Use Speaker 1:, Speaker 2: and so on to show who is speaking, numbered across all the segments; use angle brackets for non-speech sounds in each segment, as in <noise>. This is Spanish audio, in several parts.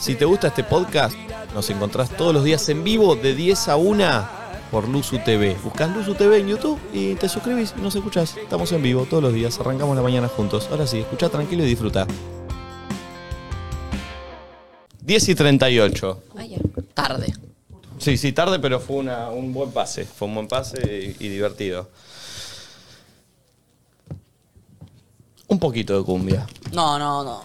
Speaker 1: Si te gusta este podcast, nos encontrás todos los días en vivo de 10 a 1 por Luzu TV. Buscás Luzu TV en YouTube y te suscribís y nos escuchás. Estamos en vivo todos los días, arrancamos la mañana juntos. Ahora sí, escuchá tranquilo y disfruta. 10 y 38.
Speaker 2: Ah,
Speaker 3: Ay, tarde.
Speaker 1: Sí, sí, tarde, pero fue una- un buen pase. Fue un buen pase y, y divertido. Un poquito de cumbia.
Speaker 3: No, no, no.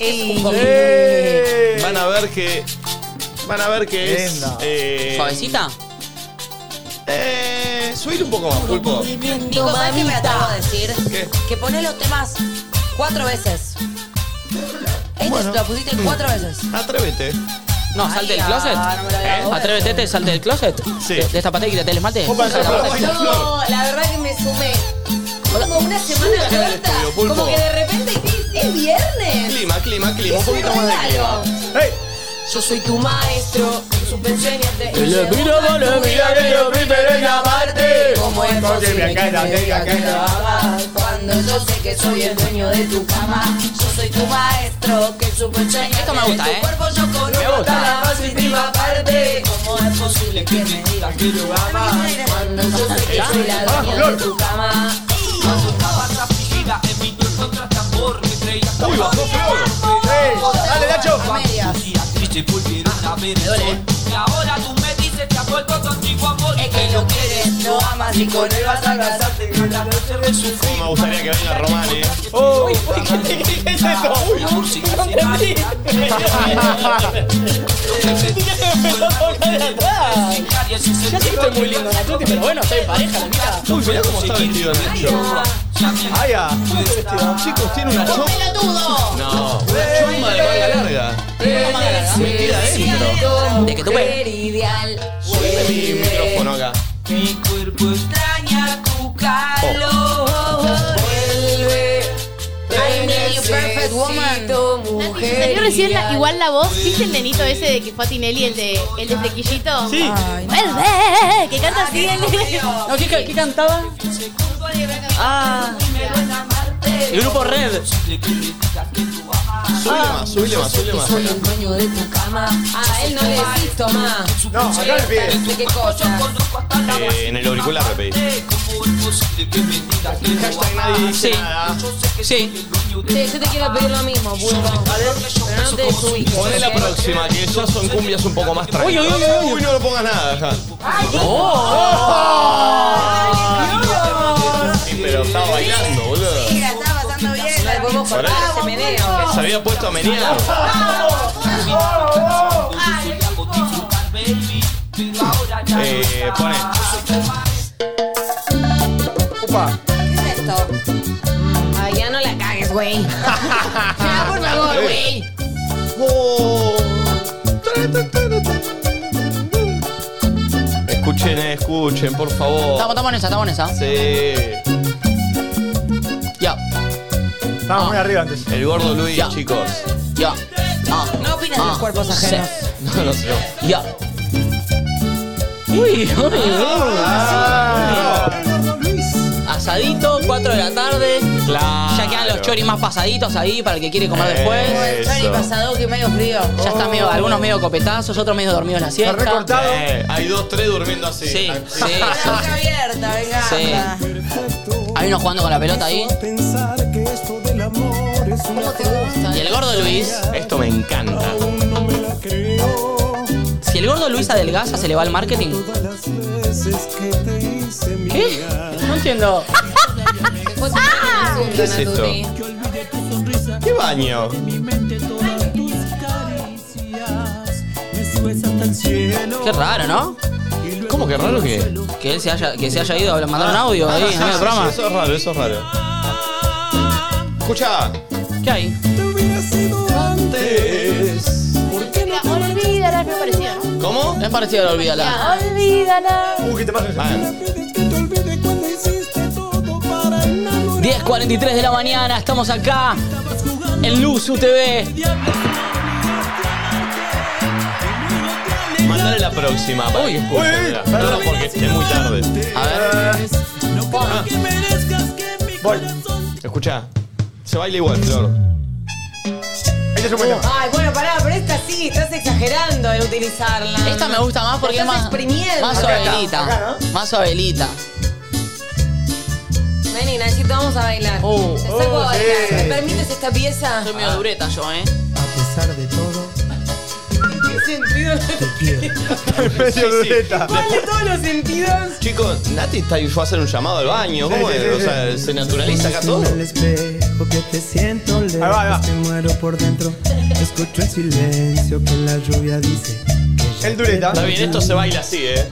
Speaker 3: ¡Eh!
Speaker 1: Van a ver que. Van a ver que es. eh,
Speaker 3: ¿Suavecita?
Speaker 1: Eh, subir un poco más, pulpo.
Speaker 4: Digo, ¿sabes qué me atrevo a decir?
Speaker 1: ¿Qué?
Speaker 4: Que ponés los temas cuatro veces. Este
Speaker 1: Bueno.
Speaker 4: lo pusiste cuatro veces.
Speaker 1: Atrévete.
Speaker 3: No, salte
Speaker 4: Ay,
Speaker 3: del
Speaker 4: ah,
Speaker 3: closet.
Speaker 4: no me lo había
Speaker 3: ¿Eh?
Speaker 4: dado.
Speaker 3: Atrévete, te salte del closet.
Speaker 1: Sí.
Speaker 3: De- Destapate y quítate el esmalte.
Speaker 1: Opa,
Speaker 3: Salte
Speaker 1: opa,
Speaker 3: la parte.
Speaker 1: opa.
Speaker 2: No, la verdad que me sumé. Como una semana
Speaker 1: Súbete
Speaker 2: corta.
Speaker 1: al estudio, pulpo.
Speaker 2: Como que de repente es, es viernes.
Speaker 1: Clima, clima, clima. Un
Speaker 2: Es un
Speaker 1: poquito más de clima.
Speaker 2: regalo.
Speaker 1: ¡Ey!
Speaker 2: Yo soy tu maestro, suspensiones de
Speaker 3: le miro, vos le mirás que yo
Speaker 2: primero en
Speaker 3: parte.
Speaker 2: Como es posible que te diga que trabajas Cuando yo sé que soy el dueño de tu cama Yo soy tu maestro, que supercheña
Speaker 3: Esto me gusta,
Speaker 2: tu
Speaker 3: eh.
Speaker 2: cuerpo yo conozco
Speaker 3: Me gusta.
Speaker 2: cada más íntima parte Como es posible que me digas que lo amas Cuando yo sé que soy la
Speaker 1: Ah,
Speaker 2: dueña de tu cama
Speaker 1: ¡Uy, bajó Flor! ¡Dale, Nacho! ¿eh?
Speaker 4: A medias.
Speaker 2: Es que lo quieres, lo amas y con él vas a casarte Con la noche de
Speaker 3: <laughs>
Speaker 2: su
Speaker 1: Me gustaría que venga Román, ¿eh? ¡Uy, uy! ¿Qué, es eso? ¡Uy,
Speaker 3: Yo sí estoy muy lindo, Natuti, pero bueno, estoy en pareja, la mía.
Speaker 1: uy! Mirá cómo está vestido el Nacho. ¡Ay, ah! Chicos, tiene una chompa. No, una chompa de manga larga. Metida adentro.
Speaker 3: De que tú ves.
Speaker 2: ideal
Speaker 1: Subime mi micrófono acá.
Speaker 2: Mi cuerpo extraña tu calor. Vuelve.
Speaker 4: I need you, perfect woman.
Speaker 2: Necesito
Speaker 5: Me salió
Speaker 2: Mujer.
Speaker 5: recién la-
Speaker 2: ideal.
Speaker 5: igual la voz, ¿viste el nenito ese de que fue a Tinelli, el de, el de flequillito? Sí. Vuelve, que canta así el
Speaker 3: No, ¿qué, qué cantaba? Ah. El grupo Red.
Speaker 1: Subile
Speaker 4: Ah.
Speaker 1: más, subile más, subile más.
Speaker 2: Soy el dueño de tu cama. A él no le existo más. No, acá le pide. ¿Qué cosa?
Speaker 1: Eh, en el auricular me pedí. Hashtag nadie dice
Speaker 3: Sí.
Speaker 1: nada.
Speaker 2: Che,
Speaker 3: Sí.
Speaker 2: yo te quiero pedir lo mismo, pulpo. Pero no te desubiques.
Speaker 1: Poné la próxima, que ya son cumbias un poco más
Speaker 3: Uy, uy,
Speaker 1: tranquilas.
Speaker 3: uy, uy, uy.
Speaker 1: no lo pongas nada ya.
Speaker 3: ¡Oh!
Speaker 1: Sí, pero estaba bailando, boludo.
Speaker 4: La estaba pasando bien.
Speaker 2: La podemos cortar ese meneo.
Speaker 1: Se había puesto a menear. Eh, poné.
Speaker 4: ¿Qué es esto? Mm,
Speaker 2: Ay, ya no la cagues,
Speaker 3: <laughs>
Speaker 2: güey.
Speaker 4: Ya, por favor, güey.
Speaker 1: Escuchen, eh, escuchen, por favor.
Speaker 3: Estamos, estamos en esa, estamos en esa.
Speaker 1: Sí.
Speaker 3: Ya,
Speaker 6: Estábamos muy arriba antes.
Speaker 1: El gordo Luis,
Speaker 3: Ya.
Speaker 1: chicos.
Speaker 3: ya. Ah,
Speaker 4: No opinas de los cuerpos ajenos.
Speaker 3: sí.
Speaker 1: <laughs> No, no sé.
Speaker 3: Ya. Uy, uy, uy. Asadito, 4 de la tarde.
Speaker 1: Claro.
Speaker 3: Ya quedan los choris más pasaditos ahí para el que quiere comer después.
Speaker 4: El Chori pasado que medio frío.
Speaker 3: Ya está medio, algunos medio copetazos, otros medio dormidos en la siesta.
Speaker 6: recortado.
Speaker 1: Eh, hay dos, tres durmiendo así.
Speaker 3: Sí, sí,
Speaker 1: Ah,
Speaker 4: Con La
Speaker 3: sí.
Speaker 4: boca abierta, venga.
Speaker 3: Sí. Hay uno jugando con la pelota ahí.
Speaker 4: ¿Cómo te gusta?
Speaker 3: Y el gordo Luis,
Speaker 1: Esto me encanta.
Speaker 3: si el gordo Luis adelgaza, se le va el marketing. ¿Qué?
Speaker 4: <laughs>
Speaker 3: No entiendo.
Speaker 1: ¿Qué es esto? ¿Qué baño?
Speaker 3: Qué raro, ¿no?
Speaker 1: ¿Cómo que raro que?
Speaker 3: Que él se haya, que se haya ido a
Speaker 1: Ah.
Speaker 3: mandar un audio ahí en el programa.
Speaker 1: Eso es raro, eso es raro. Escucha.
Speaker 3: ¿Qué hay?
Speaker 5: Mira, olvídala, me parecía, ¿no?
Speaker 1: ¿Cómo?
Speaker 3: Es parecido a olvídala.
Speaker 5: Ya, olvídala.
Speaker 6: Uh, ¿qué te pasa?
Speaker 1: Ah,
Speaker 3: 10.43 de la mañana, estamos acá en Luz UTV.
Speaker 1: mandale la próxima. para
Speaker 3: Uy.
Speaker 1: que escuchen, mira.
Speaker 6: Uy.
Speaker 1: No, no, porque esté muy tarde. Ah,
Speaker 3: A ver.
Speaker 6: Voy.
Speaker 1: Escucha. Se baila igual, Flor.
Speaker 6: Esta es un buen tema.
Speaker 4: Ay, bueno, pará, pero esta sí, estás exagerando en utilizarla.
Speaker 3: Esta me gusta más porque
Speaker 4: La
Speaker 3: es
Speaker 4: estás
Speaker 3: más,
Speaker 4: exprimiendo.
Speaker 3: más
Speaker 4: Acá está,
Speaker 3: suavelita.
Speaker 6: acá,
Speaker 3: Más suavelita.
Speaker 4: Vení, Nachito, vamos a bailar.
Speaker 3: Oh.
Speaker 4: Te saco a
Speaker 6: Oh, sí.
Speaker 4: bailar. ¿Me permites esta pieza?
Speaker 3: Soy medio dureta yo,
Speaker 7: A
Speaker 3: ¿eh?
Speaker 7: pesar de todo,
Speaker 4: ¿Qué
Speaker 1: <laughs>
Speaker 4: sentido?
Speaker 7: te quiero.
Speaker 6: Medio dureta.
Speaker 4: ¿Cuál de todos los sentidos?
Speaker 1: Chicos, Nati está, fue a hacer un llamado al baño. ¿Cómo
Speaker 6: Sí, sí,
Speaker 1: es?
Speaker 6: sí,
Speaker 1: o sea,
Speaker 6: sí.
Speaker 1: se naturaliza acá todo.
Speaker 7: Cuando estoy en el espejo que te siento lejos,
Speaker 6: va, ahí va.
Speaker 7: te muero por dentro. Escucho el silencio que la lluvia dice. que ya
Speaker 6: El dureta.
Speaker 7: te
Speaker 1: Está bien, esto se baila así, ¿eh?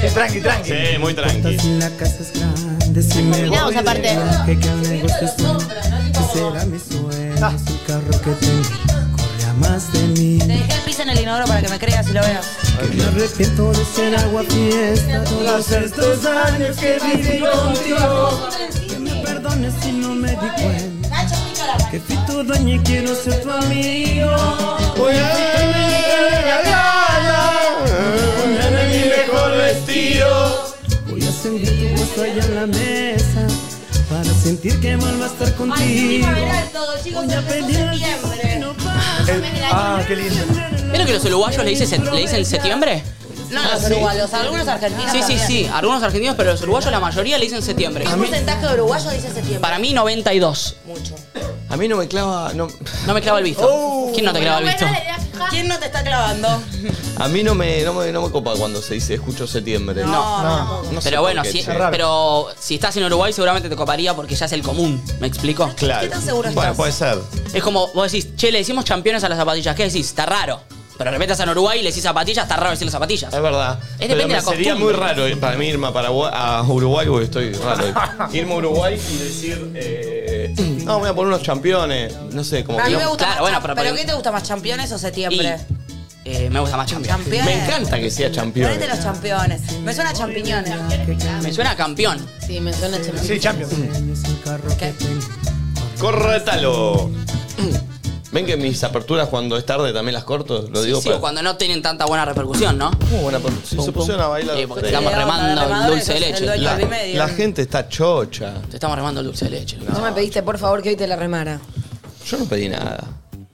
Speaker 6: Sí, Tranqui, tranqui.
Speaker 1: Sí, muy
Speaker 7: importa
Speaker 1: tranqui.
Speaker 7: si la casa es grande, si me
Speaker 5: Combinamos
Speaker 7: voy de
Speaker 5: aparte.
Speaker 7: viaje, que aún negocio es bueno, que será mi sueño,
Speaker 6: Ah.
Speaker 7: es el carro que tengo, corre a más de mí.
Speaker 4: Te dejé el piso en el inodoro para que me creas y lo veas.
Speaker 7: Me arrepiento de ser agua fiesta todos estos años que viví contigo. Que me perdones si no me di cuenta. Que fui tu dueño y quiero ser tu amigo. Voy a
Speaker 1: Ponerme mi mejor vestido.
Speaker 7: Voy a sentir tu puesto allá en la mesa. Para sentir que vuelvo a estar contigo.
Speaker 2: todo, chicos,
Speaker 7: Voy a pedir que no pase.
Speaker 6: El- ah, qué lindo.
Speaker 3: ¿Vieron que los uruguayos le dicen, se- le dicen septiembre?
Speaker 4: No, los uruguayos, algunos argentinos.
Speaker 3: Sí, sí,
Speaker 4: también.
Speaker 3: sí. Algunos argentinos, pero los uruguayos la mayoría le dicen septiembre.
Speaker 4: ¿Qué porcentaje de uruguayos dice septiembre?
Speaker 3: Para mí, 92.
Speaker 4: Mucho.
Speaker 1: A mí no me clava. No, Oh.
Speaker 3: No me clava el visto. ¿Quién no te clava el visto?
Speaker 4: ¿Quién no te está clavando?
Speaker 1: a mí no me, no, me, no me copa cuando se dice escucho septiembre. No.
Speaker 6: No.
Speaker 1: no sé
Speaker 3: Pero
Speaker 1: por
Speaker 3: bueno,
Speaker 1: qué,
Speaker 3: si,
Speaker 1: che.
Speaker 6: raro.
Speaker 3: pero si estás en Uruguay seguramente te coparía porque ya es el común, ¿me explico?
Speaker 1: Claro.
Speaker 4: ¿Qué tan seguro
Speaker 1: bueno,
Speaker 4: estás?
Speaker 1: puede ser.
Speaker 3: Es como vos decís, che, le decimos campeones a las zapatillas, ¿qué decís? Está raro. Pero de repente estás en Uruguay y le decís zapatillas, está raro decirle zapatillas.
Speaker 1: Es verdad.
Speaker 3: Es depende
Speaker 1: Pero me
Speaker 3: de la
Speaker 1: sería muy
Speaker 3: costumbre.
Speaker 1: raro eh, para mí irme a, Paraguay, a Uruguay, porque estoy raro. irme a Uruguay y decir, eh, no, voy a poner unos campeones. No sé, como
Speaker 4: A
Speaker 1: que
Speaker 4: mí
Speaker 1: no-
Speaker 4: me gusta
Speaker 3: Claro,
Speaker 4: más
Speaker 3: bueno,
Speaker 4: champ-
Speaker 3: pero-
Speaker 4: pero, ¿qué te gusta más, campeones o
Speaker 3: Y,
Speaker 4: septiembre?
Speaker 3: eh, me gusta más campeón.
Speaker 4: Campeones.
Speaker 1: Me encanta que sea
Speaker 4: Ponete
Speaker 1: campeones.
Speaker 4: los campeones. Me suena a champiñones.
Speaker 3: Me suena a campeón.
Speaker 4: Sí, me suena a champiñones.
Speaker 6: Sí, champions.
Speaker 7: Es el carro que tengo.
Speaker 1: Corrétalo. Ven que mis aperturas cuando es tarde también las corto, lo
Speaker 3: Sí,
Speaker 1: digo
Speaker 3: sí,
Speaker 1: para-
Speaker 3: o cuando no tienen tanta buena repercusión, ¿no?
Speaker 1: Muy buena apertura. Si se pusieron a bailar.
Speaker 3: Sí, porque
Speaker 1: ustedes.
Speaker 3: estamos
Speaker 4: Sí,
Speaker 3: remando
Speaker 4: la
Speaker 3: el
Speaker 4: remadora
Speaker 3: dulce de
Speaker 4: es el
Speaker 3: leche.
Speaker 4: dueño.
Speaker 1: la,
Speaker 4: al medio.
Speaker 1: la gente está chocha.
Speaker 3: Te estamos remando el dulce de leche.
Speaker 4: No me pediste, por favor, que hoy te la remara.
Speaker 1: Yo no pedí nada.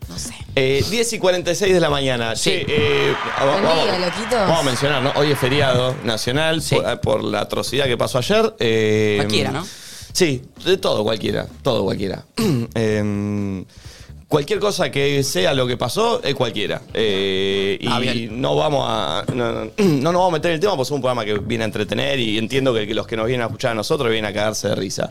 Speaker 4: No sé.
Speaker 1: Eh, 10 y 46 de la mañana.
Speaker 3: Sí.
Speaker 1: Che, eh, va- va-
Speaker 4: Buen día,
Speaker 1: vamos-
Speaker 4: loquitos.
Speaker 1: Vamos a mencionar, ¿no? Hoy es feriado nacional
Speaker 3: Sí.
Speaker 1: por, eh, por la atrocidad que pasó ayer. eh,
Speaker 3: Cualquiera, ¿no?
Speaker 1: Sí, de todo cualquiera, todo cualquiera. Eh, cualquier cosa que sea lo que pasó, es cualquiera. Eh, y
Speaker 3: Ah, bien.
Speaker 1: no vamos a. No, no, <clears throat> no nos vamos a meter en el tema porque es un programa que viene a entretener y entiendo que los que nos vienen a escuchar a nosotros vienen a cagarse de risa.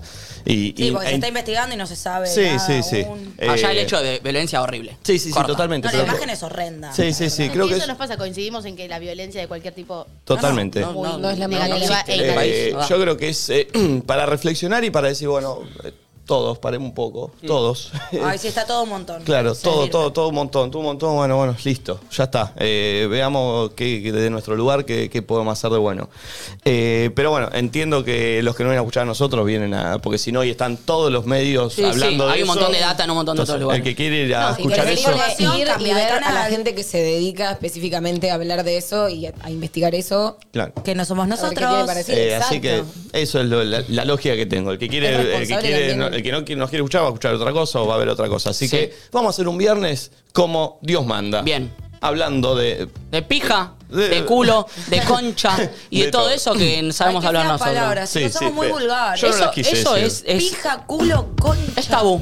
Speaker 4: Sí,
Speaker 1: Y, y-
Speaker 4: porque
Speaker 1: e-
Speaker 4: se está investigando y no se sabe.
Speaker 1: Sí,
Speaker 4: nada
Speaker 1: sí, sí.
Speaker 4: aún.
Speaker 1: Eh,
Speaker 3: Allá el hecho de violencia horrible.
Speaker 1: Sí, sí, sí,
Speaker 3: Corta.
Speaker 1: totalmente.
Speaker 4: No, la
Speaker 1: pero-
Speaker 4: imagen es horrenda.
Speaker 1: Sí, sí, sí, creo que
Speaker 5: eso
Speaker 1: es-
Speaker 5: nos pasa, coincidimos en que la violencia de cualquier tipo
Speaker 1: Totalmente.
Speaker 3: No, no,
Speaker 4: No es la
Speaker 5: negativa
Speaker 4: manera
Speaker 5: e
Speaker 1: Eh,
Speaker 3: del
Speaker 5: incansable.
Speaker 3: país, ¿verdad?
Speaker 1: yo creo que es eh, <clears throat> para reflexionar y para decir, bueno, eh, todos, paremos un poco,
Speaker 3: Mm.
Speaker 1: todos.
Speaker 4: Ay, sí, está todo un montón.
Speaker 1: Claro,
Speaker 4: Se
Speaker 1: todo,
Speaker 4: sirve.
Speaker 1: todo, todo un montón, todo un montón, bueno, bueno, listo, ya está. Eh, veamos qué, qué desde nuestro lugar qué, qué podemos hacer de bueno. Eh, pero bueno, entiendo que los que no vienen a escuchar a nosotros vienen a. Porque si no, hoy están todos los medios
Speaker 3: Sí, sí,
Speaker 1: hablando de
Speaker 3: hay un
Speaker 1: eso.
Speaker 3: montón de data en un montón de otros
Speaker 1: Entonces,
Speaker 3: lugares.
Speaker 1: El que quiere ir a
Speaker 4: No, y que
Speaker 1: escuchar
Speaker 4: el
Speaker 1: eso.
Speaker 4: señor
Speaker 8: Ir y
Speaker 4: Cambia de
Speaker 8: ver a la
Speaker 4: canal.
Speaker 8: gente que se dedica específicamente a hablar de eso y a, a investigar eso.
Speaker 1: Claro.
Speaker 4: Que no somos
Speaker 8: ver qué tiene
Speaker 4: nosotros.
Speaker 8: para decir.
Speaker 1: Eh,
Speaker 8: exacto.
Speaker 1: así que eso es lo- la, la lógica que tengo. El que quiere,
Speaker 8: Es
Speaker 1: el que,
Speaker 8: responsable
Speaker 1: quiere,
Speaker 8: también.
Speaker 1: no- el que no, qui- no quiere escuchar va a escuchar otra cosa o va a ver otra cosa. Así
Speaker 3: Sí.
Speaker 1: que vamos a hacer un viernes como Dios manda.
Speaker 3: Bien.
Speaker 1: Hablando de.
Speaker 3: De pija,
Speaker 1: De-
Speaker 3: de culo, de
Speaker 4: <laughs>
Speaker 3: concha y de,
Speaker 1: De
Speaker 3: todo
Speaker 1: todo.
Speaker 3: eso que
Speaker 4: Ay,
Speaker 3: sabemos
Speaker 4: qué
Speaker 3: hablar
Speaker 4: feas
Speaker 3: nosotros.
Speaker 4: palabras,
Speaker 1: Sí,
Speaker 4: chicos,
Speaker 1: sí,
Speaker 4: somos muy
Speaker 1: pero-
Speaker 4: vulgares.
Speaker 1: Yo no
Speaker 3: eso
Speaker 1: las quise
Speaker 3: eso
Speaker 1: decir.
Speaker 3: es, es,
Speaker 4: Pija, culo, concha.
Speaker 3: es tabú.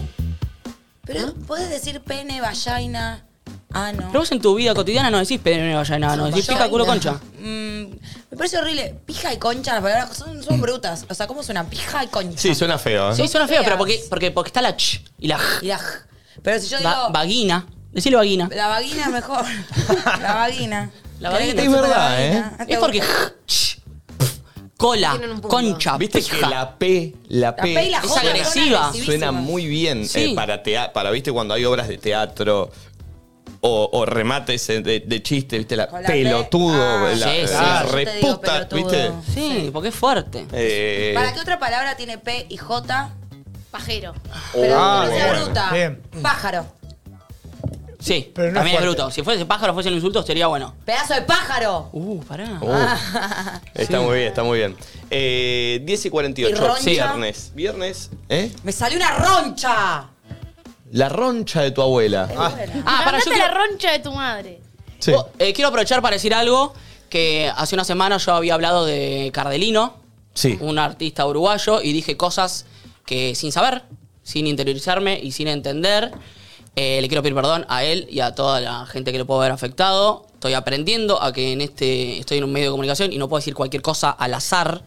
Speaker 4: Pero puedes decir pene, vagina, ano.
Speaker 3: Pero vos en tu vida cotidiana no decís pene vagina, no decís pija, culo, concha.
Speaker 4: Mm, me parece horrible. Pija y concha, las palabras son, son brutas. O sea, ¿cómo suena? Pija y concha.
Speaker 1: Sí, suena feo. ¿eh?
Speaker 3: Sí, suena feo,
Speaker 4: feas.
Speaker 3: pero porque, porque, porque está la ch y la j.
Speaker 4: Y la j. Pero si yo digo.
Speaker 3: Va- vagina. Decile vagina.
Speaker 4: la vagina es
Speaker 1: <laughs>
Speaker 4: mejor. la vagina.
Speaker 3: La
Speaker 4: ¿Querés que
Speaker 3: vagina.
Speaker 4: te
Speaker 3: Es
Speaker 4: chupe la
Speaker 1: verdad,
Speaker 4: vagina?
Speaker 3: Es porque j, ch, cola,
Speaker 5: Tienen un punto.
Speaker 3: concha,
Speaker 1: Viste
Speaker 3: pija.
Speaker 1: que la P, la
Speaker 4: La
Speaker 1: P,
Speaker 4: P y la
Speaker 3: Es
Speaker 4: J son
Speaker 3: agresiva.
Speaker 4: agresivísimas.
Speaker 1: suena muy bien eh,
Speaker 3: Sí.
Speaker 1: para, tea- para, viste, cuando hay obras de teatro. O, o remates eh, de, de chiste, viste, la,
Speaker 4: Con la P.
Speaker 1: pelotudo,
Speaker 4: Ah,
Speaker 1: la,
Speaker 3: sí, sí.
Speaker 1: la
Speaker 4: Yo te digo
Speaker 1: reputa,
Speaker 4: pelotudo.
Speaker 1: viste.
Speaker 3: Sí, porque es fuerte.
Speaker 1: Eh,
Speaker 4: ¿Para qué otra palabra tiene P y J?
Speaker 5: Pajero.
Speaker 4: Pero
Speaker 1: ah,
Speaker 4: que no sea
Speaker 1: bueno.
Speaker 4: bruta.
Speaker 6: Bien.
Speaker 4: Pájaro.
Speaker 3: Sí,
Speaker 6: Pero no es
Speaker 3: también es,
Speaker 6: fuerte.
Speaker 3: bruto. Si fuese pájaro, fuese un insulto, sería bueno.
Speaker 4: Pedazo de pájaro. Ah.
Speaker 3: Uh, pará.
Speaker 1: Uh, Está muy bien, está muy bien. Eh, 10 y
Speaker 4: ¿Y
Speaker 1: 48,
Speaker 4: roncha?
Speaker 1: viernes. Viernes, ¿eh?
Speaker 4: Me salió una roncha.
Speaker 1: La roncha de tu abuela.
Speaker 4: Eh,
Speaker 3: Ah, para, yo
Speaker 5: Andate a
Speaker 3: quiero,
Speaker 5: la roncha de tu madre.
Speaker 1: Sí.
Speaker 3: oh, eh, quiero aprovechar para decir algo que hace una semana yo había hablado de Cardelino,
Speaker 1: Sí.
Speaker 3: un artista uruguayo, y dije cosas que sin saber, sin interiorizarme y sin entender. Eh, le quiero pedir perdón a él y a toda la gente que lo puede haber afectado. Estoy aprendiendo a que en este estoy en un medio de comunicación y no puedo decir cualquier cosa al azar,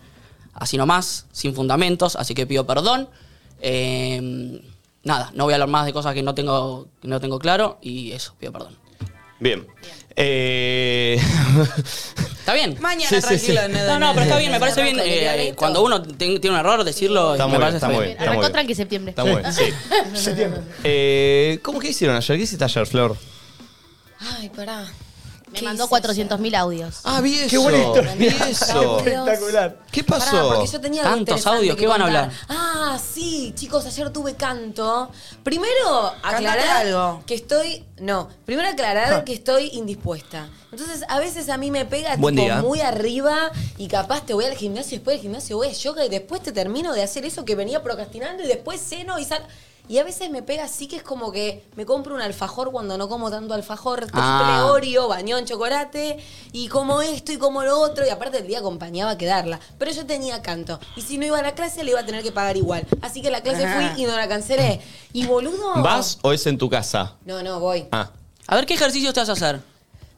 Speaker 3: así nomás, sin fundamentos, así que pido perdón. Eh, nada, no voy a hablar más de cosas que no tengo, que no tengo claro y eso, pido perdón.
Speaker 1: Bien. Eh, <laughs>
Speaker 3: ¿Está bien?
Speaker 4: Mañana
Speaker 1: Sí, sí,
Speaker 4: tranquilo.
Speaker 1: sí.
Speaker 4: nada,
Speaker 3: No, no, pero está
Speaker 4: nada.
Speaker 3: bien, me parece bien.
Speaker 4: Arranco
Speaker 3: eh,
Speaker 4: livianito.
Speaker 3: cuando uno ten- tiene un error, decirlo.
Speaker 1: Está
Speaker 3: me
Speaker 1: muy bien,
Speaker 3: parece
Speaker 1: está muy bien.
Speaker 5: Arrancó
Speaker 1: bien.
Speaker 5: tranqui septiembre.
Speaker 1: está muy bien, sí.
Speaker 8: <laughs>
Speaker 6: Septiembre.
Speaker 1: Eh, ¿Cómo que hicieron ayer? ¿Qué hiciste ayer, Flor?
Speaker 8: Ay, pará.
Speaker 4: Ah.
Speaker 5: Me mandó 400.000 audios.
Speaker 1: Ah, vi eso.
Speaker 6: Qué buena historia.
Speaker 1: Vi eso.
Speaker 6: <laughs> Espectacular.
Speaker 1: ¿Qué
Speaker 8: Pará,
Speaker 1: pasó?
Speaker 8: porque yo tenía algo
Speaker 3: Tantos
Speaker 8: interesante
Speaker 3: audios,
Speaker 8: que
Speaker 3: ¿qué van a
Speaker 8: contar.
Speaker 3: hablar?
Speaker 8: Ah, sí, chicos, ayer tuve canto. Primero, aclarar
Speaker 4: Cantate algo.
Speaker 8: que estoy. No, primero
Speaker 1: Ah.
Speaker 8: aclarar que estoy indispuesta. Entonces, a veces a mí me pega
Speaker 1: Buen
Speaker 8: tipo,
Speaker 1: día.
Speaker 8: muy arriba y capaz te voy al gimnasio, después del gimnasio voy a yoga y después te termino de hacer eso que venía procrastinando y después ceno y sal. Y a veces me pega así que es como que me compro un alfajor cuando no como tanto alfajor, triple
Speaker 3: Ah.
Speaker 8: Oreo, bañón, chocolate, y como esto y como lo otro, y aparte el día acompañaba a quedarla. Pero yo tenía canto, y si no iba a la clase le iba a tener que pagar igual. Así que la clase
Speaker 4: Ajá.
Speaker 8: fui y no la cancelé. Y boludo...
Speaker 1: ¿Vas o es en tu casa?
Speaker 8: No, no, voy.
Speaker 1: Ah.
Speaker 3: A ver, ¿qué ejercicio te vas a hacer?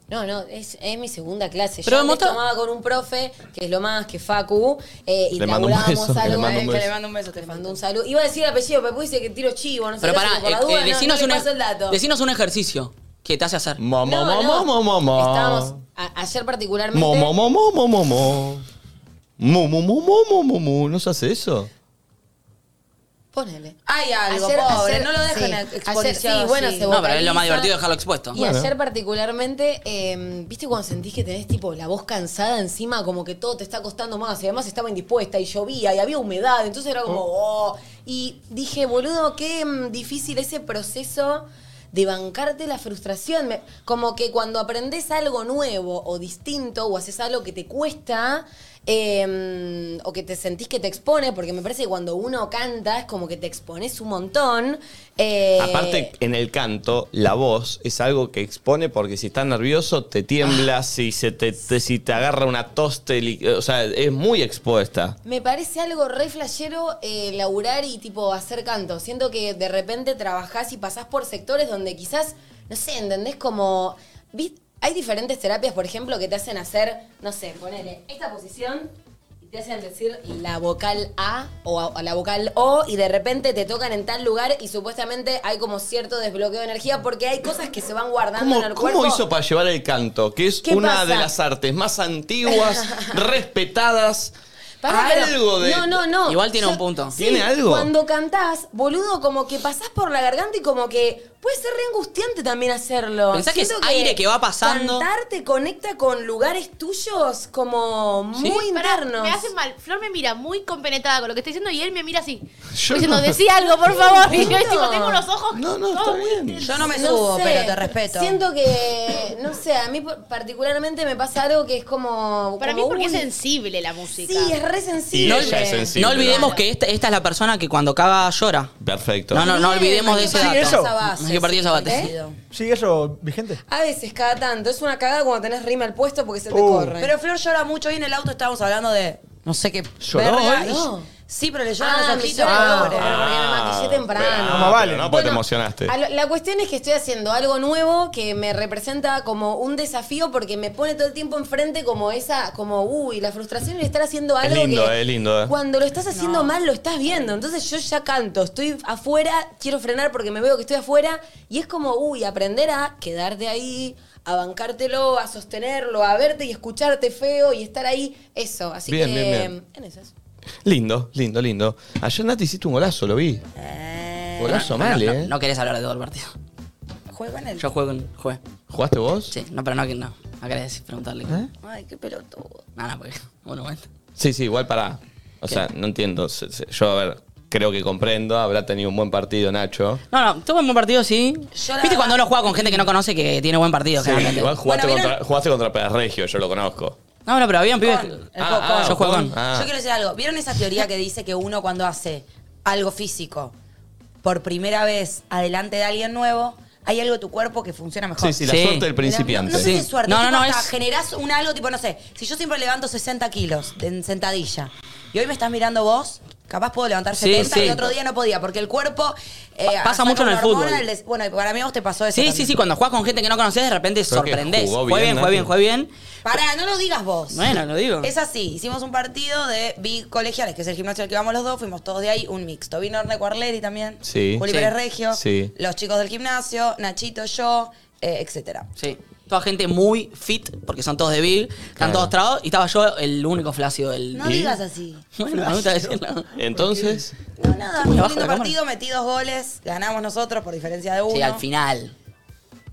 Speaker 8: No, no, es, es mi segunda clase.
Speaker 3: Pero
Speaker 8: yo antes
Speaker 3: Mota-
Speaker 8: tomaba con un profe, que es lo más, que es Facu, eh, y
Speaker 1: Le mando un
Speaker 8: laburábamos
Speaker 1: beso, le
Speaker 8: algo.
Speaker 1: mando
Speaker 8: eh,
Speaker 1: un
Speaker 8: que
Speaker 1: beso.
Speaker 8: le mando-
Speaker 4: mando un beso, te
Speaker 8: le mando un saludo. Iba a decir el apellido, pero después dice que tiro chivo, no sé.
Speaker 3: Pero
Speaker 8: qué,
Speaker 3: pará,
Speaker 8: así que por la
Speaker 3: eh,
Speaker 8: duda
Speaker 3: eh,
Speaker 8: no-
Speaker 3: decinos,
Speaker 8: no le
Speaker 3: un
Speaker 8: paso el
Speaker 3: ej-
Speaker 8: dato.
Speaker 3: decinos un ejercicio que te hace hacer.
Speaker 1: Momo,
Speaker 8: No,
Speaker 1: momo,
Speaker 8: no.
Speaker 1: momo, momo.
Speaker 8: Estábamos a- ayer particularmente.
Speaker 1: Mo, mo, mo, mo, mo, mo, mo. Mu, mu, mu, mu, mu, mu, mu. ¿No se hace eso?
Speaker 8: Ponele.
Speaker 4: Hay algo, pobre. no lo dejen
Speaker 8: sí.
Speaker 4: en
Speaker 8: Ayer-
Speaker 4: exposición.
Speaker 8: sí, bueno,
Speaker 4: sí.
Speaker 8: se
Speaker 3: No, pero es lo
Speaker 8: vocaliza.
Speaker 3: más divertido dejarlo expuesto.
Speaker 8: Y ayer particularmente, eh, ¿viste cuando sentís que tenés tipo la voz cansada encima, como que todo te está costando más? Y además estaba indispuesta y llovía y había humedad, entonces era como, oh. Y dije, boludo, qué mm, difícil ese proceso de bancarte la frustración. Me- como que cuando aprendes algo nuevo o distinto o haces algo que te cuesta... eh, o que te sentís que te expone, porque me parece que cuando uno canta es como que te expones un montón. eh,
Speaker 1: Aparte, en el canto, la voz es algo que expone porque si estás nervioso, te
Speaker 8: Ah.
Speaker 1: tiemblas, si, se te, te- si te agarra una tos, te li- o sea, es muy expuesta.
Speaker 8: Me parece algo re flashero eh, laburar y tipo hacer canto. Siento que de repente trabajás y pasás por sectores donde quizás, no sé, ¿entendés? Como. ¿vis- Hay diferentes terapias, por ejemplo, que te hacen hacer, no sé, ponele esta posición y te hacen decir la vocal A o, a- o la vocal O y de repente te tocan en tal lugar y supuestamente hay como cierto desbloqueo de energía porque hay cosas que se van guardando
Speaker 1: ¿Cómo,
Speaker 8: en el
Speaker 1: cómo
Speaker 8: cuerpo.
Speaker 1: hizo para llevar el canto? Que es
Speaker 8: ¿Qué
Speaker 1: una
Speaker 8: pasa?
Speaker 1: de las artes más
Speaker 8: <laughs>
Speaker 1: antiguas, respetadas.
Speaker 8: Pará, pero-
Speaker 1: algo de.
Speaker 8: No, no, no.
Speaker 3: Igual tiene
Speaker 8: Yo-
Speaker 3: un punto.
Speaker 8: Sí,
Speaker 1: ¿Tiene algo?
Speaker 8: Cuando cantás, boludo, como que pasás por la garganta y como que puede ser re angustiante también hacerlo.
Speaker 3: Pensá que es
Speaker 8: Siento
Speaker 3: aire que va pasando.
Speaker 8: Cantar te conecta con lugares tuyos como muy
Speaker 5: Pará,
Speaker 8: internos.
Speaker 5: Me hace mal. Flor me mira muy compenetada con lo que estoy diciendo y él me mira así.
Speaker 1: Yo
Speaker 5: diciendo,
Speaker 1: no-
Speaker 5: decí algo, por
Speaker 8: <laughs>
Speaker 5: favor. Y yo
Speaker 8: No.
Speaker 5: tipo, tengo los ojos.
Speaker 1: No, no, está
Speaker 5: todos muy
Speaker 1: bien.
Speaker 5: tensos.
Speaker 4: Yo no me subo,
Speaker 8: sé.
Speaker 4: pero te respeto.
Speaker 8: Siento que, no sé, a mí particularmente me pasa algo que es como.
Speaker 5: Para mí
Speaker 8: como,
Speaker 5: porque es
Speaker 8: uy,
Speaker 5: sensible la música.
Speaker 8: Sí, eh, es re sensible.
Speaker 1: Y ella es sensible. Sí,
Speaker 3: no
Speaker 1: pero-
Speaker 3: olvidemos que esta, esta es la persona que cuando caga llora.
Speaker 1: Perfecto.
Speaker 3: No, no, no
Speaker 8: Bien,
Speaker 3: olvidemos
Speaker 8: hay
Speaker 3: de
Speaker 8: que
Speaker 3: ese dato.
Speaker 8: partir
Speaker 6: Sí, eso.
Speaker 8: esa base,
Speaker 3: Hay que partir
Speaker 8: sí,
Speaker 3: esa bate.
Speaker 8: ¿eh?
Speaker 6: ¿Sigue eso vigente?
Speaker 8: A veces, cada tanto. Es una cagada cuando tenés rima al puesto porque se te
Speaker 6: Uh.
Speaker 8: corre.
Speaker 4: Pero Flor llora mucho. Hoy en el auto estábamos hablando de no sé qué.
Speaker 1: ¿Lloró ¿eh?
Speaker 4: verga,
Speaker 1: hoy?
Speaker 4: y-
Speaker 8: No.
Speaker 4: Sí, pero le lloran
Speaker 8: Ah,
Speaker 4: los
Speaker 8: me
Speaker 4: ojitos.
Speaker 8: llora
Speaker 4: Ah,
Speaker 8: ahora, porque me maquillé temprano.
Speaker 6: Más vale.
Speaker 1: No, porque te
Speaker 8: Bueno,
Speaker 1: emocionaste.
Speaker 8: a lo- la cuestión es que estoy haciendo algo nuevo que me representa como un desafío porque me pone todo el tiempo enfrente como esa, como, uy, la frustración de estar haciendo algo
Speaker 1: lindo,
Speaker 8: que
Speaker 1: eh, es lindo, eh.
Speaker 8: cuando lo estás haciendo mal lo estás viendo. Entonces yo ya canto, estoy afuera, quiero frenar porque me veo que estoy afuera y es como, uy, aprender a quedarte ahí, a bancártelo, a sostenerlo, a verte y escucharte feo y estar ahí, eso. Así que,
Speaker 1: Bien, bien, bien.
Speaker 8: en esas.
Speaker 1: Lindo, lindo, lindo. Ayer Nati hiciste un golazo, lo vi. Golazo
Speaker 3: No, no,
Speaker 1: mal,
Speaker 3: no,
Speaker 1: eh.
Speaker 3: no querés hablar de todo el partido.
Speaker 4: Juega en el.
Speaker 3: Yo juego en. Jugué.
Speaker 1: ¿Jugaste vos?
Speaker 3: Sí, no, pero no, que no. No querés preguntarle.
Speaker 1: ¿Eh?
Speaker 4: Ay, qué pelotudo.
Speaker 3: Nada, porque. Bueno, bueno.
Speaker 1: Sí, sí, igual para. O sea, no entiendo. Se- se- Yo, a ver, creo que comprendo. Habrá tenido un buen partido, Nacho.
Speaker 3: No, no, tuvo un buen partido, sí.
Speaker 4: Yo la
Speaker 3: Viste
Speaker 4: verdad-
Speaker 3: cuando uno juega con gente que no conoce que tiene buen partido,
Speaker 1: Sí,
Speaker 3: generalmente.
Speaker 1: igual jugaste,
Speaker 4: Bueno, ¿vieron?
Speaker 1: contra, jugaste contra Pérez Regio, yo lo conozco.
Speaker 3: No, no, pero había un pibe. que-
Speaker 4: Con, el
Speaker 1: Ah,
Speaker 4: juego
Speaker 1: ah,
Speaker 4: con.
Speaker 3: yo juego
Speaker 1: con.
Speaker 3: con.
Speaker 1: Ah.
Speaker 4: Yo quiero decir algo. ¿Vieron esa teoría que dice que uno cuando hace algo físico, por primera vez adelante de alguien nuevo, hay algo de tu cuerpo que funciona mejor.
Speaker 1: Sí, sí, la
Speaker 3: Sí.
Speaker 1: suerte del principiante.
Speaker 4: No sé si
Speaker 3: Sí.
Speaker 4: es suerte.
Speaker 3: No, no,
Speaker 4: tipo,
Speaker 3: no,
Speaker 4: hasta
Speaker 3: es-
Speaker 4: generás un algo, tipo, no sé, si yo siempre levanto 60 kilos en sentadilla y hoy me estás mirando vos, capaz puedo levantar
Speaker 3: Sí,
Speaker 4: 70 y
Speaker 3: sí.
Speaker 4: otro día no podía, porque el cuerpo... eh,
Speaker 3: pasa
Speaker 4: saca
Speaker 3: mucho en
Speaker 4: una
Speaker 3: el fútbol.
Speaker 4: hormona, el des- Bueno, y para mí a vos te pasó eso
Speaker 3: Sí, sí,
Speaker 4: también.
Speaker 3: sí, cuando jugás con gente que no conoces, de repente
Speaker 1: Creo que
Speaker 3: sorprendés.
Speaker 1: jugó
Speaker 3: Fue
Speaker 1: bien,
Speaker 3: bien, fue bien,
Speaker 1: Nati.
Speaker 3: fue bien.
Speaker 4: Pará, no lo digas vos.
Speaker 3: Bueno, lo digo.
Speaker 4: Es así, hicimos un partido de bicolegiales, que es el gimnasio al que vamos los dos, fuimos todos de ahí, un mixto. Vino Orne Cuarleri también,
Speaker 1: Sí.
Speaker 4: Juli
Speaker 3: Sí.
Speaker 4: Pérez Regio,
Speaker 1: Sí.
Speaker 4: los chicos del gimnasio, Nachito, yo, eh, etcétera.
Speaker 3: Sí. Toda gente muy fit, porque son todos de Big, están
Speaker 1: Claro.
Speaker 3: todos trabados, y estaba yo el único flácido del.
Speaker 4: No
Speaker 1: ¿Y?
Speaker 4: digas así.
Speaker 3: <laughs> Bueno, me gusta decirlo.
Speaker 1: Entonces,
Speaker 4: No,
Speaker 3: <laughs>
Speaker 4: nada,
Speaker 3: Muy
Speaker 4: fue un
Speaker 3: abajo
Speaker 4: lindo
Speaker 3: de la
Speaker 4: partido, metí dos goles, ganamos nosotros por diferencia de uno.
Speaker 3: Sí, al final.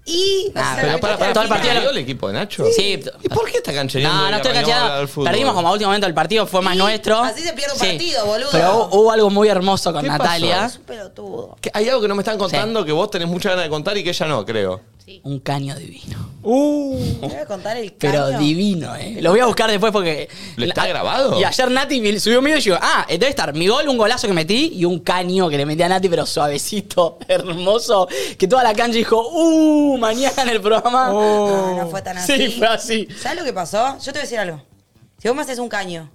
Speaker 4: Y... no
Speaker 3: Ah,
Speaker 4: sé,
Speaker 1: pero
Speaker 3: Pero
Speaker 1: para, para,
Speaker 3: todo el partido
Speaker 1: ¿perdió
Speaker 3: lo-
Speaker 1: el equipo de Nacho?
Speaker 3: Sí.
Speaker 1: ¿Y por qué está canchereando?
Speaker 3: No,
Speaker 1: y
Speaker 3: no estoy
Speaker 1: arrancamos a hablar
Speaker 3: canchada.
Speaker 1: del fútbol?
Speaker 3: Perdimos como a último momento el partido, fue más
Speaker 4: Sí,
Speaker 3: nuestro.
Speaker 4: así se pierde un partido, boludo.
Speaker 3: Pero hubo, hubo algo muy hermoso con
Speaker 1: ¿Qué pasó?
Speaker 3: Natalia.
Speaker 4: Es un pelotudo.
Speaker 1: Que Hay algo que no me están contando que vos tenés mucha ganas de contar y que ella no, creo.
Speaker 3: Un caño divino.
Speaker 6: Uh,
Speaker 4: Me voy a contar el
Speaker 3: Pero
Speaker 4: caño.
Speaker 3: divino, ¿eh? Lo voy a buscar después porque.
Speaker 1: ¿Lo está
Speaker 3: Ah,
Speaker 1: grabado?
Speaker 3: Y ayer Nati vi- subió un video y yo, ah, debe estar mi gol, un golazo que metí y un caño que le metí a Nati, pero suavecito, <laughs> hermoso, que toda la cancha dijo, uh, mañana en el programa.
Speaker 1: Oh.
Speaker 4: No, no fue tan así.
Speaker 3: Oh. Sí, fue así.
Speaker 4: ¿Sabes lo que pasó? Yo te voy a decir algo. Si vos me haces un caño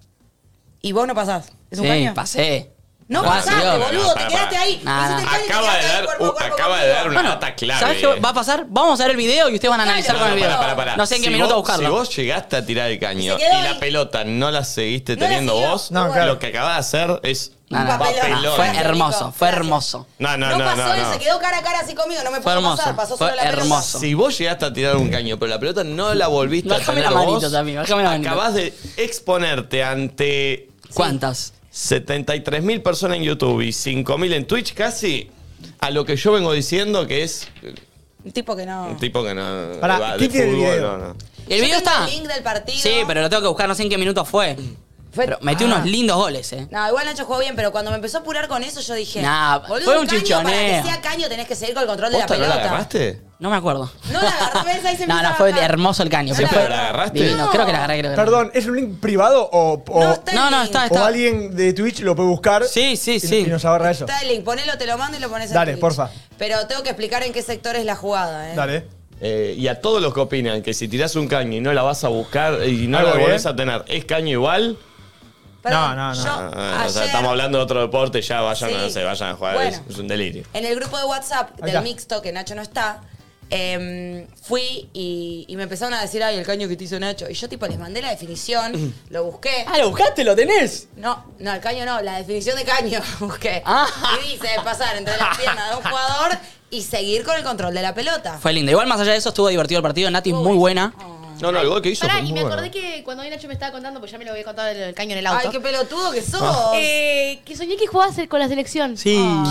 Speaker 4: y vos no pasás, ¿es un
Speaker 3: sí,
Speaker 4: caño?
Speaker 3: pasé.
Speaker 4: No,
Speaker 3: No,
Speaker 4: pasaste,
Speaker 3: sí, no,
Speaker 4: boludo, te
Speaker 1: no, para,
Speaker 4: quedaste
Speaker 1: para.
Speaker 4: ahí.
Speaker 3: Nada.
Speaker 4: Me hiciste el caño y te
Speaker 1: Acaba de
Speaker 4: quedaste ahí
Speaker 1: dar-
Speaker 4: cuerpo a
Speaker 1: uh,
Speaker 4: cuerpo
Speaker 1: acaba de
Speaker 4: conmigo.
Speaker 1: dar una- nota clave.
Speaker 3: ¿Sabes qué va a pasar? Vamos a ver el video y ustedes van a analizar
Speaker 4: Claro,
Speaker 3: con el video.
Speaker 1: pará, pará, pará.
Speaker 3: No sé en qué
Speaker 1: Si
Speaker 3: minuto
Speaker 1: vos-
Speaker 3: buscarlo.
Speaker 1: Si vos llegaste a tirar el caño
Speaker 4: Se
Speaker 1: y
Speaker 4: quedó
Speaker 1: la
Speaker 4: ahí.
Speaker 1: pelota no la seguiste
Speaker 4: No la
Speaker 1: teniendo
Speaker 4: siguió.
Speaker 1: vos,
Speaker 6: No, claro.
Speaker 1: lo que acabás de hacer es
Speaker 3: No,
Speaker 1: un
Speaker 3: no,
Speaker 1: papelón.
Speaker 3: no,
Speaker 4: papelón.
Speaker 3: fue
Speaker 4: Gracias,
Speaker 3: hermoso,
Speaker 4: Nico,
Speaker 3: fue
Speaker 4: gracias.
Speaker 3: hermoso.
Speaker 1: No, no,
Speaker 4: No,
Speaker 1: no, no.
Speaker 4: pasó él,
Speaker 1: no.
Speaker 4: se quedó cara a cara así conmigo, no me
Speaker 3: Ah. Fue
Speaker 4: pudo
Speaker 3: hermoso,
Speaker 4: pasar, pasó
Speaker 3: fue
Speaker 4: solo la pelota.
Speaker 3: hermoso.
Speaker 1: Si vos llegaste a tirar un caño, pero la pelota no la volviste a
Speaker 3: Bájame
Speaker 1: tener
Speaker 3: la manito,
Speaker 1: vos,
Speaker 3: Sammy, bájame la manito.
Speaker 1: acabás de exponerte ante
Speaker 3: ¿Cuántas?
Speaker 1: 73.000 personas en YouTube y 5.000 en Twitch casi a lo que yo vengo diciendo que es
Speaker 4: Un tipo que no.
Speaker 1: un tipo que no
Speaker 6: Pará,
Speaker 1: va
Speaker 6: ¿quién tiene el
Speaker 1: no,
Speaker 6: video?
Speaker 1: no.
Speaker 3: ¿El
Speaker 4: Yo
Speaker 3: video
Speaker 4: tengo
Speaker 3: está?
Speaker 4: El link del partido.
Speaker 3: Sí, pero lo tengo que buscar, no sé en qué minuto fue.
Speaker 4: Fue-
Speaker 3: Pero metí
Speaker 4: Ah.
Speaker 3: unos lindos goles, eh.
Speaker 4: No, igual Nacho jugó bien, pero cuando me empezó a apurar con eso, yo dije.
Speaker 3: Nah,
Speaker 4: boludo,
Speaker 3: fue un
Speaker 4: caño, Para
Speaker 3: chichoneo.
Speaker 4: que sea caño, tenés que seguir con el control de la
Speaker 1: ¿Posta no
Speaker 4: pelota.
Speaker 1: la agarraste?
Speaker 3: No me acuerdo.
Speaker 4: No la agarré, ¿ves? Ahí se
Speaker 3: <laughs> No,
Speaker 4: empieza
Speaker 3: no,
Speaker 4: a
Speaker 3: fue
Speaker 4: bajar.
Speaker 3: hermoso el caño.
Speaker 4: No
Speaker 1: Sí,
Speaker 3: pero
Speaker 4: la
Speaker 1: pero
Speaker 3: fue
Speaker 1: la agarraste.
Speaker 3: divino.
Speaker 4: No.
Speaker 3: Creo que la agarré, creo que la agarré.
Speaker 6: perdón, ¿es un link privado o, o,
Speaker 4: No, está el
Speaker 3: No, no,
Speaker 4: link.
Speaker 3: está,
Speaker 6: o
Speaker 3: está.
Speaker 6: alguien de Twitch lo puede buscar?
Speaker 3: Sí, sí,
Speaker 6: y-
Speaker 3: sí.
Speaker 6: Y nos agarra eso.
Speaker 4: Está el link, ponelo, te lo mando y lo pones en
Speaker 6: Dale,
Speaker 4: Twitch.
Speaker 6: porfa.
Speaker 4: Pero tengo que explicar en qué sector es la jugada, ¿eh?
Speaker 6: Dale.
Speaker 1: Eh, y a todos los que opinan que si tirás un caño y no la vas a buscar y no
Speaker 6: Algo
Speaker 1: la
Speaker 6: bien.
Speaker 1: volvés a tener, ¿es caño igual?
Speaker 4: Perdón,
Speaker 6: No, no, no.
Speaker 4: yo
Speaker 1: Ah, o sea,
Speaker 4: ayer-
Speaker 1: estamos hablando de otro deporte, ya vayan,
Speaker 4: Sí.
Speaker 1: no sé, vayan a jugar,
Speaker 4: Bueno.
Speaker 1: es, es un delirio.
Speaker 4: En el grupo de WhatsApp del
Speaker 6: está.
Speaker 4: mixto, que Nacho no está, em, fui y, y me empezaron a decir, ay, el caño que te hizo Nacho. Y yo, tipo, les mandé la definición, lo busqué.
Speaker 3: Ah, lo buscaste, lo tenés.
Speaker 4: No, no, el caño no, la definición de caño <laughs> busqué.
Speaker 3: Ah.
Speaker 4: Y dice pasar entre las piernas de un jugador y seguir con el control de la pelota.
Speaker 3: Fue lindo. Igual más allá de eso estuvo divertido el partido. Nati es muy buena.
Speaker 1: No, no, el gol que hizo
Speaker 5: Pará,
Speaker 1: fue
Speaker 5: y
Speaker 1: muy
Speaker 5: me acordé
Speaker 1: bueno.
Speaker 5: que cuando hoy Nacho me estaba contando, pues ya me lo había contado el, el caño en el auto.
Speaker 4: Ay, qué pelotudo que sos.
Speaker 5: Eh, que soñé que jugabas con la selección.
Speaker 1: ¿Quién?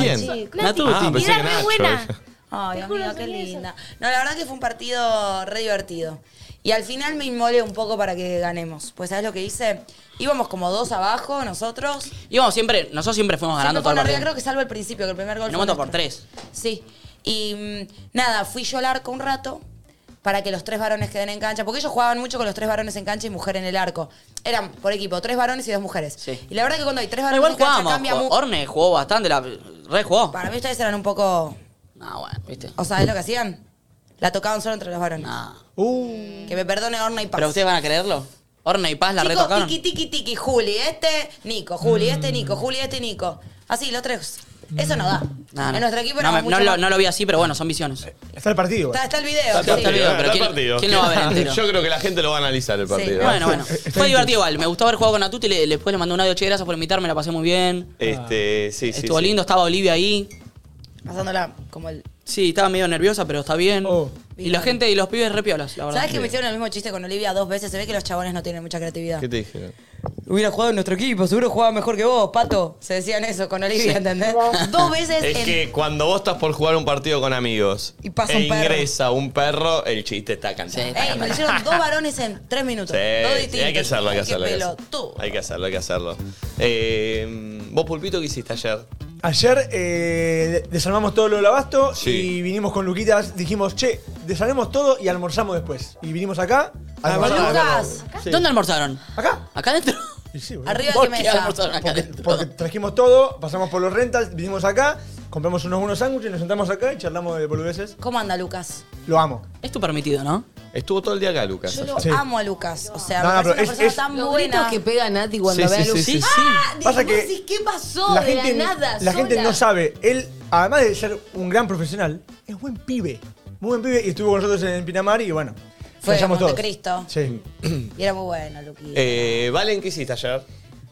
Speaker 5: Nati.
Speaker 1: Ah,
Speaker 5: Y
Speaker 1: pensé
Speaker 5: era
Speaker 1: que
Speaker 5: re
Speaker 1: Nacho,
Speaker 5: buena.
Speaker 1: dije.
Speaker 4: Ay,
Speaker 5: Te juro,
Speaker 4: amiga, qué
Speaker 5: soñé eso.
Speaker 4: linda. No, la verdad que fue un partido re divertido. Y al final me inmolé un poco para que ganemos. Pues, ¿sabes lo que hice? Íbamos como dos abajo nosotros.
Speaker 3: Íbamos siempre, nosotros siempre fuimos ganando
Speaker 4: Siempre
Speaker 3: todo
Speaker 4: fue
Speaker 3: el
Speaker 4: una realidad,
Speaker 3: partido.
Speaker 4: creo que salvo el principio, que el primer gol
Speaker 3: En un
Speaker 4: fue
Speaker 3: momento por
Speaker 4: nuestro.
Speaker 3: tres.
Speaker 4: Sí. Y mm, nada, fui yo al arco un rato para que los tres varones queden en cancha, porque ellos jugaban mucho con los tres varones en cancha y mujer en el arco. Eran por equipo, tres varones y dos mujeres.
Speaker 3: Sí.
Speaker 4: Y la verdad que cuando hay tres
Speaker 3: Pero
Speaker 4: varones
Speaker 3: igual
Speaker 4: en cancha
Speaker 3: jugábamos.
Speaker 4: cambia
Speaker 3: jugó-
Speaker 4: mucho.
Speaker 3: Orne jugó bastante, la re jugó.
Speaker 4: Para mí ustedes eran un poco,
Speaker 3: No, bueno, viste.
Speaker 4: o sea, es lo que hacían. La tocaban solo entre los varones.
Speaker 3: No.
Speaker 6: Uh,
Speaker 4: Que me perdone Orna y Paz.
Speaker 3: Pero ustedes van a creerlo. Orne y Paz la
Speaker 4: Chicos,
Speaker 3: retocaron.
Speaker 4: tiki, tiki, tiki, Juli, este, Nico, Juli, este, Nico, Juli, este, Nico. Así, los tres. Eso no da.
Speaker 3: No, no.
Speaker 4: En nuestro equipo
Speaker 3: no,
Speaker 4: éramos
Speaker 3: me- no
Speaker 4: mucho
Speaker 3: lo,
Speaker 4: más-
Speaker 3: no lo vi así, pero bueno, son visiones.
Speaker 6: Eh, está el partido.
Speaker 4: Está,
Speaker 6: igual.
Speaker 4: está el video.
Speaker 1: Está
Speaker 4: sí.
Speaker 1: el partido,
Speaker 3: pero
Speaker 1: está el
Speaker 3: ¿quién-
Speaker 1: partido.
Speaker 3: quién lo va a ver
Speaker 1: <laughs>
Speaker 3: entero?
Speaker 1: Yo creo que la gente lo va a analizar el partido.
Speaker 4: Sí.
Speaker 3: Bueno, bueno.
Speaker 6: Está
Speaker 3: Fue
Speaker 6: en
Speaker 3: divertido igual. Me gustó haber jugado con Natuti. Le, después le mandé un audio. Che, gracias por invitarme. La pasé muy bien.
Speaker 1: Este, sí, sí.
Speaker 3: Estuvo
Speaker 1: sí.
Speaker 3: lindo. Estaba Olivia ahí.
Speaker 4: Pasándola como el.
Speaker 3: Sí, estaba medio nerviosa, pero está bien.
Speaker 6: Oh.
Speaker 3: Y la gente y los pibes repiolas, la verdad.
Speaker 4: ¿Sabes que me hicieron el mismo chiste con Olivia dos veces? Se ve que los chabones no tienen mucha creatividad.
Speaker 1: ¿Qué te dijeron?
Speaker 4: Hubiera jugado en nuestro equipo, seguro jugaba mejor que vos, pato. Se decían eso con Olivia, ¿entendés? dos veces
Speaker 1: Es
Speaker 4: en.
Speaker 1: que cuando vos estás por jugar un partido con amigos
Speaker 4: Y pasa
Speaker 1: e
Speaker 4: un perro.
Speaker 1: ingresa un perro, el chiste está
Speaker 3: Sí.
Speaker 1: cantado.
Speaker 4: Ey, me lo hicieron dos varones en tres minutos.
Speaker 1: Sí,
Speaker 4: dos
Speaker 1: sí,
Speaker 4: distintos.
Speaker 1: hay que hacerlo, hay que
Speaker 4: Qué
Speaker 1: hacerlo. hay que
Speaker 4: pelotudo.
Speaker 1: hacerlo. Hay que hacerlo, hay que hacerlo. Eh, ¿Vos, Pulpito, qué hiciste ayer?
Speaker 6: Ayer eh, desarmamos todo lo del abasto
Speaker 1: Sí.
Speaker 6: y vinimos con Luquitas. Dijimos, che, desarmemos todo y almorzamos después. Y vinimos acá.
Speaker 1: Ah,
Speaker 6: almorzamos acá.
Speaker 4: Lucas,
Speaker 3: ¿Dónde almorzaron?
Speaker 6: Acá. <laughs>
Speaker 3: ¿Acá adentro?
Speaker 6: Y sí, boludo.
Speaker 4: arriba de
Speaker 3: ¿Por
Speaker 4: qué
Speaker 3: qué
Speaker 4: mesa.
Speaker 3: almorzaron acá
Speaker 6: Porque,
Speaker 3: adentro?
Speaker 6: porque trajimos todo, pasamos por los rentals, vinimos acá compramos unos buenos sándwiches, nos sentamos acá y charlamos de boludeces.
Speaker 4: ¿Cómo anda Lucas?
Speaker 6: Lo amo.
Speaker 3: Es tu permitido, ¿no?
Speaker 1: Estuvo todo el día acá, Lucas.
Speaker 4: Yo lo
Speaker 6: Sí.
Speaker 4: amo a Lucas. O sea,
Speaker 6: No,
Speaker 4: me
Speaker 6: no,
Speaker 4: parece una
Speaker 6: pero es-
Speaker 4: persona
Speaker 6: es-
Speaker 4: tan
Speaker 8: Los
Speaker 4: buena. Ah,
Speaker 8: gritos que pega Nati cuando
Speaker 1: Sí,
Speaker 8: ve a
Speaker 1: sí,
Speaker 8: Lucía.
Speaker 1: sí, sí,
Speaker 6: Pasa que
Speaker 8: decís, ¿qué pasó?
Speaker 6: la
Speaker 8: de
Speaker 6: gente,
Speaker 8: la nada,
Speaker 6: la gente
Speaker 8: sola.
Speaker 6: no sabe. Él, además de ser un gran profesional, es buen pibe. Muy buen pibe. Y estuvo con nosotros en Pinamar y bueno.
Speaker 4: Fue
Speaker 6: flashamos todos.
Speaker 4: Montecristo.
Speaker 6: Sí.
Speaker 1: Mm.
Speaker 6: <clears throat>
Speaker 4: Y era muy bueno, Luqui.
Speaker 1: Eh, Valen, ¿qué hiciste ayer?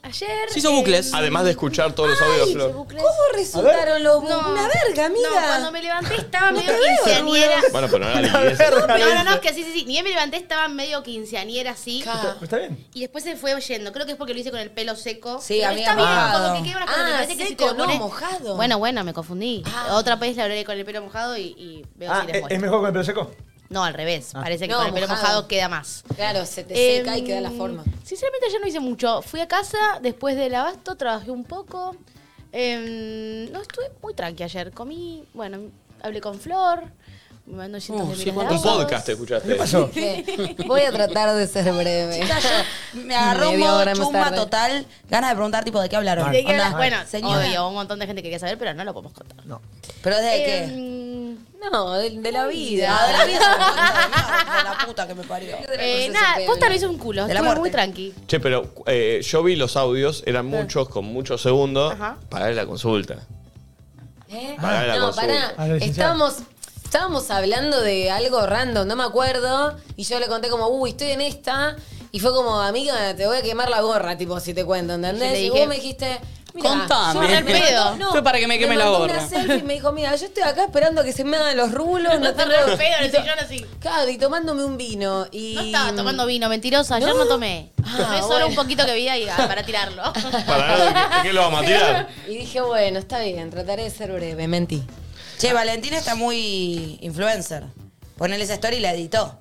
Speaker 5: Ayer. eh,
Speaker 3: Se hizo bucles.
Speaker 1: Además de escuchar todos los audios, Flor.
Speaker 8: ¿Cómo resultaron los bu- Una verga, amiga.
Speaker 5: No, cuando me levanté estaba medio
Speaker 8: veo,
Speaker 5: quinceañera.
Speaker 1: Bueno, pero no era
Speaker 4: <laughs>
Speaker 1: liquidez.
Speaker 5: No, no, no, es que sí, sí, sí. Ni bien me levanté estaba medio quinceañera así.
Speaker 8: Ca-
Speaker 6: ¿Está bien?
Speaker 5: Y después se fue yendo. Creo que es porque lo hice con el pelo seco.
Speaker 4: Sí,
Speaker 5: Pero
Speaker 4: a mí
Speaker 5: está
Speaker 4: me
Speaker 5: bien,
Speaker 4: mojado.
Speaker 5: como que queda una cosa,
Speaker 8: Ah,
Speaker 5: me parece que si te
Speaker 8: seco,
Speaker 5: lo pones-
Speaker 8: no, mojado.
Speaker 5: Bueno, bueno, me confundí.
Speaker 8: Ah.
Speaker 5: Otra vez la hablé con el pelo mojado y, y veo
Speaker 6: Ah,
Speaker 5: si
Speaker 6: ¿es,
Speaker 5: les
Speaker 6: es
Speaker 5: muestro.
Speaker 6: mejor con el pelo seco?
Speaker 5: No, al revés. Parece que
Speaker 8: No,
Speaker 5: con el pelo
Speaker 8: mojado.
Speaker 5: mojado, queda más.
Speaker 8: Claro, se te
Speaker 5: Eh,
Speaker 8: seca y queda la forma.
Speaker 5: Sinceramente ayer no hice mucho. Fui a casa, después del abasto, trabajé un poco. Em, no, estuve muy tranqui ayer. Comí, bueno, hablé con Flor. Me mandó cientos de
Speaker 3: sí,
Speaker 5: miles de
Speaker 1: Un
Speaker 5: audios. Eh,
Speaker 1: podcast, ¿te escuchaste?
Speaker 6: ¿Qué
Speaker 5: <laughs>
Speaker 6: pasó?
Speaker 8: Voy a tratar de ser breve.
Speaker 4: Chica, yo me agarró un
Speaker 8: Media
Speaker 4: modo
Speaker 8: hora más
Speaker 4: chumba
Speaker 8: tarde.
Speaker 4: total. Ganas de preguntar, tipo, ¿de qué hablaron?
Speaker 5: De que-
Speaker 4: Onda,
Speaker 5: bueno,
Speaker 4: señora.
Speaker 5: obvio, un montón de gente que quería saber, pero no lo podemos contar.
Speaker 6: No.
Speaker 4: ¿Pero de qué?
Speaker 5: Em,
Speaker 8: No, de, de la vida.
Speaker 4: Ah, de la
Speaker 8: <laughs>
Speaker 4: vida, se me olvidó, de la puta que me parió.
Speaker 5: eh, nada, posta lo hizo un culo.
Speaker 4: De la
Speaker 5: Estuve
Speaker 4: muerte.
Speaker 5: muy tranqui.
Speaker 1: Che, pero eh, yo vi los audios, eran muchos, con muchos segundos.
Speaker 5: Ajá.
Speaker 1: Pagar la consulta.
Speaker 8: ¿Eh?
Speaker 1: Pará la
Speaker 8: no,
Speaker 1: consulta.
Speaker 8: pará.
Speaker 6: Ah, licenciado.
Speaker 8: Estábamos, estábamos hablando de algo random, no me acuerdo. Y yo le conté como, uy, estoy en esta. Y fue como, amiga, te voy a quemar la gorra, tipo, si te cuento, ¿entendés?
Speaker 5: Yo le
Speaker 8: y
Speaker 5: dije,
Speaker 8: vos me dijiste. "Mirá,
Speaker 3: Contame.
Speaker 8: yo-
Speaker 3: Al
Speaker 5: pedo.
Speaker 3: Fue para que me queme la
Speaker 8: mandó
Speaker 3: gorra.
Speaker 8: Una selfie y me dijo, mira, yo estoy acá esperando que se me hagan los rulos. No tengo... <laughs>
Speaker 5: el pedo, en el sillón así.
Speaker 8: Claro, y tomándome un vino. Y...
Speaker 5: No estaba tomando Ah, vino, mentirosa. Ayer no, tomé.
Speaker 8: Ah,
Speaker 5: Tomé solo
Speaker 8: bueno.
Speaker 5: un poquito que vi ahí ah, para tirarlo.
Speaker 1: ¿Para qué lo vamos a tirar?
Speaker 8: <laughs> Y dije, bueno, está bien, trataré de ser breve, mentí.
Speaker 4: Che, Valentina está muy influencer. Ponele esa story y la editó.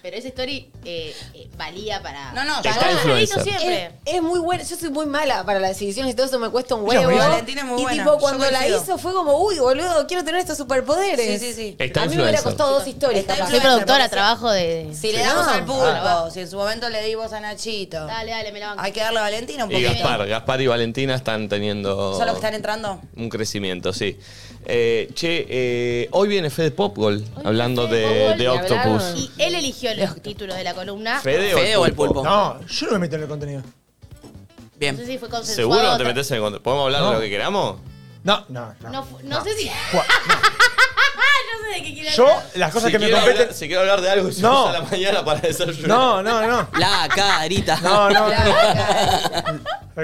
Speaker 5: Pero esa story eh, eh, valía para.
Speaker 4: No, no,
Speaker 1: Está
Speaker 5: Yo la
Speaker 1: influencer.
Speaker 5: edito siempre.
Speaker 8: Es, es muy buena, yo soy muy mala para las decisiones y todo eso me cuesta un huevo.
Speaker 6: Yo,
Speaker 4: Valentina es muy
Speaker 8: y
Speaker 4: buena,
Speaker 8: tipo,
Speaker 4: yo
Speaker 8: cuando la
Speaker 4: coincido.
Speaker 8: hizo fue como, uy, boludo, quiero tener estos superpoderes.
Speaker 4: Sí, sí, sí.
Speaker 1: Está
Speaker 8: a mí me hubiera
Speaker 1: influencer.
Speaker 8: costado dos historias.
Speaker 4: Está
Speaker 8: capaz.
Speaker 5: Soy
Speaker 4: influencer,
Speaker 5: productora,
Speaker 4: parece.
Speaker 5: trabajo de.
Speaker 4: Si le damos
Speaker 8: No.
Speaker 4: al pulpo,
Speaker 5: Ah,
Speaker 4: si en su momento le di voz a Nachito.
Speaker 5: Dale, dale, me la banco.
Speaker 4: Hay que darle a Valentina un
Speaker 1: Y
Speaker 4: poquito.
Speaker 1: Gaspar, Gaspar y Valentina están teniendo
Speaker 4: Son los que están entrando.
Speaker 1: un crecimiento, sí. Eh, che, eh, hoy viene Fede Popgol hablando
Speaker 8: Fede
Speaker 1: Eh, de,
Speaker 8: Popgol,
Speaker 1: de
Speaker 8: le
Speaker 1: Octopus.
Speaker 8: hablaron.
Speaker 5: Y él eligió los títulos de la columna.
Speaker 1: Fede,
Speaker 3: Fede o el pulpo.
Speaker 6: No, yo no me meto en el contenido.
Speaker 5: No sé
Speaker 3: Bien.
Speaker 5: si fue consensuado.
Speaker 1: ¿Seguro no te
Speaker 5: otra-
Speaker 1: metes en el contenido? ¿Podemos hablar de
Speaker 6: No.
Speaker 1: lo que queramos?
Speaker 6: No, no, no.
Speaker 5: No, fu- no sé si. <laughs>
Speaker 6: Juan,
Speaker 5: no sé de qué quiero
Speaker 6: Yo,
Speaker 5: hablar.
Speaker 6: las cosas
Speaker 1: si,
Speaker 6: que me
Speaker 1: quiero
Speaker 6: competen.
Speaker 1: hablar, si quiero hablar de algo, yo
Speaker 6: No.
Speaker 1: uso a la mañana para desayunar.
Speaker 6: No, no, no.
Speaker 3: La carita.
Speaker 6: No, no, no. La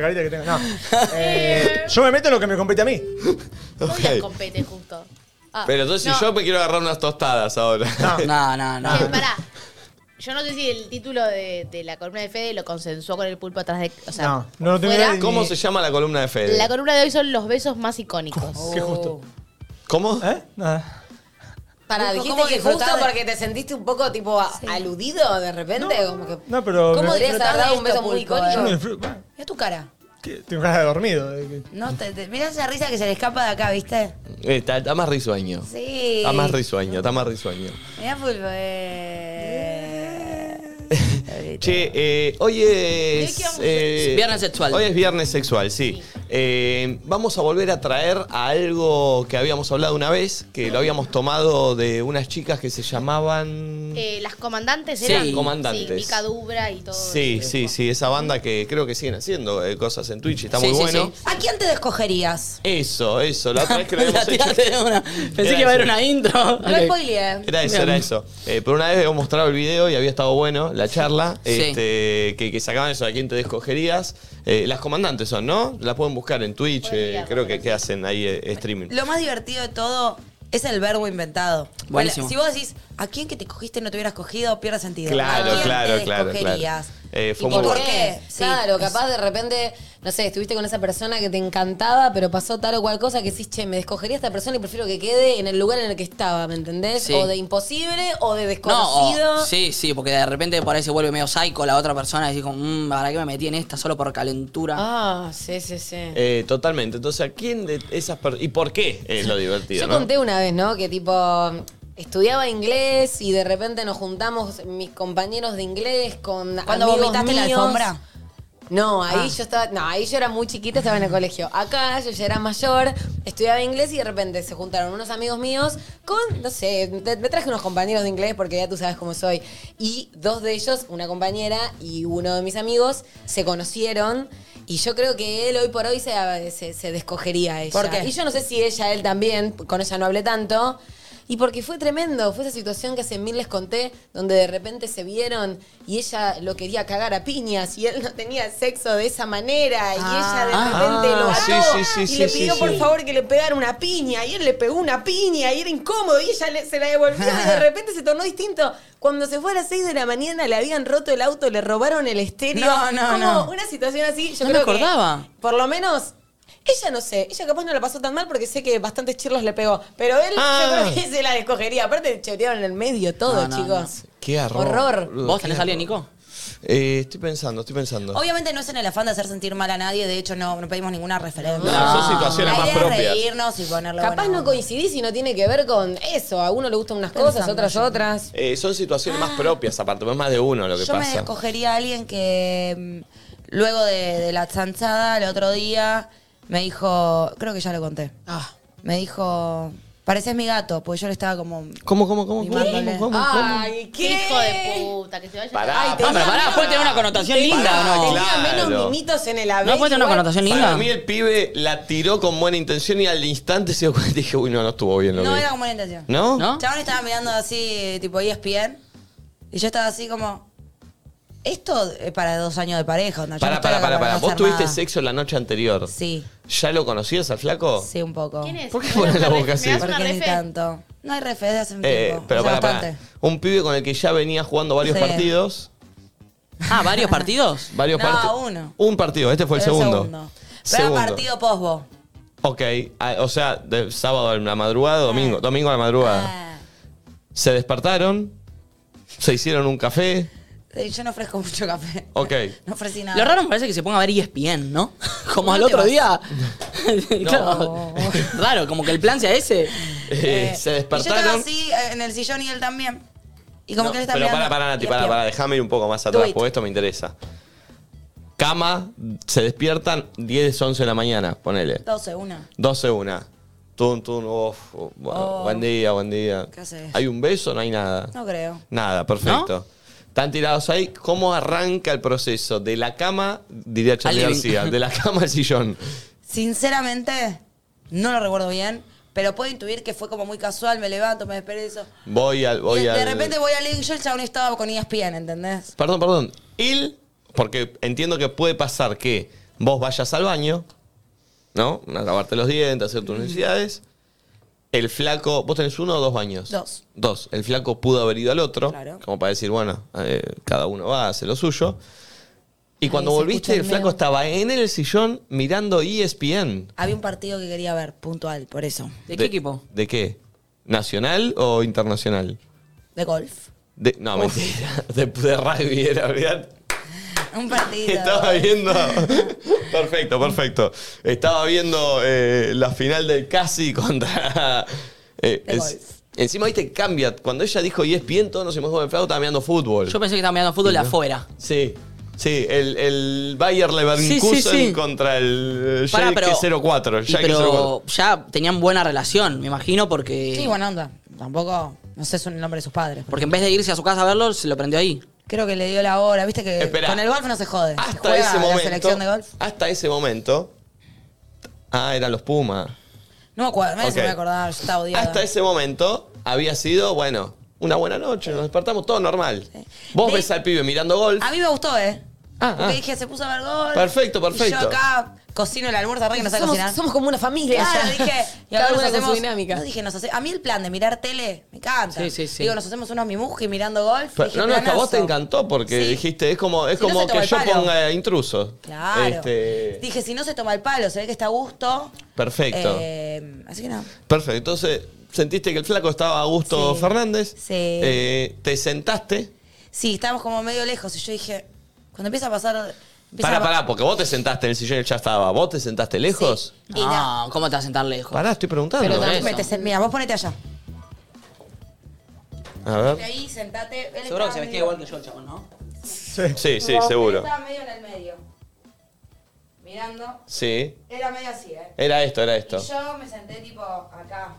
Speaker 6: carita que tengo. No.
Speaker 9: <laughs>
Speaker 6: Eh, yo me meto en lo que me compete a mí.
Speaker 5: Hoy las compete justo. Ah,
Speaker 1: Pero entonces
Speaker 5: no.
Speaker 1: yo me quiero agarrar unas tostadas ahora. <laughs>
Speaker 3: No, no, no.
Speaker 5: Che, pará. Yo no sé si el título de, de la columna de Fede lo consensuó con el pulpo atrás de. O sea,
Speaker 6: No, no lo tengo
Speaker 5: fuera.
Speaker 6: idea.
Speaker 1: ¿Cómo se llama la columna de Fede?
Speaker 5: La columna de hoy son los besos más icónicos.
Speaker 6: Qué justo.
Speaker 1: ¿Cómo?
Speaker 6: ¿Eh? Nada.
Speaker 8: Para, dijiste
Speaker 4: ¿Cómo
Speaker 8: que justo
Speaker 4: disfrutar de-
Speaker 8: porque te sentiste un poco tipo a- aludido de repente. como que,
Speaker 6: no, pero-
Speaker 8: ¿Cómo
Speaker 6: pero-
Speaker 8: dirías
Speaker 4: Disfrutá
Speaker 8: haber dado
Speaker 4: de
Speaker 8: un beso
Speaker 4: esto,
Speaker 8: muy
Speaker 4: pulpo, eh.
Speaker 6: Yo no
Speaker 8: icónico?
Speaker 6: disfruto- bueno,
Speaker 4: Mira tu cara.
Speaker 6: ¿qué? Tengo cara de dormido. eh, que-
Speaker 4: No, te, te- mirá esa risa que se le escapa de acá, ¿viste?
Speaker 1: Eh, Está, está más risueño.
Speaker 4: Sí.
Speaker 1: Está más risueño, está más risueño.
Speaker 4: Mirá, Pulpo. eh.
Speaker 1: Che, eh, hoy es.
Speaker 5: ¿De qué vamos a
Speaker 1: eh,
Speaker 3: Viernes sexual.
Speaker 1: Hoy es viernes sexual, sí. Eh, vamos a volver a traer a algo que habíamos hablado una vez, que lo habíamos tomado de unas chicas que se llamaban.
Speaker 5: Eh, las comandantes
Speaker 3: Sí,
Speaker 5: eran.
Speaker 1: comandantes.
Speaker 5: Sí, Mica Dubra y todo.
Speaker 1: Sí,
Speaker 5: ese
Speaker 1: sí,
Speaker 5: grupo.
Speaker 1: sí, esa banda que creo que siguen haciendo eh, cosas en Twitch y está
Speaker 3: Sí,
Speaker 1: muy
Speaker 3: sí,
Speaker 1: bueno.
Speaker 3: sí.
Speaker 4: ¿A quién te descogerías?
Speaker 1: Eso, eso, la otra vez que lo
Speaker 3: La <laughs>
Speaker 1: habíamos hecho.
Speaker 3: tiraste de una. Pensé
Speaker 1: Era
Speaker 3: que iba a haber
Speaker 1: eso.
Speaker 3: una intro.
Speaker 8: No spoileé.
Speaker 1: Era eso, era eso. Eh, pero una vez habíamos mostrado el video y había estado bueno la charla.
Speaker 3: Sí.
Speaker 1: Este, que, que sacaban eso de quién te escogerías. Eh, las comandantes son, ¿no? Las pueden buscar en Twitch, eh,
Speaker 5: mirar,
Speaker 1: creo que, que hacen ahí eh, streaming.
Speaker 4: Lo más divertido de todo es el verbo inventado.
Speaker 3: Buenísimo.
Speaker 4: Bueno, si vos decís, ¿a quién que te cogiste no te hubieras cogido? Pierde sentido. ¿A
Speaker 1: Claro,
Speaker 4: quién
Speaker 1: claro,
Speaker 4: te
Speaker 1: claro, claro.
Speaker 4: descogerías?
Speaker 8: ¿Y
Speaker 1: Eh, fue muy
Speaker 8: por
Speaker 1: bueno.
Speaker 8: qué?
Speaker 4: Sí,
Speaker 8: Claro,
Speaker 4: es-
Speaker 8: capaz de repente, no sé, estuviste con esa persona que te encantaba, pero pasó tal o cual cosa que decís, che, me descogería esta persona y prefiero que quede en el lugar en el que estaba, ¿me entendés?
Speaker 3: Sí.
Speaker 8: O de imposible o de
Speaker 3: No,
Speaker 8: desconocido.
Speaker 3: o- sí, sí, porque de repente por ahí se vuelve medio psycho la otra persona y decís como, "Mm, ¿para qué me metí en esta solo por calentura?
Speaker 8: Ah, sí, sí, sí.
Speaker 1: Eh, totalmente. Entonces, ¿a quién de esas personas? ¿Y por qué? Es lo divertido.
Speaker 8: Yo
Speaker 1: ¿no?
Speaker 8: conté una vez, ¿no? Que tipo estudiaba inglés y de repente nos juntamos mis compañeros de inglés con
Speaker 4: Cuando
Speaker 8: amigos
Speaker 4: vomitaste la
Speaker 8: míos.
Speaker 4: alfombra.
Speaker 8: No,
Speaker 4: Ah.
Speaker 8: ahí
Speaker 5: Ah.
Speaker 8: yo estaba, no, ahí yo era muy chiquita, estaba en el colegio. Acá yo ya era mayor, estudiaba inglés y de repente se juntaron unos amigos míos con, no sé, te- me traje unos compañeros de inglés porque ya tú sabes cómo soy. Y dos de ellos, una compañera y uno de mis amigos, se conocieron y yo creo que él hoy por hoy se, se, se descogería a ella.
Speaker 4: ¿Por qué?
Speaker 8: Y yo no sé si ella, él también, con ella no hablé tanto. Y porque fue tremendo, fue esa situación que hace mil les conté, donde de repente se vieron y ella lo quería cagar a piñas y él no tenía sexo de esa manera y ella de repente
Speaker 1: Ah,
Speaker 8: lo ató
Speaker 1: sí, sí, sí,
Speaker 8: y le
Speaker 1: sí,
Speaker 8: pidió
Speaker 1: sí,
Speaker 8: por
Speaker 1: sí.
Speaker 8: favor que le pegara una piña y él le pegó una piña y era incómodo y ella le- se la devolvió y
Speaker 1: <laughs>
Speaker 8: de repente se tornó distinto. Cuando se fue a las 6 de la mañana le habían roto el auto, le robaron el estéreo.
Speaker 4: No, no,
Speaker 8: Como
Speaker 4: no.
Speaker 8: una situación así, yo
Speaker 3: No me
Speaker 8: creo que,
Speaker 3: acordaba.
Speaker 8: por lo menos... Ella no sé, ella capaz no la pasó tan mal porque sé que bastantes chirlos le pegó, pero él
Speaker 1: Ah.
Speaker 8: yo creo que se la descogería. Aparte, chorearon en el medio todo,
Speaker 3: No, no,
Speaker 8: chicos.
Speaker 1: Qué horror.
Speaker 8: Horror.
Speaker 1: boludo,
Speaker 3: ¿Vos
Speaker 1: qué
Speaker 3: tenés a
Speaker 1: horror.
Speaker 3: alguien, Nico?
Speaker 1: Eh, estoy pensando, estoy pensando.
Speaker 4: Obviamente no es en el afán de hacer sentir mal a nadie, de hecho no, no pedimos ninguna referencia.
Speaker 1: No,
Speaker 3: Ah.
Speaker 1: son situaciones
Speaker 4: La
Speaker 1: más
Speaker 4: idea es
Speaker 1: propias.
Speaker 4: reírnos y ponerle
Speaker 8: Capaz
Speaker 4: buena
Speaker 8: no
Speaker 4: onda.
Speaker 8: coincidís y no tiene que ver con eso. A uno le gustan unas cosas,
Speaker 4: Pensando,
Speaker 8: otras
Speaker 4: yo.
Speaker 8: otras.
Speaker 1: Eh, son situaciones más propias, aparte, es más de uno lo que
Speaker 4: Yo me
Speaker 1: pasa.
Speaker 4: escogería a alguien que mm, luego de, de la chanchada el otro día me dijo, creo que ya lo conté,
Speaker 5: Ah.
Speaker 4: me dijo, pareces mi gato, porque yo le estaba como...
Speaker 1: ¿Cómo, cómo, cómo?
Speaker 4: Mi
Speaker 1: cómo,
Speaker 4: madre. Ah,
Speaker 1: cómo, cómo?
Speaker 8: Ay,
Speaker 5: ¿Qué? Hijo de puta, que se vaya.
Speaker 1: Pará,
Speaker 8: Ay,
Speaker 3: Ah,
Speaker 8: tenía
Speaker 3: pero pará,
Speaker 8: menos-
Speaker 3: puede tener una connotación linda, ¿o no?
Speaker 8: Tenía
Speaker 1: Claro.
Speaker 8: menos mimitos en el ave.
Speaker 3: ¿No puede tener una
Speaker 8: igual.
Speaker 3: connotación linda?
Speaker 1: Para mí el pibe la tiró con buena intención y al instante se dio cuenta y dije, uy, no, no estuvo bien lo
Speaker 4: No era
Speaker 1: que hice".
Speaker 4: como la intención.
Speaker 1: ¿No?
Speaker 3: ¿No?
Speaker 4: El Chabón estaba mirando así, tipo E ESPN, y yo estaba así como... Esto es para dos años de pareja. onda, yo no
Speaker 1: Para,
Speaker 4: estoy
Speaker 1: para,
Speaker 4: acá
Speaker 1: para, para.
Speaker 4: no
Speaker 1: ¿Vos
Speaker 4: hacer
Speaker 1: tuviste
Speaker 4: nada.
Speaker 1: sexo la noche anterior?
Speaker 4: Sí,
Speaker 1: ¿Ya lo conocías al flaco?
Speaker 4: sí, un poco.
Speaker 5: ¿Quién es?
Speaker 1: ¿Por qué
Speaker 5: ¿Me
Speaker 1: pones
Speaker 5: das
Speaker 1: la
Speaker 5: una
Speaker 1: boca
Speaker 5: ref-
Speaker 1: así?
Speaker 5: ¿Me das
Speaker 4: ¿Por
Speaker 5: una
Speaker 4: qué ni
Speaker 5: refe?
Speaker 4: tanto? No hay refe de hace un
Speaker 1: Eh,
Speaker 4: tiempo.
Speaker 1: pero
Speaker 4: o sea,
Speaker 1: para, para.
Speaker 4: bastante.
Speaker 1: Un pibe con el que ya venía jugando varios
Speaker 4: Sí.
Speaker 1: partidos.
Speaker 3: Ah, ¿varios partidos?
Speaker 1: <laughs> Varios
Speaker 4: No,
Speaker 1: parti-
Speaker 4: uno.
Speaker 1: Un partido, este fue el
Speaker 4: Pero
Speaker 1: segundo.
Speaker 4: Pero
Speaker 1: Segundo.
Speaker 4: era partido posbo.
Speaker 1: Ok, ah, o sea, de sábado a la madrugada, domingo, domingo a la madrugada.
Speaker 4: Ah,
Speaker 1: Se despertaron, se hicieron un café.
Speaker 4: sí, yo no ofrezco <laughs> mucho café.
Speaker 1: Ok. Eh,
Speaker 4: No ofrecí nada.
Speaker 3: Lo raro me parece que se ponga a ver E ESPN, ¿no? <laughs> Como al
Speaker 4: ¿Dónde
Speaker 3: otro
Speaker 4: vas?
Speaker 3: <laughs> día. Claro. <laughs> Raro, como que el plan sea ese.
Speaker 1: Eh,
Speaker 4: Eh,
Speaker 1: se
Speaker 4: Y yo estaba
Speaker 1: despertaron.
Speaker 4: así eh, en el sillón y él también. Y como
Speaker 1: No,
Speaker 4: que él estaba
Speaker 1: pero para,
Speaker 4: mirando.
Speaker 1: para, Nati,
Speaker 4: Y
Speaker 1: para,
Speaker 4: espiaba.
Speaker 1: para, déjame ir un poco más
Speaker 4: Do
Speaker 1: atrás,
Speaker 4: it.
Speaker 1: porque esto me interesa. Cama, se despiertan 10, 11 de la mañana, ponele.
Speaker 4: 12, una.
Speaker 1: 12, 1. Tun, tun, uf, bu- buen día, buen día.
Speaker 4: Oh. ¿Qué haces?
Speaker 1: ¿Hay un beso? No hay nada.
Speaker 4: No creo.
Speaker 1: Nada, perfecto. Están tirados ahí. ¿Cómo arranca el proceso? De la cama, diría Charlie
Speaker 3: Al living.
Speaker 1: García,
Speaker 4: <laughs>
Speaker 1: de la cama al sillón.
Speaker 4: Sinceramente, no lo recuerdo bien. Pero puedo intuir que fue como muy casual. Me levanto, me desperezo.
Speaker 1: Voy al. Voy
Speaker 4: Y de
Speaker 1: al-
Speaker 4: repente voy a Link. Yo el chabón estaba con E ESPN, ¿entendés?
Speaker 1: Perdón, perdón. Él, porque entiendo que puede pasar que vos vayas al baño, ¿no? A lavarte los dientes, hacer tus necesidades. El flaco, ¿vos tenés uno o dos baños?
Speaker 4: Dos.
Speaker 1: Dos. El flaco pudo haber ido al otro,
Speaker 4: Claro.
Speaker 1: como para decir, bueno, eh, cada uno va, hace lo suyo. Y cuando
Speaker 4: se
Speaker 1: volviste,
Speaker 4: escucha el
Speaker 1: el flaco
Speaker 4: meo.
Speaker 1: estaba en el sillón mirando E ESPN.
Speaker 4: Había un partido que quería ver, puntual, por eso.
Speaker 3: ¿De qué equipo?
Speaker 1: ¿De qué? ¿Nacional o internacional?
Speaker 4: De golf.
Speaker 1: De- no, mentira. <laughs> De, de rugby era, olvidate.
Speaker 4: Un partido.
Speaker 1: <laughs>
Speaker 3: <laughs>
Speaker 1: Estaba viendo. Perfecto, perfecto. Estaba viendo eh, la final del Casi contra. eh,
Speaker 4: De
Speaker 1: en-
Speaker 4: golf.
Speaker 1: encima, viste, cambia. Cuando ella dijo ESPN, todos nos hemos con el flaco, estaba mirando fútbol.
Speaker 3: Yo pensé que estaba mirando fútbol de afuera.
Speaker 1: Sí. Sí, el, el Bayer Leverkusen
Speaker 3: Sí, sí, sí.
Speaker 1: contra el eh,
Speaker 3: Pará, pero-
Speaker 1: Schalke 04.
Speaker 3: y
Speaker 1: Schalke 04.
Speaker 3: pero ya tenían buena relación, me imagino, porque.
Speaker 4: Sí, buena onda. Tampoco, no sé su- el nombre de sus padres.
Speaker 3: Porque en vez de irse a su casa a verlo, se lo prendió ahí.
Speaker 4: Creo que le dio la hora, viste que
Speaker 1: Esperá.
Speaker 4: con el golf no se jode. Se
Speaker 1: Hasta
Speaker 4: juega
Speaker 1: ese
Speaker 4: La
Speaker 1: momento.
Speaker 4: selección de golf.
Speaker 1: Hasta ese momento. Ah, eran los Pumas.
Speaker 4: No me acuerdo, nadie se me
Speaker 1: Ok. Ah,
Speaker 4: voy a acordar, yo estaba odiada.
Speaker 1: Hasta ese momento había sido, bueno, una buena noche, nos despertamos, todo normal. Vos
Speaker 4: De-
Speaker 1: ves al pibe mirando golf.
Speaker 4: A mí me gustó, ¿eh?
Speaker 1: Ah,
Speaker 4: Porque
Speaker 1: ah.
Speaker 4: dije, se puso a ver golf.
Speaker 1: Perfecto, perfecto.
Speaker 4: Y yo acá cocino el almuerzo, re que no sé
Speaker 8: somos,
Speaker 4: cocinar.
Speaker 8: somos como una familia.
Speaker 4: Claro,
Speaker 8: ya.
Speaker 5: <laughs>
Speaker 4: dije, y
Speaker 8: Cada una
Speaker 4: ahora nos
Speaker 8: con
Speaker 4: hacemos.
Speaker 8: su dinámica.
Speaker 4: No dije, nos hace- a mí el plan de mirar tele me encanta.
Speaker 3: Sí, sí, sí.
Speaker 4: Digo, nos hacemos unos mimuji mirando golf.
Speaker 1: Pero-
Speaker 4: dije,
Speaker 1: no, no, es que a vos
Speaker 4: planazo.
Speaker 1: te encantó porque
Speaker 4: Sí.
Speaker 1: dijiste, es como, es
Speaker 4: Si no
Speaker 1: como
Speaker 4: se toma
Speaker 1: que
Speaker 4: el
Speaker 1: yo
Speaker 4: palo.
Speaker 1: ponga intrusos.
Speaker 4: Claro.
Speaker 1: Este,
Speaker 4: Dije, si no se toma el palo, se ve que está a gusto.
Speaker 1: Perfecto.
Speaker 4: Eh, así que no.
Speaker 1: Perfecto, entonces sentiste que el flaco estaba a gusto
Speaker 4: Sí.
Speaker 1: Fernández.
Speaker 4: Sí.
Speaker 1: Eh, te sentaste.
Speaker 4: Sí, estábamos como medio lejos y yo dije, cuando empieza a pasar... Empieza
Speaker 1: Pará,
Speaker 4: a-
Speaker 1: pará, porque vos te sentaste en el sillón y él ya estaba. ¿Vos te sentaste lejos?
Speaker 4: Y nada.
Speaker 3: No, Ah, ¿cómo te vas a sentar lejos?
Speaker 1: Pará, estoy preguntando.
Speaker 3: Pero también-
Speaker 4: Vete, sen- mira, vos ponete allá.
Speaker 1: a ver.
Speaker 4: Ahí, sentate.
Speaker 3: Seguro que se vestía igual que yo, el chabón, ¿no?
Speaker 6: Sí.
Speaker 1: Sí, sí, seguro.
Speaker 4: Estaba medio en el medio. mirando.
Speaker 1: Sí.
Speaker 4: Era medio así, ¿eh?
Speaker 1: Era esto, era esto.
Speaker 4: Y yo me senté tipo acá.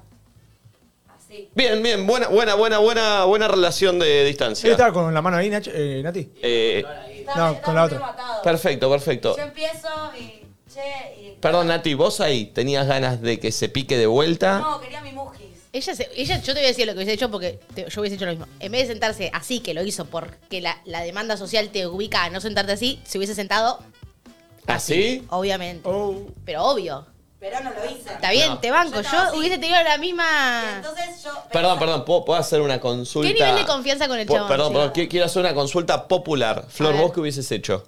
Speaker 4: Así.
Speaker 1: Bien, bien, buena, buena, buena, buena, buena relación de
Speaker 6: ¿Él
Speaker 1: distancia.
Speaker 6: estaba con la mano ahí, Nacho, eh, Nati?
Speaker 1: Eh,
Speaker 4: Estaba-
Speaker 6: No, con la
Speaker 4: estaba muy
Speaker 6: otra.
Speaker 4: matado.
Speaker 1: perfecto, perfecto.
Speaker 4: Yo empiezo y. Che, y.
Speaker 1: Perdón, Nati, vos ahí tenías ganas de que se pique de vuelta.
Speaker 4: No, quería mi mujis.
Speaker 5: Ella, se- ella, yo te voy a decir lo que hubiese hecho porque te- yo hubiese hecho lo mismo. En vez de sentarse así, que lo hizo porque la, la demanda social te ubica a no sentarte así, se hubiese sentado,
Speaker 1: ¿Así?
Speaker 5: obviamente.
Speaker 6: Oh.
Speaker 5: Pero obvio.
Speaker 4: Pero no lo hice.
Speaker 5: Está bien,
Speaker 1: No.
Speaker 5: te banco.
Speaker 4: Yo
Speaker 5: Yo,
Speaker 4: estaba así.
Speaker 5: hubiese tenido la misma.
Speaker 4: Entonces yo.
Speaker 1: Perdón, perdón, ¿puedo, puedo hacer una consulta?
Speaker 5: ¿Qué nivel de confianza con el
Speaker 1: Po-
Speaker 5: chabón?
Speaker 1: Perdón,
Speaker 5: Sí.
Speaker 1: perdón, qui- quiero hacer una consulta popular. Flor,
Speaker 5: A ver.
Speaker 1: ¿vos qué hubieses hecho?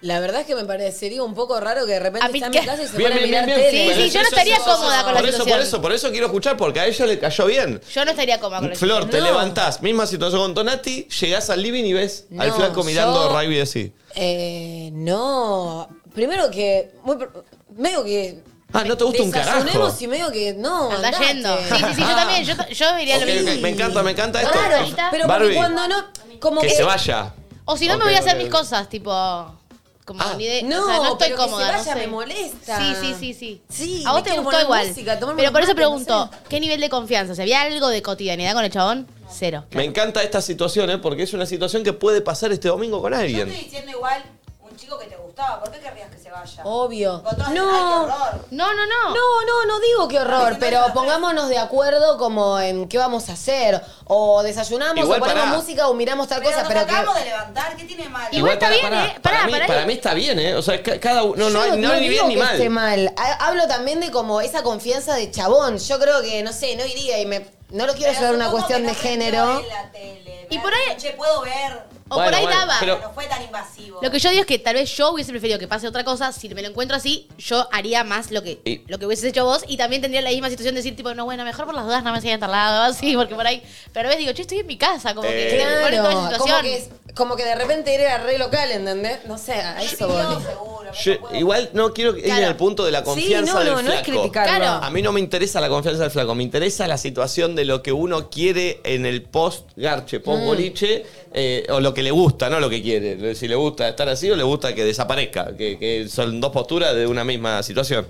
Speaker 8: La verdad es que me parecería un poco raro que de repente
Speaker 5: A
Speaker 8: está en
Speaker 5: picar.
Speaker 8: mi casa y se
Speaker 1: Bien,
Speaker 8: pone a
Speaker 1: bien, bien,
Speaker 8: mirar
Speaker 1: bien.
Speaker 8: tele.
Speaker 5: Sí, sí, yo no estaría cómoda con la
Speaker 1: Por eso,
Speaker 5: situación.
Speaker 1: por eso, por eso quiero escuchar, porque a ella le cayó bien.
Speaker 5: Yo no estaría cómoda con el
Speaker 1: Flor, te
Speaker 8: No.
Speaker 1: levantás, misma situación con Tonati, llegás al living y ves al
Speaker 8: No,
Speaker 1: flaco mirando
Speaker 8: yo-
Speaker 1: rugby así.
Speaker 8: Eh, no. Primero que. muy pr- medio que.
Speaker 1: Ah, ¿no te gusta un carajo?
Speaker 8: Desazonemos y medio que. No.
Speaker 5: Anda
Speaker 8: andate.
Speaker 5: yendo. Sí, sí, sí, yo también. Yo, yo diría
Speaker 1: Ok,
Speaker 5: lo mismo.
Speaker 1: ok, Me encanta, me encanta esto.
Speaker 8: Claro, pero
Speaker 1: Barbie,
Speaker 8: porque cuando no. Como
Speaker 1: que
Speaker 8: que.
Speaker 1: se vaya.
Speaker 5: O si no, me
Speaker 1: Ok,
Speaker 5: voy a hacer
Speaker 1: ok,
Speaker 5: mis
Speaker 1: ok.
Speaker 5: cosas, tipo. Como
Speaker 1: Ah.
Speaker 5: ni de,
Speaker 8: No,
Speaker 5: o sea, no estoy
Speaker 8: pero que
Speaker 5: cómoda.
Speaker 8: se vaya
Speaker 5: no sé.
Speaker 8: me molesta.
Speaker 5: Sí, sí, sí, sí.
Speaker 8: Sí,
Speaker 5: a
Speaker 8: me
Speaker 5: vos te
Speaker 8: quiero
Speaker 5: gustó
Speaker 8: poner
Speaker 5: igual.
Speaker 8: música, tomarme
Speaker 5: pero
Speaker 8: unos
Speaker 5: por eso
Speaker 8: mates, no
Speaker 5: pregunto,
Speaker 8: sé.
Speaker 5: ¿qué nivel de confianza? O sea, ¿había algo de cotidianidad con el chabón? Cero.
Speaker 1: Me encanta esta situación, ¿eh? porque es una situación que puede pasar este domingo con
Speaker 4: Yo
Speaker 1: alguien.
Speaker 4: estoy diciendo igual un chico que te gustaba. ¿Por qué querrías que se vaya?
Speaker 8: Obvio.
Speaker 4: Vos todas dicen, "Ay, qué
Speaker 8: No.
Speaker 4: horror".
Speaker 5: No, no, no.
Speaker 8: No, no, no digo qué horror, pero pongámonos de acuerdo como en qué vamos a hacer. O desayunamos,
Speaker 1: Igual
Speaker 8: o ponemos
Speaker 1: pará.
Speaker 8: música, o miramos tal
Speaker 4: Pero
Speaker 8: cosa,
Speaker 4: nos
Speaker 8: pero que.
Speaker 4: acabamos de levantar. ¿Qué tiene de malo?
Speaker 5: Igual está
Speaker 1: pará,
Speaker 5: bien,
Speaker 1: pará.
Speaker 5: ¿eh?
Speaker 1: Para,
Speaker 5: Pará,
Speaker 1: mí,
Speaker 5: pará.
Speaker 1: para mí está bien, ¿eh? O sea, ca- cada uno. No, no,
Speaker 8: Yo
Speaker 1: hay- no hay ni
Speaker 8: digo
Speaker 1: bien ni
Speaker 8: que
Speaker 1: mal.
Speaker 8: esté mal. Ha- Hablo también de como esa confianza de chabón. Yo creo que, no sé, no iría y me. No lo quiero
Speaker 4: Pero
Speaker 8: llevar a una
Speaker 4: supongo
Speaker 8: cuestión
Speaker 4: que
Speaker 8: de
Speaker 4: no se quedó
Speaker 8: género.
Speaker 4: en la tele.
Speaker 5: Y
Speaker 4: Me
Speaker 5: por
Speaker 4: dijo,
Speaker 5: ahí-
Speaker 4: Che, puedo ver.
Speaker 5: O
Speaker 1: Bueno,
Speaker 5: por ahí
Speaker 1: bueno,
Speaker 5: daba.
Speaker 1: pero-
Speaker 4: No fue tan invasivo.
Speaker 5: Lo que yo digo es que tal vez yo hubiese preferido que pase otra cosa. Si me lo encuentro así, yo haría más lo que,
Speaker 1: Y-
Speaker 5: lo que hubieses hecho vos. Y también tendría la misma situación de decir, tipo, no, bueno, mejor por las dudas no me sigan tal <laughs> lado. Así, porque por ahí. Pero a veces digo, che, estoy en mi casa. Como
Speaker 1: Eh,
Speaker 5: que. me pone en toda esa
Speaker 8: Claro, como
Speaker 5: situación.
Speaker 8: que, es- como que de repente era re local, ¿entendés? No sé, a eso voy.
Speaker 4: Seguro.
Speaker 1: Yo- igual no quiero ir
Speaker 5: Claro.
Speaker 1: al punto de la confianza
Speaker 8: no,
Speaker 1: del
Speaker 8: no, no es
Speaker 1: flaco.
Speaker 8: criticarlo.
Speaker 5: Claro.
Speaker 1: A mí no me interesa la confianza del flaco, me interesa la situación de lo que uno quiere en el post garche, post boliche,
Speaker 8: Mm.
Speaker 1: eh, o lo que le gusta, no lo que quiere. Si le gusta estar así o le gusta que desaparezca, que, que son dos posturas de una misma situación.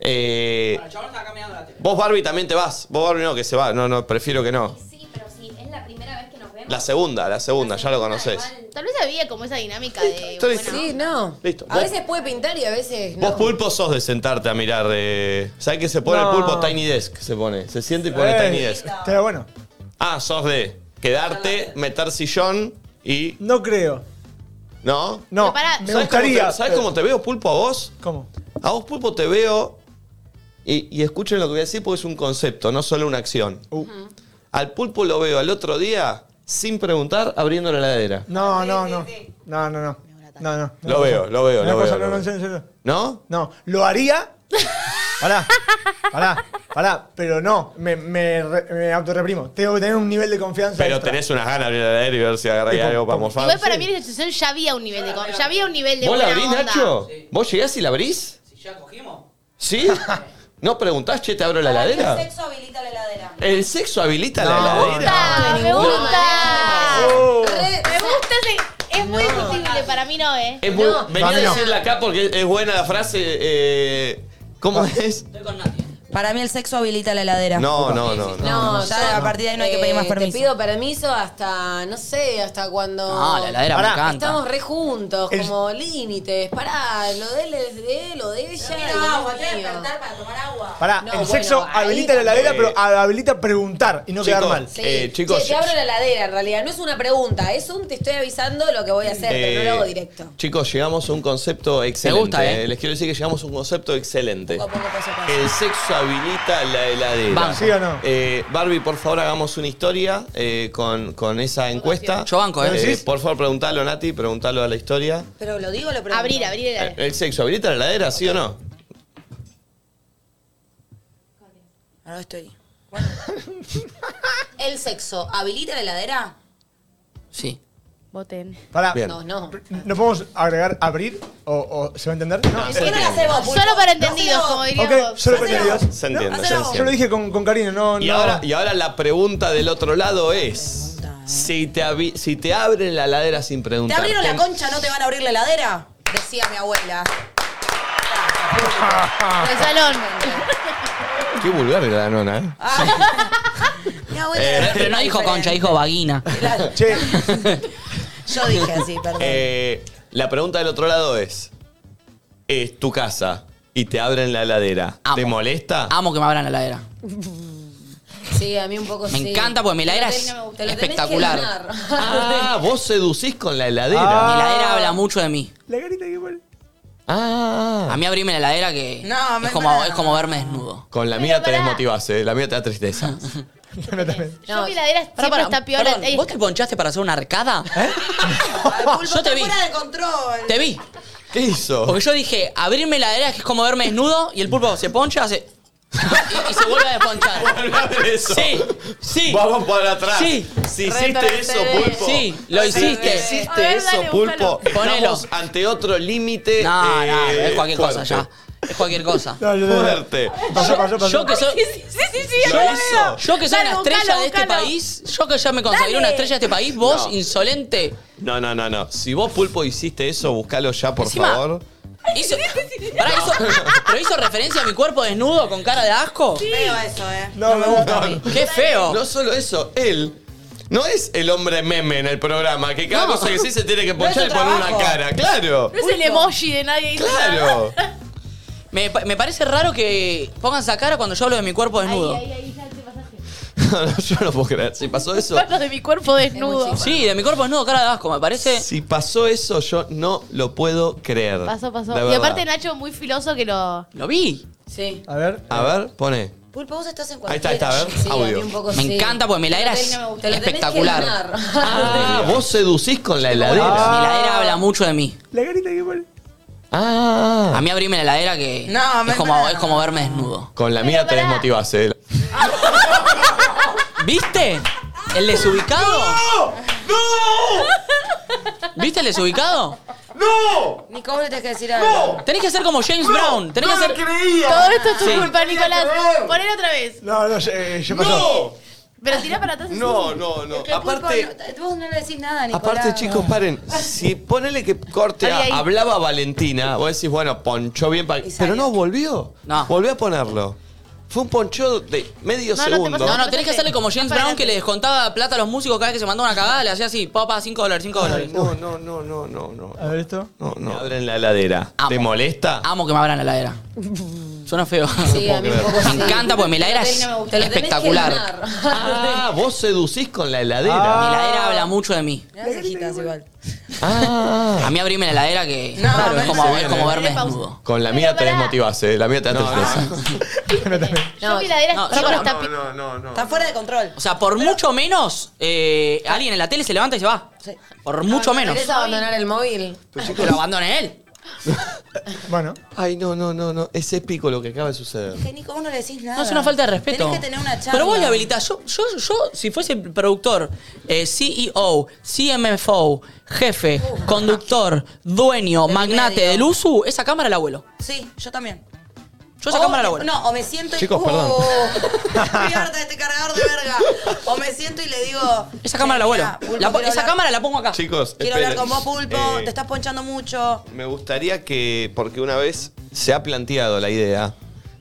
Speaker 1: Eh, vos, Barbie, también te vas. Vos, Barbie, no, que se va. No, no, prefiero que no.
Speaker 10: Sí, pero si es la primera vez que nos vemos.
Speaker 1: La segunda, la segunda, ya lo conoces.
Speaker 5: Tal vez había como esa dinámica de.
Speaker 1: Estoy-
Speaker 5: bueno,
Speaker 8: Sí, no.
Speaker 1: Listo.
Speaker 8: A veces puede pintar y a veces
Speaker 1: Vos
Speaker 8: no.
Speaker 1: pulpo sos de sentarte a mirar. Eh, ¿Sabés qué se pone
Speaker 6: No.
Speaker 1: el pulpo? Tiny Desk se pone. Se siente y pone
Speaker 6: Eh,
Speaker 1: Tiny Desk.
Speaker 6: Estaría bueno.
Speaker 1: Ah, sos de quedarte, meter sillón y.
Speaker 6: No creo.
Speaker 1: ¿No?
Speaker 6: No,
Speaker 5: Pero pará.
Speaker 6: me
Speaker 1: ¿Sabés cómo te-
Speaker 6: gustaría.
Speaker 1: ¿Sabés cómo te veo, pulpo, a vos?
Speaker 6: ¿Cómo?
Speaker 1: A vos, pulpo, te veo. Y, y escuchen lo que voy a decir porque es un concepto, no solo una acción.
Speaker 6: Uh.
Speaker 1: Al pulpo lo veo al otro día, sin preguntar, abriendo la heladera.
Speaker 6: No, no, no. No, no, no. No, no.
Speaker 1: Lo veo, lo veo,
Speaker 6: No,
Speaker 1: lo
Speaker 6: cosa,
Speaker 1: veo, lo
Speaker 6: no, no,
Speaker 1: veo.
Speaker 6: en serio, en serio.
Speaker 1: ¿No?
Speaker 6: No, lo haría. Pará, pará, pará. Pero no, me, me, re- me autorreprimo. Tengo que tener un nivel de confianza.
Speaker 1: Pero
Speaker 6: extra.
Speaker 1: tenés unas ganas de abrir la heladera y ver si agarráis
Speaker 6: Tipo,
Speaker 1: algo para
Speaker 6: pum.
Speaker 1: morfar.
Speaker 5: Igual para mí en esa situación ya había un nivel de. con- Ya había un nivel de.
Speaker 1: ¿Vos la
Speaker 5: buena
Speaker 1: abrís,
Speaker 5: onda.
Speaker 1: Nacho? ¿Vos llegás y la abrís? ¿Sí? <laughs> ¿No preguntás, che, te abro la
Speaker 4: El
Speaker 1: heladera?
Speaker 4: sexo habilita la heladera.
Speaker 1: ¿El sexo habilita la
Speaker 6: No.
Speaker 1: heladera?
Speaker 5: Ah, me gusta.
Speaker 6: Oh.
Speaker 5: Me gusta ese. Es muy discutible. Para mí no, ¿eh?
Speaker 1: Es muy,
Speaker 8: No.
Speaker 1: venía
Speaker 6: No,
Speaker 1: a
Speaker 6: no.
Speaker 1: decirla acá porque es buena la frase. eh,
Speaker 5: Ah.
Speaker 1: ¿Cómo es?
Speaker 4: Para mí el sexo habilita la heladera.
Speaker 1: No, no, no. no.
Speaker 8: No, Eh,
Speaker 4: Ya a partir de ahí no hay que pedir más permiso.
Speaker 8: Te pido permiso hasta, no sé, hasta cuando.
Speaker 3: No, la heladera
Speaker 6: Pará,
Speaker 3: me encanta.
Speaker 8: Estamos re juntos,
Speaker 6: El-
Speaker 8: como límites. Pará, lo de él es de él, lo de ella. y
Speaker 4: Quiero
Speaker 8: lo
Speaker 4: agua,
Speaker 8: mío.
Speaker 4: quiero despertar para tomar agua.
Speaker 6: Pará,
Speaker 8: No,
Speaker 6: el
Speaker 8: bueno,
Speaker 6: sexo
Speaker 8: ahí
Speaker 6: habilita la heladera,
Speaker 1: también.
Speaker 6: pero a- habilita preguntar y no quedar
Speaker 1: Chicos,
Speaker 6: mal.
Speaker 8: Sí.
Speaker 1: Eh, chicos,
Speaker 8: Che, te abro la heladera en realidad. No es una pregunta, es un te estoy avisando lo que voy a hacer, pero no
Speaker 1: Eh,
Speaker 8: lo hago directo.
Speaker 1: Chicos, llegamos a un concepto excelente.
Speaker 3: gusta, ¿eh?
Speaker 1: Les quiero decir que llegamos a un concepto excelente.
Speaker 8: Poco a poco, paso a paso.
Speaker 1: El sexo habilita la heladera.
Speaker 3: Banco.
Speaker 6: ¿Sí o no?
Speaker 1: Eh, Barbie, por favor, hagamos una historia eh, con, con esa encuesta.
Speaker 3: Yo banco, ¿eh?
Speaker 6: ¿Decís?
Speaker 1: Por favor, preguntalo, Nati, preguntalo a la historia.
Speaker 8: Pero lo digo, lo pregunto.
Speaker 5: Abrir, abrir el.
Speaker 1: Eh, ¿El sexo habilita la heladera, sí o no?
Speaker 4: Ahora estoy.
Speaker 8: <laughs> ¿El sexo habilita la heladera?
Speaker 3: Sí.
Speaker 5: Voten.
Speaker 6: Pará,
Speaker 1: Bien.
Speaker 8: No, no.
Speaker 6: ¿no podemos agregar abrir o, o se va a entender? No,
Speaker 1: Se entiende.
Speaker 4: hacemos, Pulpo?
Speaker 5: Solo para entendidos,
Speaker 4: Hacelo.
Speaker 5: como diría
Speaker 6: ok,
Speaker 5: Bob.
Speaker 6: solo entendidos.
Speaker 1: Se entiende, se
Speaker 6: Yo lo
Speaker 1: entiende.
Speaker 6: dije con, con cariño, no,
Speaker 1: Y,
Speaker 6: no.
Speaker 1: ahora, y ahora la pregunta del otro lado es: si te, avi- si te abren la ladera sin
Speaker 4: ¿Te
Speaker 1: preguntar.
Speaker 4: abrieron la
Speaker 1: ¿ten-
Speaker 4: concha? ¿No te van a abrir la heladera? decía mi abuela.
Speaker 5: El salón.
Speaker 1: Qué vulgar era la nona, ¿eh?
Speaker 4: Ah. <laughs> Mi abuela
Speaker 1: Eh,
Speaker 4: era
Speaker 3: Pero no
Speaker 1: <laughs>
Speaker 3: dijo <laughs>
Speaker 4: diferente.
Speaker 3: concha, dijo vagina.
Speaker 6: Che,
Speaker 3: <laughs>
Speaker 4: Yo dije
Speaker 1: <laughs>
Speaker 4: así, perdón.
Speaker 1: Eh, la pregunta del otro lado es: es tu casa y te abren la heladera.
Speaker 3: Amo.
Speaker 1: ¿Te molesta?
Speaker 3: Amo que me abran la heladera.
Speaker 8: Sí, a mí un poco
Speaker 3: Me
Speaker 8: sí.
Speaker 3: encanta porque mi heladera
Speaker 8: Te lo
Speaker 3: es
Speaker 8: tenés- te lo tenés que
Speaker 3: espectacular.
Speaker 8: ganar. <laughs>
Speaker 3: <laughs>
Speaker 1: Ah, vos seducís con la heladera.
Speaker 3: Mi
Speaker 1: Ah,
Speaker 3: heladera habla mucho de mí.
Speaker 6: la carita que pone.
Speaker 1: Ah,
Speaker 3: A mí abrirme la heladera que
Speaker 4: No, me
Speaker 3: es, como,
Speaker 4: pará.
Speaker 3: es como verme desnudo.
Speaker 1: con la mía te
Speaker 5: pará.
Speaker 1: desmotivás, ¿eh? La mía te da tristeza.
Speaker 6: No, también.
Speaker 5: Yo mi heladera siempre
Speaker 3: Pará, pará,
Speaker 5: está peor.
Speaker 3: perdón, ¿Vos te ponchaste para hacer una arcada?
Speaker 1: ¿Eh?
Speaker 4: Ay, Pulpo,
Speaker 3: <laughs> Yo te
Speaker 4: está
Speaker 3: vi.
Speaker 4: fuera de control.
Speaker 3: Te vi.
Speaker 1: ¿Qué hizo?
Speaker 3: Porque yo dije, abrirme la heladera que es como verme desnudo y el pulpo se poncha, hace. <laughs> Y, y se vuelve
Speaker 1: <laughs>
Speaker 3: a desponchar.
Speaker 1: Hablá de eso.
Speaker 3: Sí, sí.
Speaker 1: Vamos para atrás.
Speaker 3: Sí.
Speaker 1: Si hiciste eso, pulpo.
Speaker 3: Sí, lo
Speaker 1: Si
Speaker 3: hiciste.
Speaker 1: hiciste
Speaker 5: eh. A ver,
Speaker 1: eso,
Speaker 5: dale,
Speaker 1: pulpo.
Speaker 5: búscalo.
Speaker 1: Estamos
Speaker 3: Ponelo.
Speaker 1: ante otro límite.
Speaker 3: No,
Speaker 1: eh,
Speaker 3: no, es cualquier cosa
Speaker 1: fuerte.
Speaker 3: ya. Es cualquier
Speaker 6: <laughs>
Speaker 3: cosa.
Speaker 6: No, no, no, no.
Speaker 1: Fuerte.
Speaker 6: Pasó, pasó, pasó.
Speaker 3: Yo que soy.
Speaker 5: Sí, sí, sí.
Speaker 1: ¿Lo hizo?
Speaker 3: Yo que soy
Speaker 5: Dale,
Speaker 3: una estrella
Speaker 5: buscalo,
Speaker 3: de este
Speaker 5: buscalo.
Speaker 3: país, yo que ya me consagré
Speaker 5: Dale.
Speaker 3: una estrella de este país, vos,
Speaker 1: No.
Speaker 3: insolente.
Speaker 1: No, no, no, no. Si vos, Pulpo, hiciste eso, buscalo ya, por
Speaker 3: Encima-
Speaker 1: favor.
Speaker 3: Hizo, Pará, hizo- ¿Pero hizo referencia a mi cuerpo desnudo con cara de asco?
Speaker 4: Veo eso, eh.
Speaker 6: No, me gusta.
Speaker 3: ¡Qué feo!
Speaker 1: No solo eso, él no es el hombre meme en el programa, que cada
Speaker 3: No.
Speaker 1: cosa que sí se tiene que ponchar
Speaker 4: es
Speaker 1: y
Speaker 4: su
Speaker 1: poner una
Speaker 4: trabajo.
Speaker 1: cara. ¡Claro!
Speaker 5: No es el emoji de nadie.
Speaker 1: ¡Claro!
Speaker 3: Me, pa- me parece raro que pongan esa cara cuando yo hablo de mi cuerpo desnudo.
Speaker 10: Ahí, ahí, ya te pasaste.
Speaker 1: <laughs> No, no, yo no puedo creer. Si pasó eso,
Speaker 5: Fotos de mi cuerpo desnudo.
Speaker 3: Sí, de mi cuerpo desnudo, cara de asco, me parece.
Speaker 1: si pasó eso, yo no lo puedo creer.
Speaker 5: Pasó, pasó.
Speaker 1: De
Speaker 5: Y
Speaker 1: verdad.
Speaker 5: aparte Nacho muy filoso que lo...
Speaker 3: Lo vi.
Speaker 8: Sí.
Speaker 6: A ver.
Speaker 1: A ver, pone.
Speaker 4: Pulpo, vos estás en
Speaker 1: Ahí
Speaker 4: cualquier.
Speaker 1: está, ahí está, a ver.
Speaker 8: Sí, a mí
Speaker 1: Audio.
Speaker 8: un poco
Speaker 3: Me
Speaker 8: sí.
Speaker 3: encanta porque mi heladera
Speaker 8: Te lo tenés-
Speaker 3: es
Speaker 8: te lo tenés que
Speaker 3: espectacular.
Speaker 8: ganar.
Speaker 1: Ah, vos seducís con la
Speaker 3: Mi
Speaker 1: heladera.
Speaker 3: heladera habla mucho de mí.
Speaker 6: La carita que pone.
Speaker 1: Ah.
Speaker 3: A mí abrirme la heladera que
Speaker 4: No, me
Speaker 3: es, como,
Speaker 4: pará.
Speaker 3: es como verme desnudo.
Speaker 1: Con la mía te
Speaker 5: pará.
Speaker 1: desmotivás, eh.
Speaker 3: ¿Viste? ¿El desubicado?
Speaker 1: ¡No!
Speaker 3: ¿Viste el desubicado?
Speaker 1: ¡No!
Speaker 4: Nico, le tenés que decir algo.
Speaker 3: Tenés que ser como James Brown. Tenés que ser.
Speaker 5: Todo esto es tu
Speaker 3: Sí.
Speaker 5: culpa, Nicolás.
Speaker 6: ver.
Speaker 5: Poner otra vez.
Speaker 6: No, no, eh, yo pasó.
Speaker 5: Pero tirá para atrás.
Speaker 1: No, no, no.
Speaker 4: Pero,
Speaker 1: Aparte,
Speaker 4: Pulpo, no- vos no le decís nada, Nicolás.
Speaker 1: aparte, chicos, paren. Si ponele que corte,
Speaker 5: Ahí, ahí.
Speaker 1: hablaba Valentina, vos decís, bueno, ponchó bien para. Pero
Speaker 4: salió.
Speaker 1: no, volvió.
Speaker 3: No.
Speaker 1: Volvió a ponerlo. Fue un ponchó de medio
Speaker 5: No, no te
Speaker 1: segundo.
Speaker 5: pasa
Speaker 3: No,
Speaker 5: nada.
Speaker 3: no, tenés que hacerle como James
Speaker 5: Más para
Speaker 3: Brown que
Speaker 5: adelante.
Speaker 3: le descontaba plata a los músicos cada vez que se mandaba una cagada, le hacía así, papá, 5 dólares, 5 dólares.
Speaker 1: no, no, no, no, no, no.
Speaker 6: A ver esto.
Speaker 1: No, no. Abren la heladera.
Speaker 3: Amo.
Speaker 1: ¿Te molesta?
Speaker 3: Amo que me abran la heladera. Suena feo.
Speaker 8: Sí, a mí un poco sí.
Speaker 3: Me encanta porque mi heladera es
Speaker 8: Te lo tenés que
Speaker 3: espectacular.
Speaker 8: ganar.
Speaker 1: Ah, vos seducís con la heladera.
Speaker 3: Mi heladera habla mucho de mí.
Speaker 4: Mirá las cejitas igual.
Speaker 1: Ah.
Speaker 3: A mí abrirme la heladera que
Speaker 4: No,
Speaker 3: claro,
Speaker 4: no,
Speaker 3: es como,
Speaker 1: no,
Speaker 3: es
Speaker 1: no,
Speaker 3: como
Speaker 1: no.
Speaker 3: verme
Speaker 5: Dale pausa.
Speaker 3: desnudo.
Speaker 1: ¿eh? Con la mía te
Speaker 5: pará.
Speaker 1: desmotivás, eh. La mía te da tristeza.
Speaker 6: No, también.
Speaker 5: Yo mi heladera
Speaker 3: No,
Speaker 5: es chico,
Speaker 3: no,
Speaker 5: está pi-
Speaker 1: no, no, no.
Speaker 4: Está fuera de control.
Speaker 3: O sea, por mucho menos, eh, alguien en la tele se levanta y se va.
Speaker 4: Sí.
Speaker 3: Por mucho menos.
Speaker 8: Ah, ¿Querés abandonar el móvil?
Speaker 3: Que lo abandone él.
Speaker 6: Bueno.
Speaker 1: Ay, no, no, no, no. Es épico lo que acaba de suceder.
Speaker 4: Que Nico, vos no le decís nada.
Speaker 3: No es una falta de respeto.
Speaker 4: Tenés que tener una charla.
Speaker 3: Pero vos le habilitás. Yo, yo, yo, si fuese productor, eh, CEO, CMFO, jefe, conductor, dueño,
Speaker 4: Del
Speaker 3: magnate
Speaker 4: medio.
Speaker 3: del USU, esa cámara la abuelo.
Speaker 4: Sí, yo también.
Speaker 3: Yo esa
Speaker 4: O
Speaker 3: cámara la
Speaker 4: me-
Speaker 3: abuelo.
Speaker 4: No, o me siento y.
Speaker 1: Chicos,
Speaker 4: Uh,
Speaker 1: perdón. <laughs>
Speaker 4: Estoy harta de este cargador de verga. O me siento y le digo.
Speaker 3: Esa cámara la
Speaker 4: "Che,
Speaker 3: abuelo.
Speaker 4: mirá, Pulpo,
Speaker 3: La po-
Speaker 4: quiero
Speaker 3: esa
Speaker 4: hablar-
Speaker 3: cámara la pongo acá.
Speaker 1: Chicos,
Speaker 4: Quiero hablar con
Speaker 1: esperen.
Speaker 4: vos, Pulpo.
Speaker 1: Eh,
Speaker 4: Te estás ponchando mucho.
Speaker 1: Me gustaría que, porque una vez se ha planteado la idea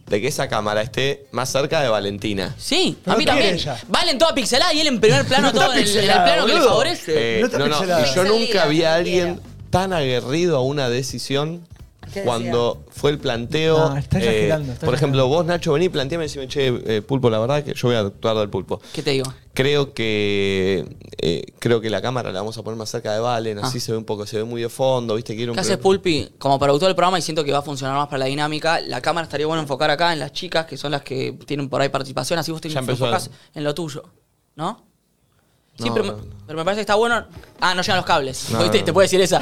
Speaker 1: de que esa cámara esté más cerca de Valentina.
Speaker 3: Sí,
Speaker 6: Pero
Speaker 3: a mí
Speaker 6: no
Speaker 3: también.
Speaker 6: quiere ella.
Speaker 3: Valen toda pixelada y él en primer plano,
Speaker 6: No está
Speaker 3: todo en el, en el
Speaker 6: pixelada,
Speaker 3: plano que le
Speaker 6: boludo.
Speaker 3: favorece.
Speaker 1: Eh,
Speaker 6: No está
Speaker 1: no, no,
Speaker 6: pixelada.
Speaker 1: yo
Speaker 4: Pixel
Speaker 1: nunca
Speaker 4: Liga,
Speaker 1: vi a alguien
Speaker 4: quiero.
Speaker 1: tan aguerrido a una decisión
Speaker 4: ¿Qué
Speaker 1: cuando fue el planteo.
Speaker 6: No,
Speaker 1: eh,
Speaker 6: está exagerando, está
Speaker 1: por ejemplo, vos, Nacho, vení, planteame y decime, che, eh, Pulpo, la verdad que yo voy a actuar del Pulpo.
Speaker 3: ¿Qué te digo?
Speaker 1: Creo que eh, creo que la cámara la vamos a poner más cerca de Valen, así
Speaker 3: Ah.
Speaker 1: se ve un poco, se ve muy de fondo, viste, quiero un
Speaker 3: ¿Qué haces,
Speaker 1: pro-
Speaker 3: Pulpi? Como productor del programa y siento que va a funcionar más para la dinámica, la cámara estaría bueno enfocar acá en las chicas que son las que tienen por ahí participación, así vos te
Speaker 1: Ya empezó
Speaker 3: enfocás
Speaker 1: algo.
Speaker 3: en lo tuyo, ¿no? Sí,
Speaker 1: No,
Speaker 3: pero,
Speaker 1: no,
Speaker 3: Me,
Speaker 1: no.
Speaker 3: pero me parece que está bueno. Ah, no llegan los cables.
Speaker 1: No,
Speaker 3: <laughs> ¿Viste?
Speaker 1: no,
Speaker 3: Te
Speaker 1: no.
Speaker 3: puedo decir
Speaker 1: <laughs>
Speaker 3: esa.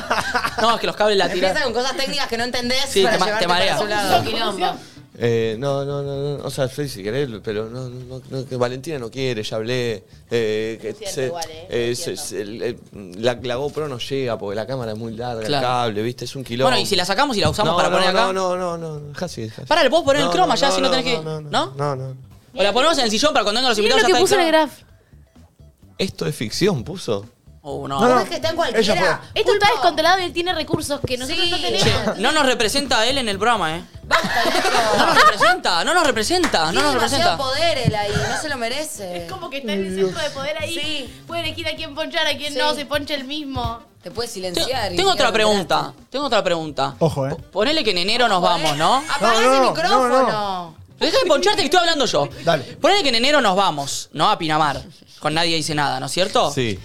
Speaker 3: No, es que los cables la
Speaker 4: Empieza
Speaker 3: tiran.
Speaker 4: con cosas técnicas que no entendés.
Speaker 3: Sí,
Speaker 4: para
Speaker 3: te ma- te
Speaker 4: llevarte
Speaker 3: marea.
Speaker 4: para su lado.
Speaker 8: Quilombo.
Speaker 1: Eh, no, no, no, no, o sea, sí, si querés, pero no, no, no, no, que Valentina no quiere, ya hablé. eh, que
Speaker 5: cierto
Speaker 1: se-
Speaker 5: igual, eh,
Speaker 1: eh,
Speaker 5: es
Speaker 1: se-
Speaker 5: cierto.
Speaker 1: se- el- el- la, la GoPro no llega porque la cámara es muy larga,
Speaker 3: Claro.
Speaker 1: el cable, viste, es un kilómetro.
Speaker 3: Bueno, y si la sacamos y la usamos
Speaker 1: no,
Speaker 3: para
Speaker 1: no,
Speaker 3: poner acá.
Speaker 1: No, no, no, no, no, casi, casi.
Speaker 3: Pará, le podemos poner el croma ya, si no tenés que-
Speaker 1: No,
Speaker 3: ¿no?
Speaker 1: no, no.
Speaker 3: O la ponemos en el sillón para cuando vengan los
Speaker 5: Mirá
Speaker 3: invitados. ya
Speaker 5: lo
Speaker 3: está
Speaker 5: que puso
Speaker 3: el
Speaker 5: en el
Speaker 3: croma.
Speaker 5: graph.
Speaker 1: Esto es ficción, puso.
Speaker 3: Uh, no.
Speaker 6: No, no.
Speaker 4: ¿Cómo es que está en cualquiera?
Speaker 6: Ella
Speaker 5: Esto está descontrolado y él tiene recursos que nosotros no tenemos.
Speaker 3: No nos representa a él en el programa, ¿eh? <laughs> No nos representa, no nos representa, no
Speaker 4: Tiene
Speaker 3: nos representa.
Speaker 4: demasiado poder él ahí, no se lo merece.
Speaker 5: Es como que está en el centro de poder ahí. Puede elegir a quién ponchar, a quién
Speaker 4: Sí.
Speaker 5: no, se poncha el mismo.
Speaker 8: Te puedes
Speaker 3: Tengo-
Speaker 8: silenciar. y
Speaker 3: Tengo otra
Speaker 8: quedar como un
Speaker 3: pregunta, tengo otra pregunta.
Speaker 6: Ojo, eh.
Speaker 3: Po- Ponele que en enero nos vamos, ¿no?
Speaker 4: Apaga
Speaker 6: No, no,
Speaker 4: ese
Speaker 6: no,
Speaker 4: micrófono.
Speaker 6: no,
Speaker 3: Deja de poncharte que estoy hablando yo.
Speaker 6: Dale.
Speaker 3: Ponele que en enero nos vamos, ¿no? A Pinamar. Con nadie dice nada, ¿no es cierto?
Speaker 1: Sí.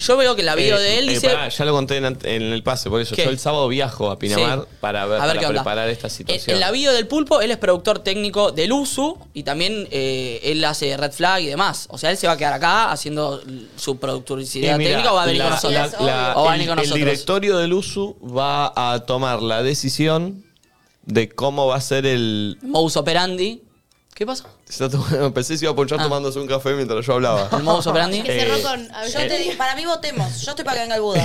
Speaker 3: Yo veo que la video
Speaker 1: Eh,
Speaker 3: de él
Speaker 1: eh,
Speaker 3: dice.
Speaker 1: pará, ya lo conté en, ant- en el pase, por eso.
Speaker 3: ¿Qué?
Speaker 1: Yo el sábado viajo a Pinamar
Speaker 3: Sí.
Speaker 1: para, ver,
Speaker 3: A ver
Speaker 1: para
Speaker 3: qué onda.
Speaker 1: preparar esta
Speaker 3: En,
Speaker 1: situación.
Speaker 3: eh, en la bio del pulpo, él es productor técnico del USU y también eh, él hace Red Flag y demás. O sea, él se va a quedar acá haciendo su productividad
Speaker 1: Y mira,
Speaker 3: técnica o va a venir
Speaker 1: la-
Speaker 3: con nosotros.
Speaker 1: la- la-
Speaker 3: o va a
Speaker 1: el,
Speaker 3: venir con
Speaker 1: el
Speaker 3: nosotros.
Speaker 1: directorio del USU va a tomar la decisión de cómo va a ser el.
Speaker 3: Modus operandi. ¿Qué pasa?
Speaker 1: se <laughs> está tomando- Pensé que se iba a ponchar
Speaker 3: Ah.
Speaker 1: tomándose un café mientras yo hablaba.
Speaker 3: El modus
Speaker 4: <laughs>
Speaker 3: operandi.
Speaker 5: Que
Speaker 1: Eh,
Speaker 5: cerró con. a ver,
Speaker 4: Yo te
Speaker 3: <laughs>
Speaker 4: digo, para mí votemos. Yo estoy para que venga el Buda.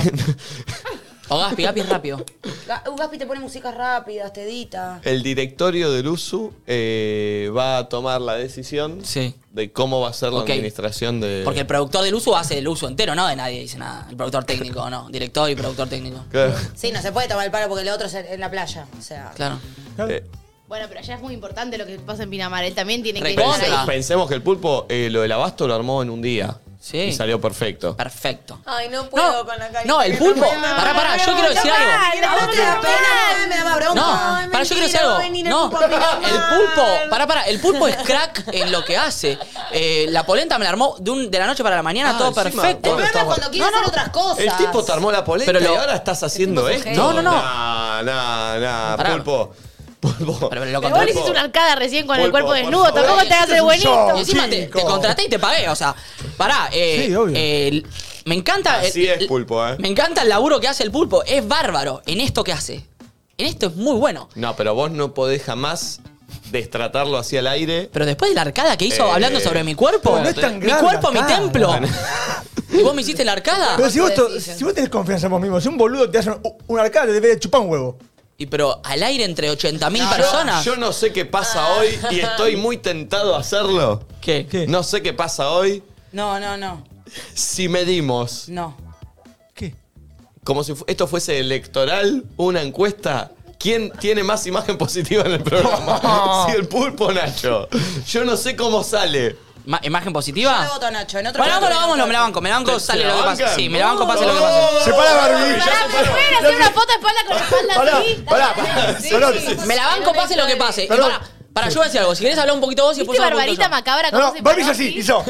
Speaker 3: O Gaspi, Gaspi es rápido.
Speaker 4: Ga- uh, Gaspi te pone músicas rápidas, te edita.
Speaker 1: El directorio del USU eh, va a tomar la decisión
Speaker 3: Sí.
Speaker 1: de cómo va a ser la
Speaker 3: Ok.
Speaker 1: administración de.
Speaker 3: Porque el productor del uso hace el uso entero, no de nadie dice nada. El productor técnico, no. Director y productor técnico.
Speaker 1: Claro.
Speaker 4: Sí, no se puede tomar el paro porque el otro es en, en la playa. O sea,
Speaker 3: Claro.
Speaker 1: Eh,
Speaker 5: Bueno, pero allá es muy importante lo que pasa en Pinamar. Él también tiene que
Speaker 3: Recontra.
Speaker 5: estar
Speaker 1: pense-
Speaker 5: ahí.
Speaker 1: pensemos que el pulpo, eh, lo del abasto lo armó en un día.
Speaker 3: Sí.
Speaker 1: Y salió perfecto.
Speaker 3: Perfecto.
Speaker 8: Ay, no puedo
Speaker 3: No,
Speaker 8: con la cara.
Speaker 3: no, el pulpo. Pará, pará, yo quiero decir algo.
Speaker 4: ¿A vos te da pena? Me da más bronca.
Speaker 3: No,
Speaker 4: Ay,
Speaker 3: pará, yo quiero decir algo. No, Ah, <laughs> el pulpo, pará, pará, el pulpo es crack en lo que hace. Eh, la polenta me la armó de, un- de la noche para la mañana,
Speaker 1: Ah,
Speaker 3: todo
Speaker 1: encima,
Speaker 3: perfecto.
Speaker 4: El
Speaker 1: ¿dónde
Speaker 4: problema es
Speaker 1: estamos?
Speaker 4: cuando quiere hacer otras cosas.
Speaker 1: El tipo te armó la polenta
Speaker 3: Pero lo-
Speaker 1: y ahora estás haciendo esto.
Speaker 3: No, no, no.
Speaker 1: Nah, nah, nah,
Speaker 3: Pará.
Speaker 1: Pulpo. Pulpo.
Speaker 3: Pero lo
Speaker 5: Pero vos le
Speaker 3: contraté.
Speaker 5: hiciste una arcada recién con el
Speaker 1: Pulpo,
Speaker 5: cuerpo
Speaker 1: por
Speaker 5: desnudo.
Speaker 1: favor.
Speaker 5: Tampoco te hagas el buenito.
Speaker 3: Y encima te, te contraté y te pagué, o sea, pará. eh,
Speaker 6: Sí, obvio.
Speaker 3: eh, me encanta.
Speaker 1: Así
Speaker 3: eh,
Speaker 1: es, Pulpo, eh.
Speaker 3: Me encanta el laburo que hace el pulpo. Es bárbaro en esto que hace. En esto es muy bueno.
Speaker 1: No, pero vos no podés jamás destratarlo hacia el aire.
Speaker 3: Pero después de la arcada que hizo
Speaker 1: Eh,
Speaker 3: hablando sobre mi cuerpo,
Speaker 6: pero no es tan
Speaker 3: mi
Speaker 6: grave
Speaker 3: cuerpo,
Speaker 6: la
Speaker 3: mi
Speaker 6: arcada.
Speaker 3: templo. ¿Y vos me hiciste la arcada?
Speaker 6: Pero si vos, to- si vos tenés confianza en vos mismo, si un boludo te hace un, un arcade, te debe chupar un huevo.
Speaker 3: Y pero al aire entre 80.000
Speaker 1: Yo-
Speaker 3: personas.
Speaker 1: Yo, no sé qué pasa hoy y estoy muy tentado a hacerlo.
Speaker 3: ¿Qué?
Speaker 6: ¿Qué?
Speaker 1: No sé qué pasa hoy
Speaker 4: No, no, no.
Speaker 1: si medimos.
Speaker 4: No.
Speaker 6: ¿Qué?
Speaker 1: Como si fu- esto fuese electoral, una encuesta. ¿Quién tiene más imagen positiva en el
Speaker 3: <laughs>
Speaker 1: programa? si el pulpo o Nacho. Yo no sé cómo sale.
Speaker 3: Ma- ¿Imagen
Speaker 4: Yo le
Speaker 3: positiva?
Speaker 4: voto a Nacho. En otro
Speaker 3: Bueno, vámonos,
Speaker 4: momento-
Speaker 3: vámonos, me la banco, me la banco,
Speaker 1: ¿Se
Speaker 3: sale
Speaker 1: la
Speaker 3: lo que pase.
Speaker 1: bancan?
Speaker 3: Sí, me la banco, pase lo que pase.
Speaker 6: Se para Barbie.
Speaker 5: Pará, pero pueden hacer una foto de espalda con espalda
Speaker 6: Pará,
Speaker 5: así.
Speaker 6: pará, pará. Solo-
Speaker 3: Me la banco, pase lo que pase. Y
Speaker 6: Perdón.
Speaker 3: para, para, yo voy a decir algo. Si querés hablar un poquito vos y después
Speaker 5: ¿Viste
Speaker 3: yo me apunto
Speaker 5: Barbarita
Speaker 3: yo.
Speaker 5: Macabra
Speaker 6: No,
Speaker 5: cómo
Speaker 6: no,
Speaker 5: se
Speaker 6: Barbie
Speaker 5: paró
Speaker 6: es así,
Speaker 5: así?
Speaker 6: hizo.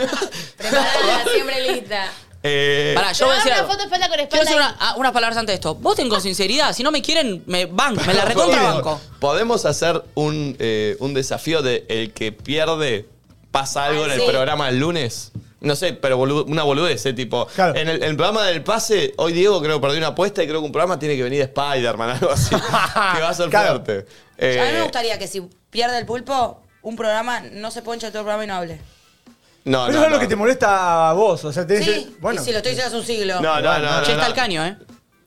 Speaker 8: Preparada, siempre lista.
Speaker 1: Eh,
Speaker 3: Pará, yo voy a
Speaker 5: Pero
Speaker 3: decir
Speaker 5: una
Speaker 3: algo.
Speaker 5: foto espalda con
Speaker 3: Quiero
Speaker 5: espalda
Speaker 3: decir
Speaker 5: ahí.
Speaker 3: una- ah, unas palabras antes de esto. Voten con sinceridad. Si no me quieren, me banco, me la recontra banco.
Speaker 1: Podemos hacer un, eh, un desafío de el que pierde pasa algo en el programa el lunes. No sé, pero bolu- una boludez, ¿eh? Tipo,
Speaker 6: Claro.
Speaker 1: en el, el programa del pase, hoy Diego creo que perdió una apuesta y creo que un programa tiene que venir Spider-Man, <laughs> algo así. que va a ser
Speaker 6: Claro.
Speaker 1: fuerte.
Speaker 4: A mí me
Speaker 1: Eh,
Speaker 4: gustaría que si pierde el pulpo, un programa no se ponche todo el programa y no hable.
Speaker 1: no,
Speaker 6: Pero
Speaker 1: no,
Speaker 6: eso es
Speaker 1: no.
Speaker 6: lo que te molesta a vos. O sea, tenés.
Speaker 4: Sí,
Speaker 6: Bueno.
Speaker 4: y si lo estoy diciendo hace un siglo.
Speaker 1: No, no, no. no,
Speaker 3: Che,
Speaker 1: no.
Speaker 3: está el caño, ¿eh?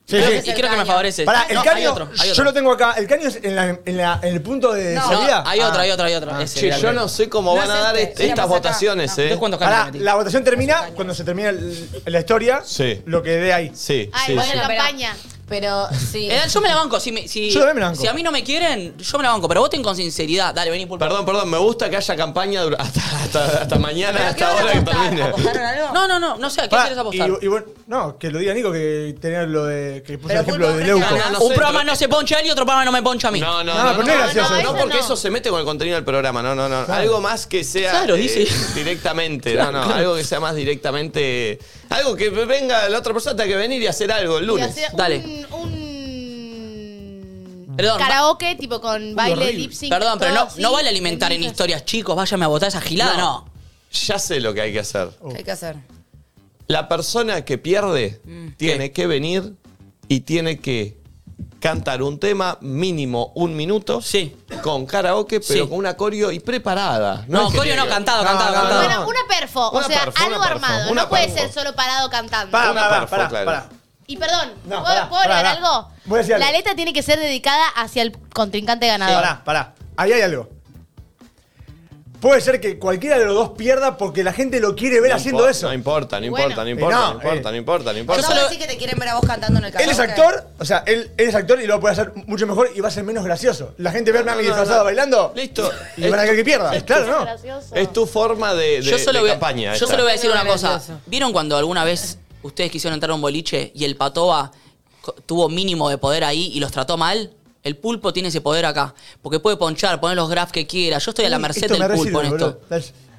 Speaker 6: Sí,
Speaker 3: Creo
Speaker 6: sí.
Speaker 3: que- y creo que me favorece.
Speaker 6: Pará, el
Speaker 3: No,
Speaker 6: caño.
Speaker 3: Hay otro, hay
Speaker 6: Yo
Speaker 3: otro.
Speaker 6: lo tengo acá. El caño es en, la- en la- en el punto de
Speaker 3: No,
Speaker 6: salida.
Speaker 3: hay otro,
Speaker 6: Ah.
Speaker 3: hay otro, hay otro. Ese,
Speaker 1: Che,
Speaker 3: era el
Speaker 1: yo
Speaker 3: que-
Speaker 1: no sé cómo
Speaker 4: No
Speaker 1: van a
Speaker 4: es
Speaker 1: dar
Speaker 4: este,
Speaker 1: est-
Speaker 4: mira, más
Speaker 1: estas
Speaker 4: acá.
Speaker 1: votaciones,
Speaker 3: ¿Vos
Speaker 1: ¿eh?
Speaker 3: cuántos
Speaker 6: Pará,
Speaker 3: cambios metí?
Speaker 6: la votación termina cuando se termina el- la historia.
Speaker 1: Sí.
Speaker 6: Lo que dé ahí.
Speaker 1: Sí,
Speaker 5: Ay,
Speaker 1: sí,
Speaker 5: bueno,
Speaker 1: sí.
Speaker 5: la
Speaker 8: pero-
Speaker 5: campaña.
Speaker 8: Pero sí.
Speaker 3: Eh, yo me la banco. Si, me- si,
Speaker 6: Yo también me la banco.
Speaker 3: si a mí no me quieren, yo me la banco. Pero voten con sinceridad. Dale, vení, pulpo.
Speaker 1: Perdón, perdón, me gusta que haya campaña dura- <laughs> hasta, hasta- hasta mañana,
Speaker 4: ¿Pero qué
Speaker 1: hasta
Speaker 4: van a
Speaker 1: ahora que
Speaker 4: apostar?
Speaker 1: termine.
Speaker 3: <laughs>
Speaker 4: ¿Apostaron algo?
Speaker 3: No, no, no. No sé, ¿a qué
Speaker 6: Pará,
Speaker 3: quieres apostar?
Speaker 6: Y, y bueno, no, que lo diga Nico, que tenía lo de. Que puso
Speaker 4: Pero
Speaker 6: el ejemplo
Speaker 4: Pulpo,
Speaker 6: de
Speaker 4: ¿crees que
Speaker 6: Leuco.
Speaker 4: ganas?
Speaker 1: no
Speaker 3: un
Speaker 1: sé,
Speaker 3: programa
Speaker 1: pero-
Speaker 3: no se poncha a él y otro programa no me poncha a mí.
Speaker 1: No, no,
Speaker 6: No,
Speaker 1: no.
Speaker 6: pero no es gracioso
Speaker 1: No,
Speaker 6: eso.
Speaker 1: porque
Speaker 5: no.
Speaker 1: eso se mete con el contenido del programa. No, no, no. Algo más que sea eh,
Speaker 3: Claro, dice.
Speaker 1: <laughs> directamente. no, no. Algo que sea más directamente. Algo que venga la otra persona, tenga que venir y hacer algo el
Speaker 5: Y
Speaker 1: lunes.
Speaker 5: hacer un-
Speaker 3: Dale.
Speaker 5: Un.
Speaker 3: Perdón, va-
Speaker 5: Karaoke, tipo con baile, lip sync.
Speaker 3: Perdón, pero
Speaker 5: todo
Speaker 3: no, no
Speaker 5: así,
Speaker 3: vale alimentar en
Speaker 5: feministas.
Speaker 3: historias, chicos. Váyame a votar esa gilada, no.
Speaker 1: Ya sé lo que hay que hacer.
Speaker 4: ¿Qué hay que hacer?
Speaker 1: La persona que pierde
Speaker 3: Mm.
Speaker 1: tiene que venir y tiene que cantar un tema mínimo un minuto.
Speaker 3: Sí.
Speaker 1: Con karaoke, pero
Speaker 3: Sí.
Speaker 1: con una corio y preparada.
Speaker 3: No,
Speaker 1: es que
Speaker 3: Corio
Speaker 1: tiene
Speaker 3: no,
Speaker 1: que-
Speaker 3: cantado, cantado,
Speaker 6: no, no,
Speaker 3: cantado.
Speaker 5: Bueno, una perfo,
Speaker 1: Una
Speaker 5: o sea,
Speaker 1: perfo,
Speaker 5: algo
Speaker 1: una perfo,
Speaker 5: armado.
Speaker 1: una
Speaker 5: no puede
Speaker 1: perfo.
Speaker 5: ser solo parado cantando.
Speaker 6: Pará,
Speaker 1: Una
Speaker 6: pará,
Speaker 1: perfo,
Speaker 6: pará,
Speaker 1: claro.
Speaker 6: pará.
Speaker 5: Y perdón,
Speaker 6: No,
Speaker 5: ¿puedo,
Speaker 6: pará,
Speaker 5: puedo
Speaker 6: pará,
Speaker 5: agregar
Speaker 6: pará.
Speaker 5: algo?
Speaker 6: Voy a decir
Speaker 5: la
Speaker 6: algo.
Speaker 5: letra tiene que ser dedicada hacia el contrincante ganador.
Speaker 6: Pará, pará. Ahí hay algo. Puede ser que cualquiera de los dos pierda porque la gente lo quiere ver
Speaker 1: No
Speaker 6: haciendo
Speaker 1: impo-
Speaker 6: eso.
Speaker 1: No importa, no importa, no
Speaker 6: Eh,
Speaker 1: importa, no,
Speaker 6: no,
Speaker 1: importa, no importa, no importa.
Speaker 4: Yo solo decir que te quieren ver a vos cantando en el
Speaker 6: Él es
Speaker 4: karaoke.
Speaker 6: actor, o sea, él, él es actor y lo puede hacer mucho mejor y va a ser menos gracioso. La gente ve a alguien
Speaker 1: no,
Speaker 6: disfrazado
Speaker 1: no.
Speaker 6: bailando
Speaker 1: Listo.
Speaker 6: y van a querer que pierda. claro, ¿no?
Speaker 5: Gracioso.
Speaker 1: Es tu forma de, de-
Speaker 3: yo solo,
Speaker 1: de
Speaker 3: voy,
Speaker 1: campaña.
Speaker 3: yo
Speaker 1: esta.
Speaker 3: solo voy a decir
Speaker 8: No,
Speaker 3: una
Speaker 8: gracioso.
Speaker 3: cosa. ¿Vieron cuando alguna vez ustedes quisieron entrar a un boliche y el patoba co- tuvo mínimo de poder ahí y los trató mal? El pulpo tiene ese poder acá. Porque puede ponchar, poner los graphs que quiera. Yo estoy a la merced
Speaker 6: Esto me
Speaker 3: del pulpo
Speaker 6: resirve,
Speaker 3: en esto. ¿Eh?
Speaker 6: boludo. Dale,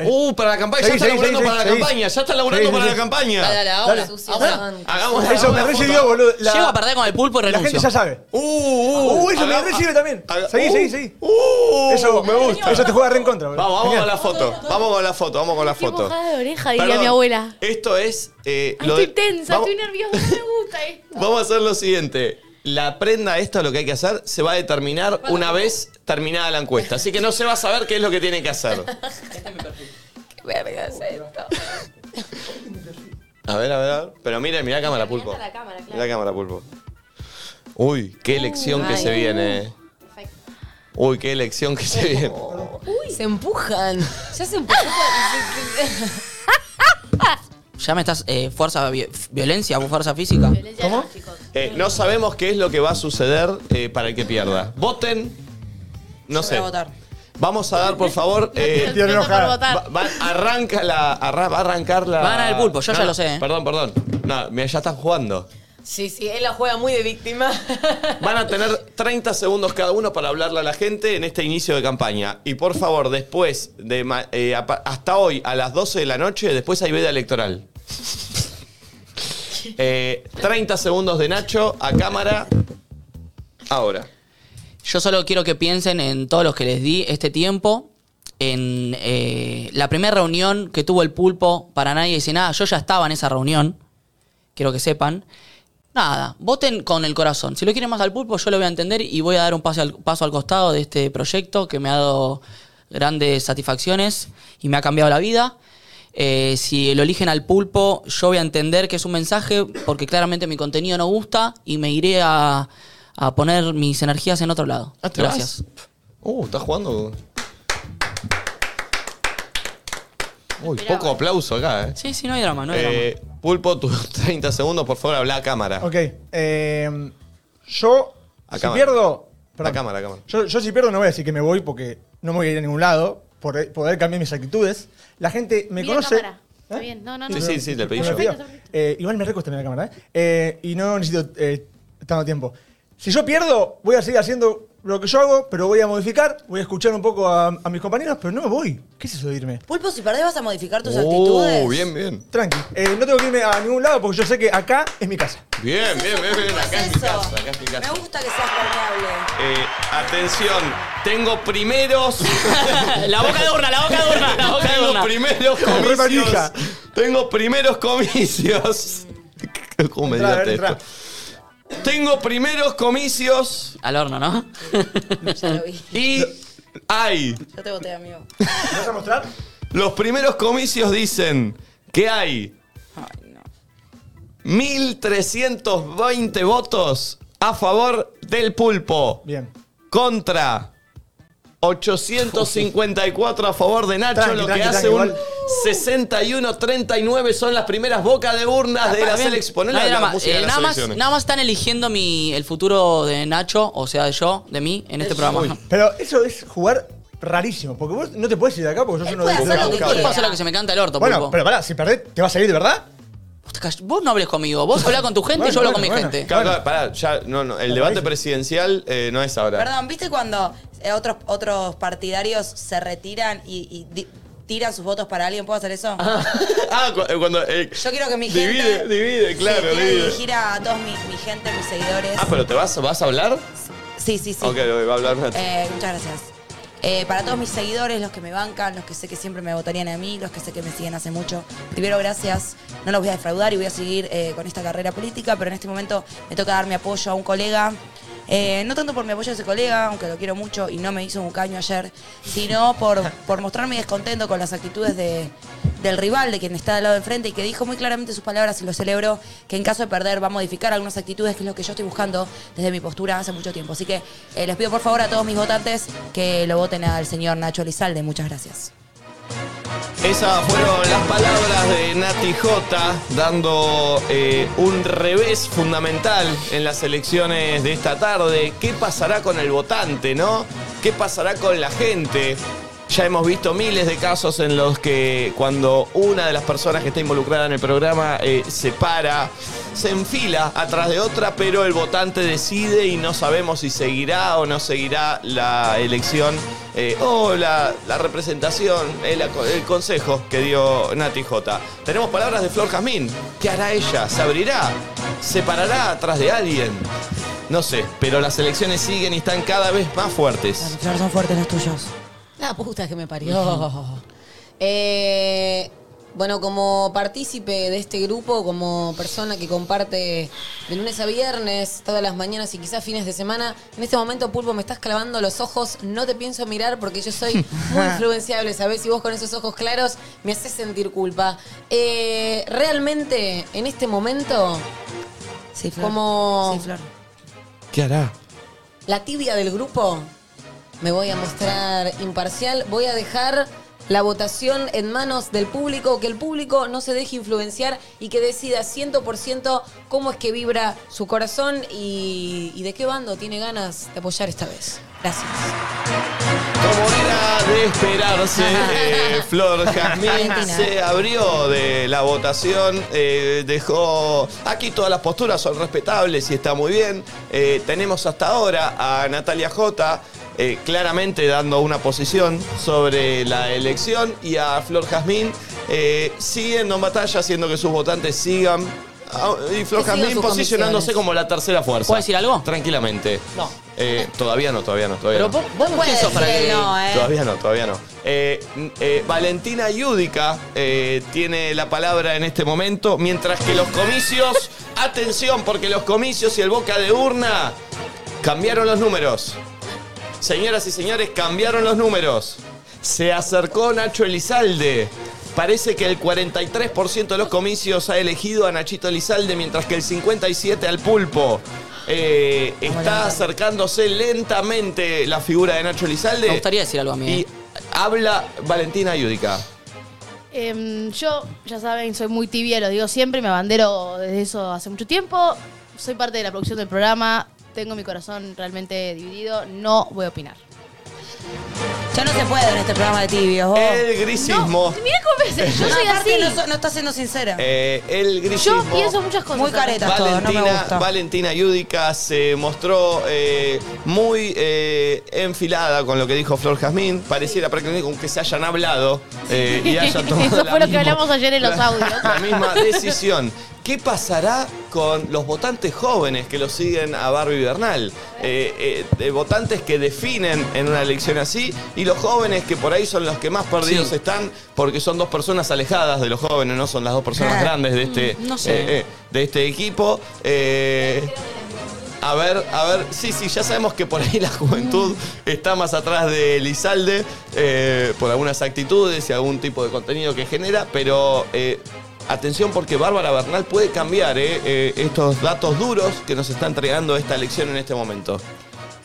Speaker 6: Eh,
Speaker 1: Uh, para la campaña, ya
Speaker 6: Seguí,
Speaker 1: está
Speaker 6: seguí,
Speaker 1: laburando
Speaker 6: seguí,
Speaker 1: para la
Speaker 6: seguí.
Speaker 1: campaña, ya está laburando
Speaker 6: Seguí,
Speaker 1: para la
Speaker 6: seguí.
Speaker 1: campaña.
Speaker 3: Dale, dale, ahora.
Speaker 6: dale.
Speaker 8: Sucio,
Speaker 3: Ahora.
Speaker 8: man.
Speaker 1: Hagamos
Speaker 6: Eso me
Speaker 1: hagamos la
Speaker 6: recibió,
Speaker 1: foto.
Speaker 6: boludo. La-
Speaker 3: Llego a perder con el pulpo y
Speaker 6: La
Speaker 3: renuncio.
Speaker 6: gente ya sabe.
Speaker 1: Uh, uh,
Speaker 6: Uh, eso me
Speaker 1: haga-
Speaker 6: recibe también.
Speaker 1: haga-
Speaker 6: Seguí,
Speaker 1: uh,
Speaker 6: seguí, seguí.
Speaker 1: Uh,
Speaker 6: Eso me gusta. Eso te juega re en contra, boludo.
Speaker 1: Vamos, vamos
Speaker 6: Genial.
Speaker 1: con la foto. Vamos con la foto, vamos con la
Speaker 5: Qué
Speaker 1: foto.
Speaker 5: mojada de oreja, diría
Speaker 1: Perdón,
Speaker 5: mi abuela.
Speaker 1: Esto es. eh,
Speaker 5: Ay,
Speaker 1: lo
Speaker 5: estoy
Speaker 1: de-
Speaker 5: tensa,
Speaker 1: vamos-
Speaker 5: estoy nerviosa, no me gusta esto.
Speaker 1: Vamos a hacer lo siguiente. La prenda esta, lo que hay que hacer, se va a determinar una vez terminada la encuesta. Así que no se va a saber qué es lo que tiene que
Speaker 3: <laughs>
Speaker 1: hacer.
Speaker 8: ¿Qué verga es esto?
Speaker 1: A ver, a ver, a ver. Pero mira, mira cámara, pulpo.
Speaker 10: Mirá la cámara, claro.
Speaker 1: Mira cámara, pulpo. Uy, qué elección que se viene. eh. Uy, qué elección que
Speaker 3: <laughs>
Speaker 1: se viene.
Speaker 8: Uy, se empujan. Ya se empujan.
Speaker 3: Ya me estás. eh, fuerza, vi- violencia, fuerza física.
Speaker 5: ¿Cómo?
Speaker 1: Eh, no sabemos qué es lo que va a suceder eh, para el que pierda. Voten. No sé.
Speaker 4: Voy a votar.
Speaker 1: Vamos a dar, por <laughs> favor.
Speaker 9: <laughs>
Speaker 1: eh,
Speaker 6: Estoy enojada.
Speaker 1: Va- va- arranca la, arra- va a arrancar la.
Speaker 3: Va a ganar el pulpo, yo
Speaker 1: No,
Speaker 3: ya
Speaker 1: no,
Speaker 3: lo sé, eh.
Speaker 1: Perdón, perdón. No, mira, ya están jugando.
Speaker 8: Sí, sí, él la juega muy de víctima.
Speaker 1: Van a tener 30 segundos cada uno para hablarle a la gente en este inicio de campaña. Y por favor, después, de ma- eh, a pa- hasta hoy, a las 12 de la noche, después hay veda
Speaker 3: <laughs>
Speaker 1: electoral. Eh, 30 segundos de Nacho a cámara. Ahora.
Speaker 3: Yo solo quiero que piensen en todos los que les di este tiempo, en eh, la primera reunión que tuvo el pulpo para nadie dice nada. Yo ya estaba en esa reunión, quiero que sepan. Nada, voten con el corazón. Si lo quieren más al pulpo, yo lo voy a entender y voy a dar un paso al, paso al costado de este proyecto que me ha dado grandes satisfacciones y me ha cambiado la vida. Eh, si lo eligen al pulpo, yo voy a entender que es un mensaje porque claramente mi contenido no gusta y me iré a, a poner mis energías en otro lado.
Speaker 1: Ah,
Speaker 3: Gracias.
Speaker 1: Uh, ¿estás jugando? Uy, poco aplauso acá, eh.
Speaker 3: Sí, sí, no hay drama, no hay drama.
Speaker 1: Eh, Pulpo, <laughs> tus 30 segundos, por favor, habla a cámara.
Speaker 6: Ok. eh, yo,
Speaker 1: A
Speaker 6: si
Speaker 1: cámara.
Speaker 6: pierdo.
Speaker 1: A cámara, a cámara.
Speaker 6: Yo, yo si pierdo no voy a decir que me voy porque no me voy a ir a ningún lado. Por poder cambiar mis actitudes. La gente me
Speaker 5: Mira
Speaker 6: <laughs> conoce.
Speaker 5: cámara. Está
Speaker 6: ¿Eh?
Speaker 5: bien, no, no,
Speaker 1: Sí,
Speaker 5: no.
Speaker 1: sí, sí, le pedí
Speaker 6: No me
Speaker 1: yo.
Speaker 6: pido. Eh, igual me recuesta mirar la cámara, ¿eh? Eh, Y no necesito eh, tanto tiempo. Si yo pierdo, voy a seguir haciendo lo que yo hago, pero voy a modificar, voy a escuchar un poco a, a mis compañeros, pero no me voy. ¿Qué es eso de irme?
Speaker 4: Pulpo, si perdés vas a modificar tus
Speaker 1: Uh,
Speaker 4: actitudes.
Speaker 1: bien, bien.
Speaker 6: Tranqui. Oh, Eh, no tengo que irme a ningún lado porque yo sé que acá es mi casa.
Speaker 1: Bien, bien, bien, bien. Acá es mi
Speaker 4: eso?
Speaker 1: casa, acá es mi casa.
Speaker 4: Me gusta que seas permeable.
Speaker 1: Eh, atención, tengo primeros.
Speaker 3: <laughs> la boca de urna, la boca de urna, la boca de
Speaker 1: tengo
Speaker 3: urna.
Speaker 1: primeros
Speaker 6: Re
Speaker 1: comicios.
Speaker 6: manija.
Speaker 1: tengo primeros comicios. <laughs> ¿Cómo me
Speaker 6: Entrá, a ver,
Speaker 1: dilaté
Speaker 6: entrá.
Speaker 1: esto? Tengo primeros comicios
Speaker 3: Al horno, ¿no?
Speaker 4: <laughs> Ya lo vi.
Speaker 1: y hay.
Speaker 4: Yo te voté, amigo.
Speaker 6: ¿Me vas a mostrar?
Speaker 1: Los primeros comicios dicen que hay 1.320 votos a favor del pulpo.
Speaker 6: Bien.
Speaker 1: Contra 854 a favor de Nacho,
Speaker 6: Tranqui,
Speaker 1: lo que
Speaker 6: tranqui,
Speaker 1: hace
Speaker 6: tranqui,
Speaker 1: un
Speaker 6: igual.
Speaker 1: 61-39 son las primeras bocas de urnas de la
Speaker 3: Ah, Bien.
Speaker 1: selección. Ponele
Speaker 3: No hay
Speaker 1: la
Speaker 3: drama.
Speaker 1: música de
Speaker 3: Eh,
Speaker 1: las
Speaker 3: nada, más,
Speaker 1: selecciones.
Speaker 3: nada más están eligiendo mi, el futuro de Nacho, o sea, de yo, de mí, en este <laughs> programa.
Speaker 1: Uy.
Speaker 6: Pero eso es jugar rarísimo, porque vos no te puedes ir de acá porque yo soy
Speaker 4: Él
Speaker 6: uno de
Speaker 4: puede
Speaker 6: los
Speaker 4: hacer lo que
Speaker 1: Busca,
Speaker 3: Vos
Speaker 4: quiera.
Speaker 3: pasó lo que se me canta el orto,
Speaker 6: Bueno,
Speaker 3: pulpo.
Speaker 6: pero pará, si perdés, ¿te vas a ir de verdad?
Speaker 3: Vos te call- Vos no hables conmigo, vos hablá con tu gente y yo
Speaker 6: Bueno,
Speaker 3: hablo con mi
Speaker 6: bueno,
Speaker 3: gente.
Speaker 1: Claro, claro, pará, ya, no, no, el debate presidencial eh, no es ahora.
Speaker 4: <laughs> Perdón, ¿viste cuando eh, otros, otros partidarios se retiran y, y di- tiran sus votos para alguien? ¿Puedo hacer eso?
Speaker 1: Ah, cu- eh, cuando. eh,
Speaker 4: Yo quiero que mi
Speaker 1: divide,
Speaker 4: gente.
Speaker 1: Divide,
Speaker 4: Sí,
Speaker 1: claro,
Speaker 4: quiero
Speaker 1: divide.
Speaker 4: dirigir a todos mi, mi gente, mis seguidores.
Speaker 1: Ah, pero ¿te vas, vas a hablar?
Speaker 4: Sí, sí, sí.
Speaker 1: Ok, ok, va a hablar Nacho.
Speaker 4: Eh, muchas gracias. Eh, para todos mis seguidores, los que me bancan, los que sé que siempre me votarían a mí, los que sé que me siguen hace mucho, primero gracias. No los voy a defraudar y voy a seguir eh, con esta carrera política, pero en este momento me toca dar mi apoyo a un colega. Eh, no tanto por mi apoyo a ese colega, aunque lo quiero mucho y no me hizo un caño ayer, sino por, por mostrar mi descontento con las actitudes de, del rival, de quien está al lado de enfrente, y que dijo muy claramente sus palabras, y lo celebro, que en caso de perder va a modificar algunas actitudes, que es lo que yo estoy buscando desde mi postura hace mucho tiempo. Así que eh, les pido por favor a todos mis votantes que lo voten al señor Nacho Lizalde. Muchas gracias.
Speaker 1: Esas fueron las palabras de Nati J, dando eh, un revés fundamental en las elecciones de esta tarde. ¿Qué pasará con el votante, no? ¿Qué pasará con la gente? Ya hemos visto miles de casos en los que cuando una de las personas que está involucrada en el programa eh, se para, se enfila atrás de otra, pero el votante decide y no sabemos si seguirá o no seguirá la elección eh, o la, la representación, el, aco- el consejo que dio Nati J. Tenemos palabras de Flor Jazmín. ¿Qué hará ella? ¿Se abrirá? ¿Se parará atrás de alguien? No sé, pero las elecciones siguen y están cada vez más fuertes.
Speaker 4: Flor, son fuertes los tuyos.
Speaker 8: La puta que me parió. Eh, bueno, como partícipe de este grupo, como persona que comparte de lunes a viernes, todas las mañanas y quizás fines de semana, en este momento, Pulpo, me estás clavando los ojos, no te pienso mirar porque yo soy
Speaker 4: <laughs>
Speaker 8: muy influenciable, ¿sabes? Y vos con esos ojos claros me haces sentir culpa. Eh, realmente, en este momento,
Speaker 4: Sí, Flor.
Speaker 8: como
Speaker 4: Sí, Flor.
Speaker 1: ¿Qué hará?
Speaker 8: la tibia del grupo, me voy a mostrar imparcial, voy a dejar la votación en manos del público, que el público no se deje influenciar y que decida 100% cómo es que vibra su corazón y, y de qué bando tiene ganas de apoyar esta vez. Gracias.
Speaker 1: Como era de esperarse,
Speaker 8: <laughs>
Speaker 1: eh, Flor Jazmín
Speaker 4: Valentina.
Speaker 1: se abrió de la votación, eh, dejó... Aquí todas las posturas son respetables y está muy bien. Eh, tenemos hasta ahora a Natalia J. eh, claramente dando una posición sobre la elección y a Flor Jazmín eh, siguiendo en batalla, haciendo que sus votantes sigan. Ah, Y Flor
Speaker 8: Que sigan
Speaker 1: Jazmín
Speaker 8: sus
Speaker 1: posicionándose
Speaker 8: convicciones.
Speaker 1: como la tercera fuerza.
Speaker 3: ¿Puedo decir algo?
Speaker 1: Tranquilamente.
Speaker 3: No.
Speaker 1: Eh, todavía no, todavía no, todavía
Speaker 3: Pero
Speaker 1: no.
Speaker 3: vos, vos no quién sos para
Speaker 4: Puede
Speaker 3: que...
Speaker 4: ser, no, ¿eh?
Speaker 1: Todavía no, todavía no. Eh, n- eh, Valentina Yúdica eh, tiene la palabra en este momento, mientras que los comicios, <laughs> atención, porque los comicios y el boca de urna cambiaron los números. Señoras y señores, cambiaron los números. Se acercó Nacho Elizalde. Parece que el 43% de los comicios ha elegido a Nachito Elizalde, mientras que el 57% al pulpo. Eh, está acercándose lentamente la figura de Nacho Elizalde.
Speaker 3: Me gustaría decir algo a mí.
Speaker 1: Y
Speaker 3: eh.
Speaker 1: habla Valentina Yudica.
Speaker 5: Em, yo, ya saben, soy muy tibia, lo digo siempre, me abandero desde eso hace mucho tiempo. Soy parte de la producción del programa, tengo mi corazón realmente dividido, no voy a opinar.
Speaker 4: Ya no se puede en este programa de tibios. vos.
Speaker 1: El grisismo.
Speaker 5: No, mirá cómo me yo
Speaker 4: No,
Speaker 5: soy
Speaker 4: aparte
Speaker 5: así.
Speaker 4: No, so- no estás siendo sincera.
Speaker 1: Eh, el
Speaker 5: Yo
Speaker 1: grisismo.
Speaker 5: pienso muchas cosas.
Speaker 4: Muy careta. Todo, no me
Speaker 1: Valentina,
Speaker 4: gusta.
Speaker 1: Valentina Yudica se mostró eh, muy eh, enfilada con lo que dijo Flor Jazmín. Pareciera prácticamente con que se hayan hablado eh, y
Speaker 5: <laughs>
Speaker 1: hayan tomado
Speaker 5: Eso
Speaker 1: la
Speaker 5: fue lo que
Speaker 1: misma-
Speaker 5: hablamos ayer en los
Speaker 1: la-
Speaker 5: audios.
Speaker 1: <laughs> La misma decisión. ¿Qué pasará con los votantes jóvenes que lo siguen a Barbie Bernal? Eh, eh, de votantes que definen en una elección así y los jóvenes que por ahí son los que más perdidos
Speaker 3: Sí.
Speaker 1: están porque son dos personas alejadas de los jóvenes, no son las dos personas
Speaker 4: Ah.
Speaker 1: grandes de este,
Speaker 3: no sé.
Speaker 1: eh, eh, de este equipo. Eh, a ver, a ver, sí, sí, ya sabemos que por ahí la juventud está más atrás de Elizalde eh, por algunas actitudes y algún tipo de contenido que genera, pero eh, atención porque Bárbara Bernal puede cambiar eh, eh, estos datos duros que nos está entregando esta elección en este momento.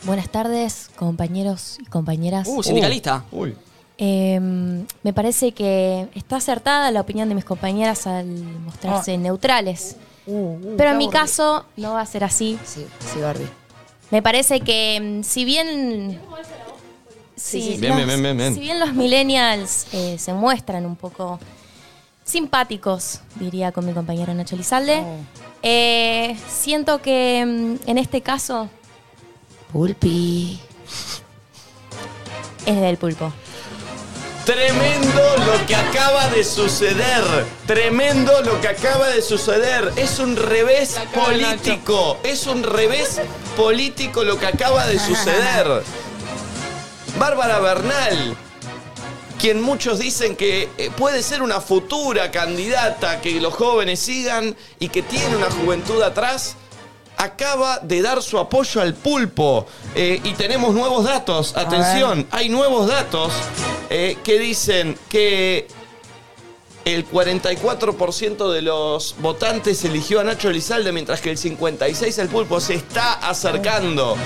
Speaker 11: Buenas tardes, compañeros y compañeras.
Speaker 3: Uh, sindicalista.
Speaker 1: Uy.
Speaker 11: Eh, me parece que está acertada la opinión de mis compañeras al
Speaker 1: Ah.
Speaker 11: mostrarse neutrales.
Speaker 1: Uh,
Speaker 11: Pero en mi caso no va a ser así.
Speaker 4: Sí, sí, Barbie.
Speaker 11: Me parece que mm, si bien... si
Speaker 1: sí. Bien,
Speaker 11: los-
Speaker 1: bien, bien, bien, bien.
Speaker 11: Si bien los millennials eh, se muestran un poco simpáticos, diría con mi compañero Nacho Lizalde,
Speaker 1: Oh.
Speaker 11: eh, siento que mm, en este caso
Speaker 4: Pulpi.
Speaker 11: es del pulpo.
Speaker 1: Tremendo lo que acaba de suceder. Tremendo lo que acaba de suceder. Es un revés político. Es un revés político lo que acaba de suceder. Bárbara Bernal, quien muchos dicen que eh, puede ser una futura candidata que los jóvenes sigan y que tiene una juventud atrás, acaba de dar su apoyo al pulpo. Eh, y tenemos nuevos datos, atención, hay nuevos datos eh, que dicen que El 44% de los votantes eligió a Nacho Elizalde, mientras que el 56% al pulpo se está acercando.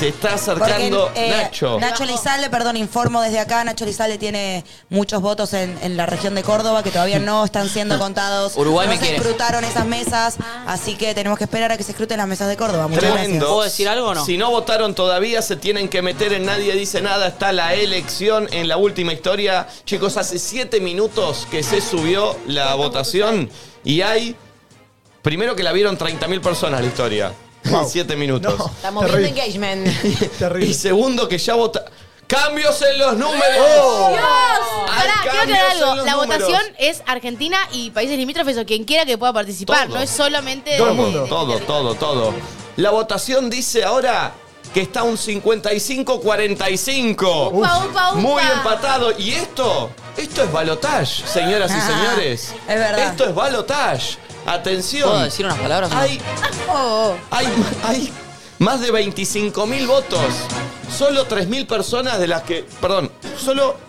Speaker 1: Se está acercando
Speaker 4: Porque, eh,
Speaker 1: Nacho.
Speaker 4: Nacho Lizalde, perdón, informo desde acá. Nacho Lizalde tiene muchos votos en, en la región de Córdoba que todavía no están
Speaker 1: <laughs>
Speaker 4: siendo contados.
Speaker 3: Uruguay
Speaker 4: no
Speaker 3: me
Speaker 4: se
Speaker 3: quiere.
Speaker 4: escrutaron esas mesas,
Speaker 8: Ah.
Speaker 4: así que tenemos que esperar a que se escruten las mesas de Córdoba. Muchas
Speaker 1: Tremendo.
Speaker 4: gracias.
Speaker 3: algo o no?
Speaker 1: Si no votaron todavía, se tienen que meter en Nadie Dice Nada. Está la elección en la última historia. Chicos, hace siete minutos que se subió la votación y hay. Primero que la vieron 30.000 personas la historia. En siete minutos.
Speaker 8: Estamos viendo <laughs> engagement.
Speaker 1: Y segundo que ya vota. ¡Cambios en los números! Hay
Speaker 5: <laughs> Pará, quiero aclarar
Speaker 1: cambios en
Speaker 5: algo.
Speaker 1: los
Speaker 5: La
Speaker 1: números.
Speaker 5: votación es Argentina y países limítrofes o quien quiera que pueda participar.
Speaker 1: Todo.
Speaker 5: No es solamente.
Speaker 1: Todo,
Speaker 5: de- de-
Speaker 1: Todo, todo, todo. La votación dice ahora que está un 55-45.
Speaker 5: Upa, upa, upa.
Speaker 1: Muy empatado. Y esto, esto es balotage, señoras y
Speaker 4: Ah,
Speaker 1: señores.
Speaker 4: es verdad.
Speaker 1: Esto es balotage. Atención.
Speaker 3: ¿Puedo decir unas palabras o no?
Speaker 1: Hay,
Speaker 4: Ah, oh.
Speaker 1: hay, hay más de 25.000 votos. Solo 3.000 personas de las que... Perdón, solo...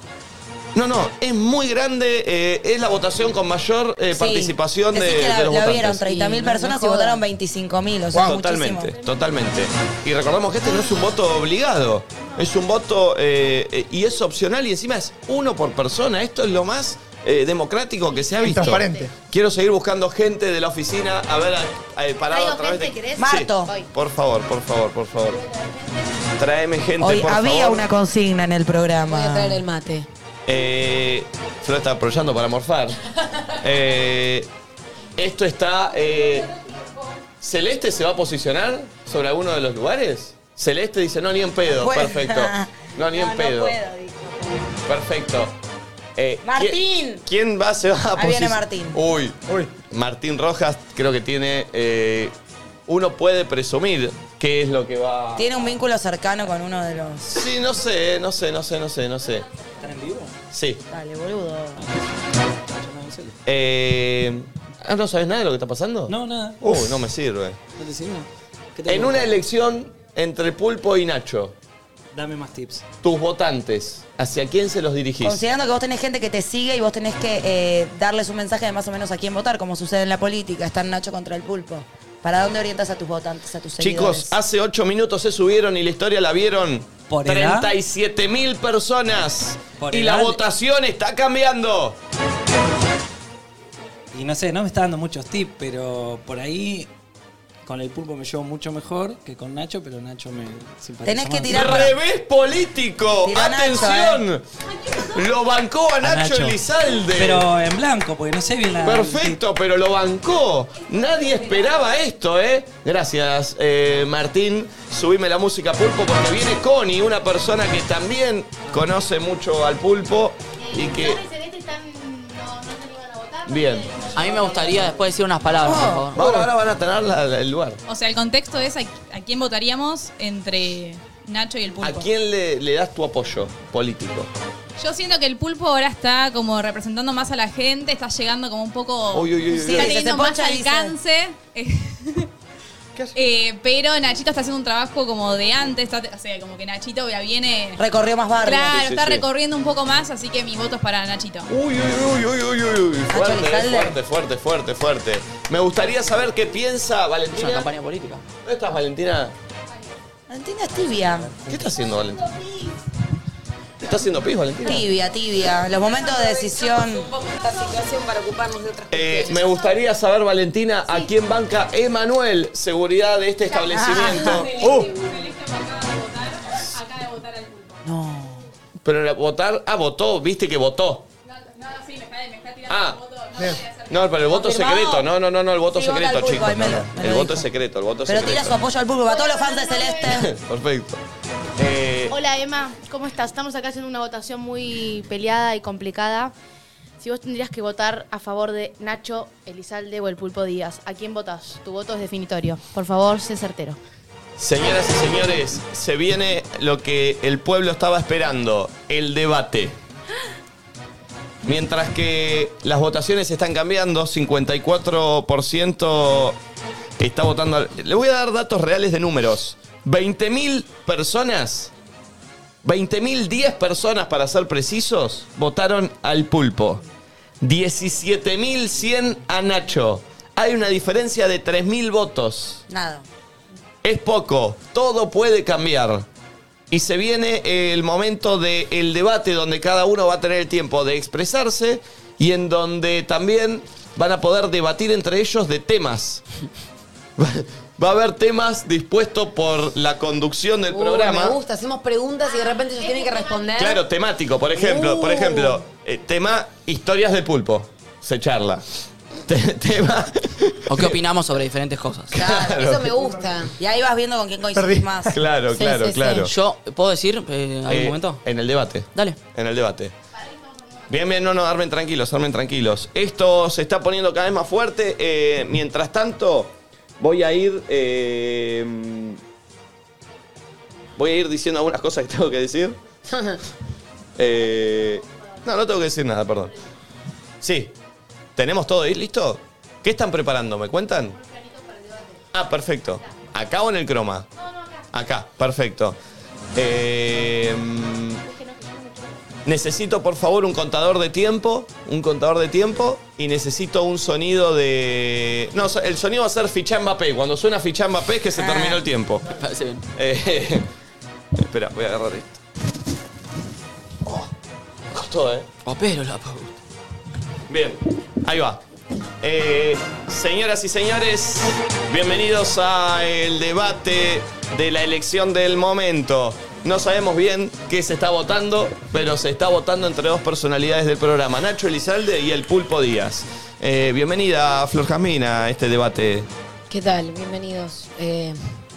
Speaker 1: No, no, es muy grande, eh, es la votación con mayor eh,
Speaker 4: Sí.
Speaker 1: participación de,
Speaker 4: Decís que la,
Speaker 1: de los
Speaker 4: la
Speaker 1: votantes.
Speaker 4: vieron 30.000
Speaker 8: Sí,
Speaker 4: personas
Speaker 8: no
Speaker 4: y
Speaker 8: jodas.
Speaker 4: votaron 25.000, o sea,
Speaker 1: Wow.
Speaker 4: muchísimo.
Speaker 1: Totalmente, totalmente. Y recordamos que este no es un voto obligado, es un voto eh, eh, y es opcional y encima es uno por persona. Esto es lo más eh, democrático que se ha visto.
Speaker 6: Transparente.
Speaker 1: Quiero seguir buscando gente de la oficina a ver a- a- eh, parado
Speaker 5: ¿Traigo
Speaker 1: otra vez.
Speaker 5: gente, querés?
Speaker 4: Marto.
Speaker 1: Sí, por favor, por favor, por favor. Tráeme gente,
Speaker 4: Hoy
Speaker 1: por
Speaker 4: había
Speaker 1: favor.
Speaker 4: una consigna en el
Speaker 8: Voy a
Speaker 4: programa.
Speaker 8: traer el mate.
Speaker 1: Eh, se lo está apoyando
Speaker 4: <laughs>
Speaker 1: para morfar. Eh, esto está. eh, ¿Celeste se va a posicionar sobre alguno de los lugares? Celeste dice, no, ni en pedo.
Speaker 4: Bueno. <laughs>
Speaker 1: Perfecto. No, ni en pedo. Perfecto. Eh,
Speaker 4: Martín.
Speaker 1: ¿quién- ¿Quién va, se va a
Speaker 4: Ahí viene
Speaker 1: posicionar?
Speaker 4: Martín.
Speaker 1: Uy.
Speaker 6: Uy.
Speaker 1: Martín Rojas creo que tiene. eh, uno puede presumir qué es lo que va.
Speaker 4: Tiene un vínculo cercano con uno de los...
Speaker 1: Sí, no sé, no sé, no sé, no sé, no sé. ¿Están en vivo? Sí.
Speaker 4: Dale, boludo.
Speaker 1: Eh, ah, ¿No sabes nada de lo que está pasando?
Speaker 2: No, nada.
Speaker 1: Uy, no me sirve.
Speaker 2: No te sirve. ¿Qué te
Speaker 1: En
Speaker 2: gusta?
Speaker 1: una elección entre Pulpo y Nacho,
Speaker 2: Dame más tips.
Speaker 1: tus votantes, ¿hacia quién se los dirigís?
Speaker 4: Considerando que vos tenés gente que te sigue y vos tenés que eh, darles un mensaje de más o menos a quién votar, como sucede en la política, están Nacho contra el pulpo. ¿Para dónde orientas a tus votantes, a tus seguidores?
Speaker 1: Chicos, hace ocho minutos se subieron y la historia la vieron.
Speaker 2: ¿Por edad?
Speaker 1: 37 mil personas.
Speaker 2: ¿Por
Speaker 1: Y la
Speaker 2: edad?
Speaker 1: votación está cambiando.
Speaker 2: Y no sé, no me está dando muchos tips, pero por ahí con el pulpo me llevo mucho mejor que con Nacho, pero Nacho me simpatiza
Speaker 4: Tenés que
Speaker 2: más.
Speaker 4: tirar-
Speaker 1: Revés político.
Speaker 4: Tirá Nacho, eh.
Speaker 1: Atención. Lo bancó a
Speaker 2: A
Speaker 1: Nacho, Elizalde.
Speaker 2: Pero en blanco, porque no sé bien la...
Speaker 1: Perfecto, pero lo bancó. Nadie esperaba esto, ¿eh? Gracias, eh, Martín. Subime la música Pulpo porque viene Connie, una persona que también conoce mucho al Pulpo y que... Bien.
Speaker 3: A mí me gustaría después decir unas palabras, por favor.
Speaker 1: Ah, Ahora, ahora van a tener la- la- el lugar.
Speaker 12: O sea, el contexto es a, a quién votaríamos entre Nacho y el
Speaker 1: ¿A
Speaker 12: pulpo.
Speaker 1: quién le, le das tu apoyo político?
Speaker 12: Yo siento que el pulpo ahora está como representando más a la gente, está llegando como un poco.
Speaker 1: Uy, uy, uy, uy,
Speaker 4: Sí,
Speaker 1: uy.
Speaker 12: Está
Speaker 4: se
Speaker 12: teniendo más
Speaker 4: poncha, dice.
Speaker 12: alcance. Eh, pero Nachito está haciendo un trabajo como de antes, está- o sea, como que Nachito ya viene.
Speaker 4: Recorrió más barrios.
Speaker 12: Claro,
Speaker 1: Sí, sí,
Speaker 12: está
Speaker 1: sí.
Speaker 12: recorriendo un poco más, así que mi voto es para Nachito.
Speaker 1: Uy, uy, uy, uy, uy, uy, uy. Fuerte,
Speaker 4: Elizalde.
Speaker 1: fuerte, fuerte, fuerte, fuerte. Me gustaría saber qué piensa
Speaker 3: Es una
Speaker 1: Valentina.
Speaker 3: campaña política.
Speaker 1: ¿Dónde estás, Valentina?
Speaker 4: Valentina es tibia.
Speaker 1: ¿Qué está haciendo Valentina? ¿Está haciendo pis, Valentina?
Speaker 4: Tibia, tibia. Los momentos de decisión.
Speaker 8: Esta situación para ocuparnos de otras
Speaker 1: Eh, me gustaría saber, Valentina, a quién banca Emanuel seguridad de este
Speaker 4: Ah. <laughs>
Speaker 1: establecimiento.
Speaker 6: Uh,
Speaker 12: Acaba de votar al pulpo.
Speaker 1: Pero la- votar, ah, votó, viste que votó.
Speaker 12: No, no, sí, me está, me está tirando
Speaker 1: Ah.
Speaker 12: el voto. No voy a
Speaker 6: Bien.
Speaker 12: hacer
Speaker 1: No, pero el voto
Speaker 4: Confirmado.
Speaker 1: secreto, no, no, no, no, el voto
Speaker 4: Sí, vota
Speaker 1: secreto,
Speaker 4: al pulpo,
Speaker 1: chicos.
Speaker 4: ahí me
Speaker 1: no,
Speaker 4: lo-
Speaker 1: no.
Speaker 4: me
Speaker 1: El
Speaker 4: lo
Speaker 1: voto
Speaker 4: dijo.
Speaker 1: es secreto, el voto es
Speaker 4: Pero tira su
Speaker 1: secreto.
Speaker 4: apoyo al pulpo. Para todos los fans de Celeste.
Speaker 1: <laughs> Perfecto. Eh,
Speaker 5: Hola Emma, ¿cómo estás? Estamos acá haciendo una votación muy peleada y complicada. Si vos tendrías que votar a favor de Nacho, Elizalde o el Pulpo Díaz, ¿a quién votás? Tu voto es definitorio. Por favor, sé certero.
Speaker 1: señoras y señores, se viene lo que el pueblo estaba esperando, el debate. Mientras que las votaciones están cambiando, 54% está votando. al- Le voy a dar datos reales de números. 20.000 personas, 20.010 personas para ser precisos, votaron al pulpo. 17.100 a Nacho. Hay una diferencia de 3.000 votos.
Speaker 4: Nada.
Speaker 1: Es poco, todo puede cambiar. Y se viene el momento del debate donde cada uno va a tener el tiempo de expresarse y en donde también van a poder debatir entre ellos de temas. <laughs> Va a haber temas dispuestos por la conducción del
Speaker 8: Uh,
Speaker 1: programa.
Speaker 8: Me gusta, hacemos preguntas y de repente ellos tienen que
Speaker 3: ¿eh?
Speaker 8: responder.
Speaker 1: Claro, temático, por ejemplo, por
Speaker 8: Uh.
Speaker 1: ejemplo, eh, tema historias de pulpo. Se charla. <laughs> Te- tema.
Speaker 3: ¿O qué opinamos sobre diferentes
Speaker 1: <laughs>
Speaker 3: cosas?
Speaker 4: Eso me gusta. Y ahí vas viendo con quién coincidís más.
Speaker 1: Claro,
Speaker 4: Sí,
Speaker 1: claro,
Speaker 4: sí, sí.
Speaker 1: claro.
Speaker 3: Yo puedo decir eh, algún
Speaker 1: Eh, <laughs>
Speaker 3: momento.
Speaker 1: En el debate.
Speaker 3: Dale.
Speaker 1: En el debate. Bien, bien, no, no, armen tranquilos, armen tranquilos. Esto se está poniendo cada vez más fuerte. eh, mientras tanto, voy a ir. eh, voy a ir diciendo algunas cosas que tengo que decir. Eh, no, no tengo que decir nada, perdón. Sí, ¿tenemos todo ahí listo? ¿Qué están preparando? ¿Me cuentan? Ah, perfecto. ¿Acá o en el croma? Acá, perfecto. Eh, necesito, por favor, un contador de tiempo. Un contador de tiempo. Y necesito un sonido de. No, so- el sonido va a ser Fichá Mbappé. Cuando suena Fichá Mbappé es que se terminó el tiempo.
Speaker 3: Ah. Parece bien.
Speaker 1: Eh, <laughs> espera, voy a agarrar esto. Oh, costó, ¿eh?
Speaker 3: Pero la
Speaker 1: Bien, ahí va. Eh, señoras y señores, bienvenidos a el debate de la elección del momento. No sabemos bien qué se está votando, pero se está votando entre dos personalidades del programa, Nacho Elizalde y el Pulpo Díaz. Eh, bienvenida, Flor Jamina, a este debate.
Speaker 8: ¿Qué tal? Bienvenidos. Eh,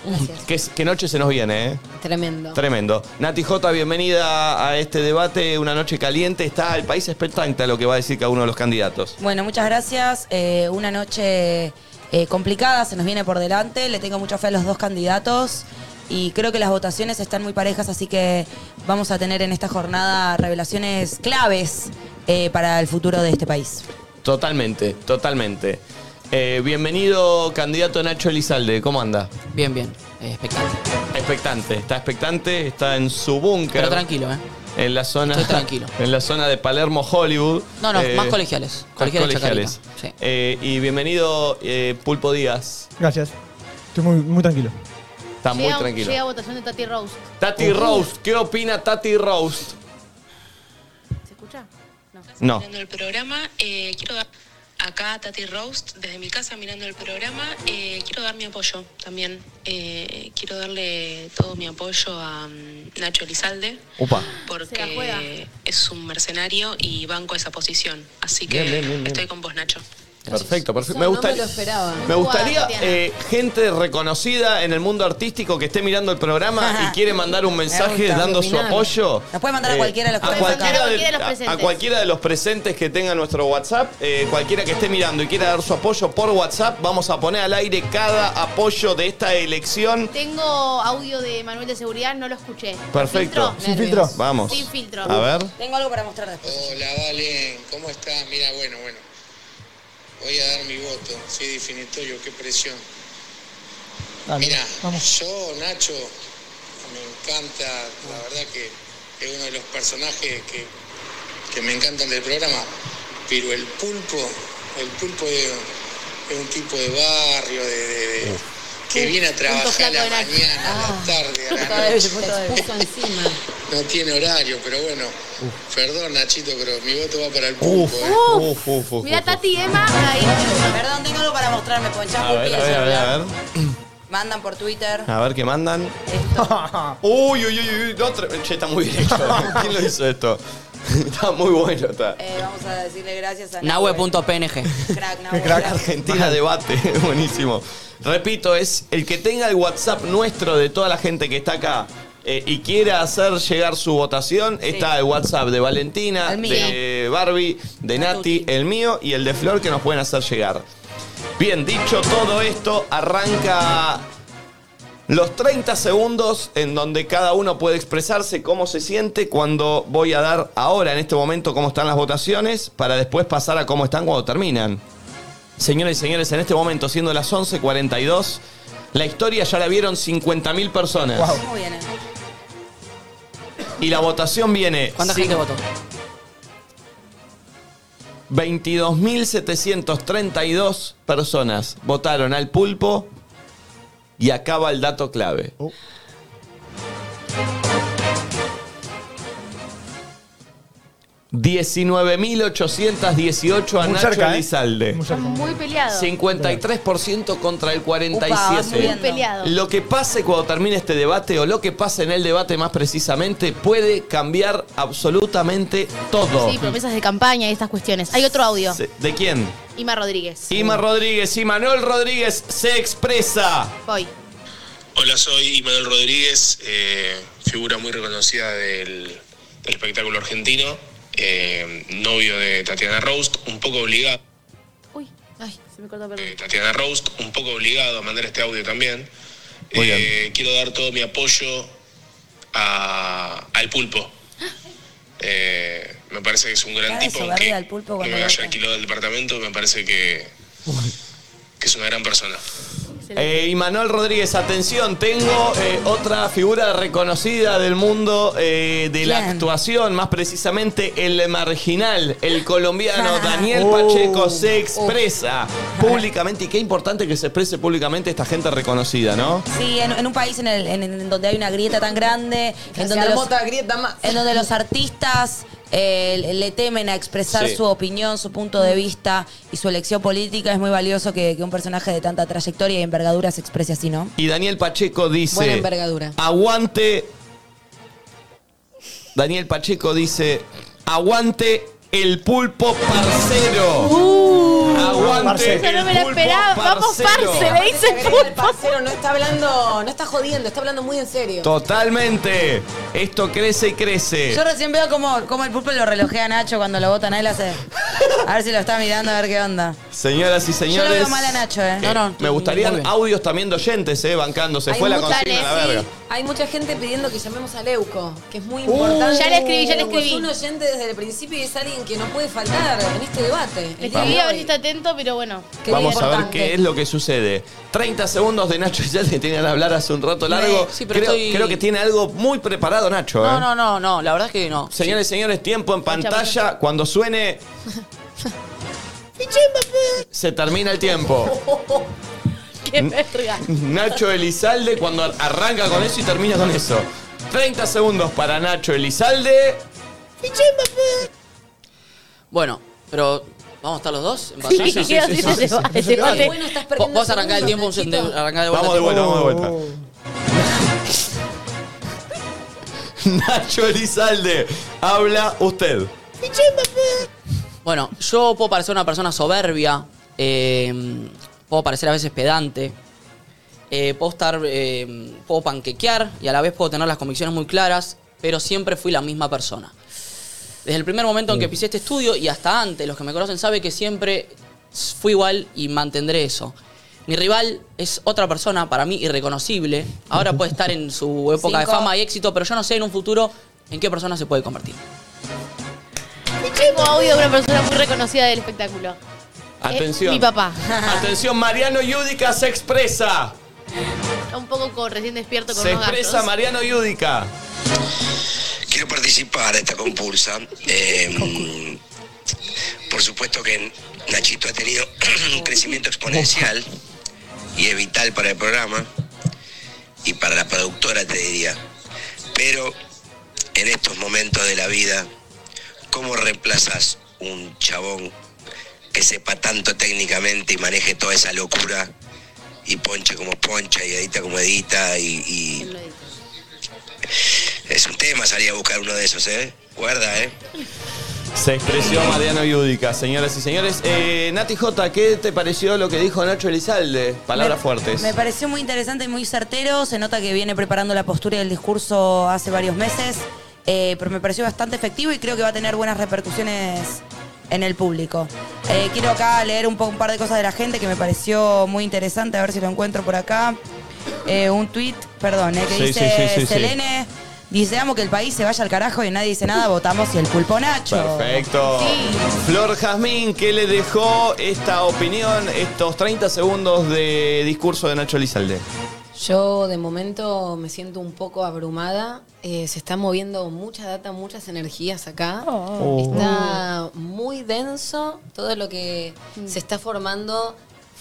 Speaker 8: gracias.
Speaker 1: Qué, qué noche se nos viene, ¿eh?
Speaker 8: Tremendo.
Speaker 1: Tremendo. Nati J, bienvenida a este debate, una noche caliente. Está el país expectante a lo que va a decir cada uno de los candidatos.
Speaker 4: Bueno, muchas gracias. Eh, una noche eh, complicada se nos viene por delante. Le tengo mucha fe a los dos candidatos. Y creo que las votaciones están muy parejas, así que vamos a tener en esta jornada revelaciones claves eh, para el futuro de este país.
Speaker 1: Totalmente, totalmente. Eh, bienvenido, candidato Nacho Elizalde. ¿Cómo anda?
Speaker 3: Bien, bien. expectante.
Speaker 1: Expectante, está expectante, está en su búnker.
Speaker 3: Pero tranquilo, ¿eh?
Speaker 1: En la zona.
Speaker 3: Estoy tranquilo.
Speaker 1: <laughs> En la zona de Palermo, Hollywood.
Speaker 3: No, no,
Speaker 1: Eh,
Speaker 3: más colegiales.
Speaker 1: más
Speaker 3: Colegiales,
Speaker 1: colegiales.
Speaker 3: Chacarita. Sí.
Speaker 1: Eh, y bienvenido, eh, Pulpo Díaz.
Speaker 6: Gracias. Estoy muy, muy tranquilo.
Speaker 1: Está muy
Speaker 5: Llega-
Speaker 1: tranquilo.
Speaker 5: Llega Uh-huh. votación de Tati Rose.
Speaker 1: Tati Roast, ¿qué opina Tati Roast?
Speaker 5: ¿Se escucha?
Speaker 1: No.
Speaker 13: Mirando el programa, eh, quiero dar acá Tati Roast, desde mi casa mirando el programa, eh, quiero dar mi apoyo también. Eh, quiero darle todo mi apoyo a mm, Nacho Elizalde,
Speaker 1: Upa.
Speaker 13: porque es un mercenario y banco esa posición. Así que
Speaker 1: Bien, bien, bien, bien.
Speaker 13: estoy con vos, Nacho.
Speaker 1: Perfecto, perfecto.
Speaker 13: Eso
Speaker 1: me
Speaker 13: no
Speaker 1: gustaría,
Speaker 13: me lo esperaba.
Speaker 1: me gustaría,
Speaker 13: Guau,
Speaker 1: eh, gente reconocida en el mundo artístico que esté mirando el programa
Speaker 4: <laughs>
Speaker 1: y quiere mandar un mensaje
Speaker 4: gusta.
Speaker 1: dando su
Speaker 4: Opinar.
Speaker 1: apoyo. Eh,
Speaker 4: Nos puede mandar a cualquiera de los
Speaker 1: a
Speaker 4: que
Speaker 1: cualquiera
Speaker 4: están.
Speaker 1: de,
Speaker 4: A cualquiera de los
Speaker 1: a-
Speaker 4: presentes.
Speaker 1: a cualquiera de los presentes que tenga nuestro WhatsApp, eh, cualquiera que esté mirando y quiera dar su apoyo por WhatsApp, vamos a poner al aire cada apoyo de esta elección.
Speaker 5: Tengo audio de Manuel de Seguridad, no lo escuché.
Speaker 1: Perfecto.
Speaker 5: ¿Sin
Speaker 1: Sin
Speaker 5: filtro?
Speaker 1: filtro. Vamos.
Speaker 5: Sin filtro.
Speaker 1: A ver.
Speaker 4: Tengo algo para mostrar después.
Speaker 9: Hola, Valen, ¿cómo estás? Mira, bueno, bueno. Voy a dar mi voto, soy definitorio, qué presión. Mira, yo, Nacho, me encanta, la verdad que es uno de los personajes que, que me encantan del programa, pero el pulpo, el pulpo es, es un tipo de barrio, de, de- de- que viene a trabajar a la mañana,
Speaker 7: Ah.
Speaker 9: a la tarde, a la noche. No tiene horario, pero bueno. Perdón, Nachito, pero mi voto va para el pulpo.
Speaker 1: Uf,
Speaker 9: eh.
Speaker 7: Oh,
Speaker 1: uf, uf, uf.
Speaker 5: Mira Tati y Emma ahí.
Speaker 4: Perdón, tengo algo para mostrarme, Ponchá.
Speaker 1: A ver, a ver, a ver, a ver.
Speaker 4: Mandan por Twitter.
Speaker 1: A ver qué mandan. <laughs> uy, uy, uy, uy. no, tre- che, está muy bien hecho. ¿Quién lo hizo esto? <laughs> está muy bueno. Está.
Speaker 4: Eh, vamos a decirle gracias a
Speaker 3: Nahue.png.
Speaker 4: Crack, Nahue.
Speaker 1: Qué crack. Argentina debate, <laughs> buenísimo. Repito, es el que tenga el WhatsApp nuestro de toda la gente que está acá eh, y quiera hacer llegar su votación, está el WhatsApp de Valentina,
Speaker 14: El mío.
Speaker 1: de Barbie, de Nati, el mío y el de Flor que nos pueden hacer llegar. Bien, dicho todo esto, arranca los 30 segundos en donde cada uno puede expresarse cómo se siente cuando voy a dar ahora en este momento cómo están las votaciones para después pasar a cómo están cuando terminan. Señoras y señores, en este momento siendo las 11:42, la historia ya la vieron 50.000 personas.
Speaker 4: Muy bien. eh.
Speaker 1: Y la votación viene
Speaker 3: ¿Cuánta gente votó?
Speaker 1: 22.732 personas votaron al pulpo y acaba el dato clave.
Speaker 6: Oh. Muy
Speaker 1: 19.818 a Nacho
Speaker 6: cerca, ¿eh?
Speaker 1: Elizalde.
Speaker 5: Muy peleado.
Speaker 1: 53% contra el
Speaker 5: Upa, muy
Speaker 1: 47.
Speaker 5: peleado.
Speaker 1: Lo que pase cuando termine este debate o lo que pase en el debate más precisamente puede cambiar absolutamente todo.
Speaker 5: Sí, promesas de campaña y estas cuestiones. Hay otro audio.
Speaker 1: Se- ¿De quién?
Speaker 5: Ima Rodríguez.
Speaker 1: Ima Rodríguez y Manuel Rodríguez se expresa.
Speaker 5: Voy.
Speaker 9: Hola, soy Imanuel Rodríguez, eh, figura muy reconocida del, del espectáculo argentino, eh, novio de Tatiana Roust, un poco obligado.
Speaker 5: Ay, se me cortó, perdón.
Speaker 9: Tatiana Roust, un poco obligado a mandar este audio también.
Speaker 1: Muy bien.
Speaker 9: Eh, quiero dar todo mi apoyo a-
Speaker 1: <gasps>
Speaker 9: al pulpo. Eh, me parece que es un gran
Speaker 4: Cara de
Speaker 9: tipo,
Speaker 1: eh,
Speaker 4: soberbia
Speaker 9: aunque
Speaker 4: al pulpo
Speaker 9: no
Speaker 4: cuando
Speaker 9: me
Speaker 4: lo
Speaker 9: haya alquilado del departamento, me parece que, que es una gran persona.
Speaker 1: Eh, y Manuel Rodríguez, atención, tengo eh, otra figura reconocida del mundo eh, de la actuación, más precisamente el marginal, el colombiano Daniel Pacheco se expresa públicamente y qué importante que se exprese públicamente esta gente reconocida, ¿no?
Speaker 4: Sí, en, en un país en, el- en- en donde hay una grieta tan grande,
Speaker 8: Se
Speaker 4: en donde,
Speaker 8: armó
Speaker 4: los,
Speaker 8: otra grieta más.
Speaker 4: en donde los artistas eh, le- le temen a expresar
Speaker 8: Sí.
Speaker 4: su opinión, su punto de vista y su elección política, es muy valioso que, que un personaje de tanta trayectoria y envergadura se exprese así, ¿no?
Speaker 1: Y Daniel Pacheco dice,
Speaker 4: envergadura.
Speaker 1: aguante, Daniel Pacheco dice, aguante el pulpo parcero. aguante
Speaker 8: Eso no me
Speaker 1: el
Speaker 8: lo
Speaker 1: pulpo
Speaker 8: esperaba. Vamos,
Speaker 1: parcero.
Speaker 8: parce, le dice el parcero, no está hablando, no está jodiendo, está hablando muy en serio.
Speaker 1: Totalmente. Esto crece y crece.
Speaker 4: Yo recién veo cómo, cómo el pulpo lo relojea a Nacho cuando lo votan a él hace. A ver si lo está mirando, a ver qué onda.
Speaker 1: Señoras y
Speaker 4: Yo
Speaker 1: señores.
Speaker 4: lo veo mal a Nacho, ¿eh?
Speaker 1: eh, me gustarían audios también de oyentes, eh, bancándose. Fue la
Speaker 8: mucha-
Speaker 1: consigna a la
Speaker 8: sí,
Speaker 1: verga. Uh.
Speaker 8: hay mucha gente pidiendo que llamemos a Leuco, que es muy importante.
Speaker 5: ya le escribí, ya le
Speaker 8: Leuco
Speaker 5: escribí.
Speaker 8: Es un oyente desde el principio y es alguien que no puede faltar en este debate.
Speaker 5: Le escribí a ver si está atento, pero bueno.
Speaker 1: Vamos a ver qué es lo que sucede. 30 segundos de Nacho <laughs> ya te tenían a hablar hace un rato largo.
Speaker 3: Sí, pero
Speaker 1: creo,
Speaker 3: estoy-
Speaker 1: creo que tiene algo muy preparado Nacho.
Speaker 3: No,
Speaker 1: eh.
Speaker 3: no, no, no, la verdad es que no.
Speaker 1: Señores, señores, tiempo en pantalla. Cuando suene, se termina el tiempo.
Speaker 7: <laughs>
Speaker 5: qué verga.
Speaker 1: Nacho Elizalde cuando ar- arranca con eso y termina con eso. 30 segundos para Nacho Elizalde.
Speaker 3: Bueno, pero ¿vamos a estar los dos? en
Speaker 1: Sí,
Speaker 3: batalla?
Speaker 1: sí, sí, sí, sí, sí, sí, sí, sí, sí.
Speaker 3: Bueno, estás perdiendo Vos arrancás el tiempo, un- de- arrancás de vuelta.
Speaker 1: Vamos de vuelta, vamos de
Speaker 3: Oh.
Speaker 1: vuelta. Nacho Elizalde, habla usted.
Speaker 3: Eh, Bueno, yo puedo parecer una persona soberbia, eh, puedo parecer a veces pedante, eh, puedo estar, eh, puedo panquequear y a la vez puedo tener las convicciones muy claras, pero siempre fui la misma persona. Desde el primer momento en que pisé este estudio y hasta antes, los que me conocen saben que siempre fui igual y mantendré eso. Mi rival es otra persona para mí irreconocible. Ahora puede estar en su época de
Speaker 4: Cinco.
Speaker 3: fama y éxito, pero yo no sé en un futuro en qué persona se puede convertir.
Speaker 5: Tengo audio de una persona muy reconocida del espectáculo. Eh,
Speaker 1: Atención. <laughs>
Speaker 5: Mi papá.
Speaker 1: Atención, Mariano Yudica se expresa.
Speaker 5: Está un poco co- recién despierto con
Speaker 1: Se
Speaker 5: unos
Speaker 1: expresa
Speaker 5: gatos.
Speaker 1: Mariano Yudica.
Speaker 14: Quiero participar de esta compulsa. Eh, por supuesto que Nachito ha tenido <clears throat> un crecimiento exponencial y es vital para el programa y para la productora, te diría. Pero en estos momentos de la vida, ¿cómo reemplazas un chabón que sepa tanto técnicamente y maneje toda esa locura y ponche como poncha y edita como edita y- y es un tema salir a buscar uno de esos, ¿eh? Guarda, ¿eh?
Speaker 1: Se expresó Mariano Yudica, señoras y señores. Eh, Nati J, ¿qué te pareció lo que dijo Nacho Elizalde? Palabras
Speaker 4: Me-
Speaker 1: fuertes.
Speaker 4: Me pareció muy interesante y muy certero. Se nota que viene preparando la postura y el discurso hace varios meses. eh, pero me pareció bastante efectivo y creo que va a tener buenas repercusiones en el público. Eh, quiero acá leer un, po- un par de cosas de la gente que me pareció muy interesante. A ver si lo encuentro por acá. Eh, un tweet, perdón, eh, que
Speaker 2: Sí,
Speaker 4: dice
Speaker 2: sí, sí, sí, sí.
Speaker 4: Selene. Dice, amo que el país se vaya al carajo y nadie dice nada, votamos y el pulpo Nacho.
Speaker 1: Perfecto. Flor Jazmín, ¿qué le dejó esta opinión, estos 30 segundos de discurso de Nacho Elizalde?
Speaker 8: Yo de momento me siento un poco abrumada. Eh, se están moviendo mucha data, muchas energías acá. Está muy denso todo lo que se está formando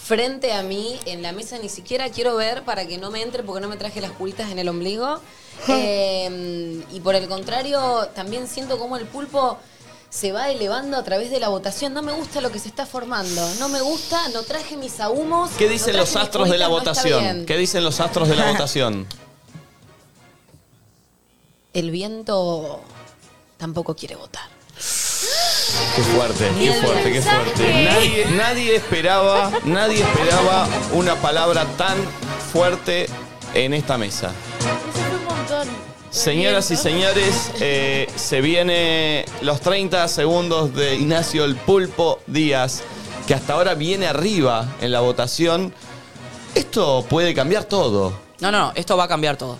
Speaker 8: frente a mí en la mesa. Ni siquiera quiero ver para que no me entre porque no me traje las puritas en el ombligo. Eh, y por el contrario, también siento como el pulpo se va elevando a través de la votación. No me gusta lo que se está formando. No me gusta, no traje mis ahumos.
Speaker 1: ¿Qué
Speaker 8: no
Speaker 1: dicen
Speaker 8: traje
Speaker 1: los
Speaker 8: mis
Speaker 1: astros de la
Speaker 8: puritas, no está
Speaker 1: votación?
Speaker 8: bien.
Speaker 1: ¿Qué dicen los astros
Speaker 8: <laughs>
Speaker 1: de la votación?
Speaker 8: El viento tampoco quiere votar.
Speaker 1: Qué fuerte, qué fuerte, qué fuerte. Nadie, nadie esperaba, nadie esperaba una palabra tan fuerte en esta mesa.
Speaker 5: un montón. <laughs>
Speaker 1: Señoras y señores, eh, se viene los 30 segundos de Ignacio el Pulpo Díaz, que hasta ahora viene arriba en la votación. Esto puede cambiar todo.
Speaker 3: No, no, no, esto va a cambiar todo.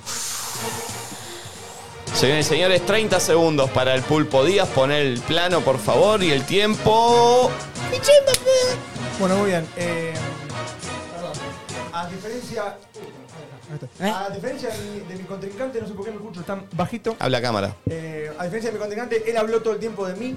Speaker 1: Señores y señores, 30 segundos para el Pulpo Díaz. Poner el plano, por favor, y el tiempo.
Speaker 6: Bueno, muy bien. eh, perdón. a diferencia.
Speaker 1: ¿Eh?
Speaker 6: A diferencia de mi, de mi contrincante, no sé por qué me escucho tan bajito.
Speaker 1: Habla a cámara.
Speaker 6: eh, a diferencia de mi contrincante, él habló todo el tiempo de mí.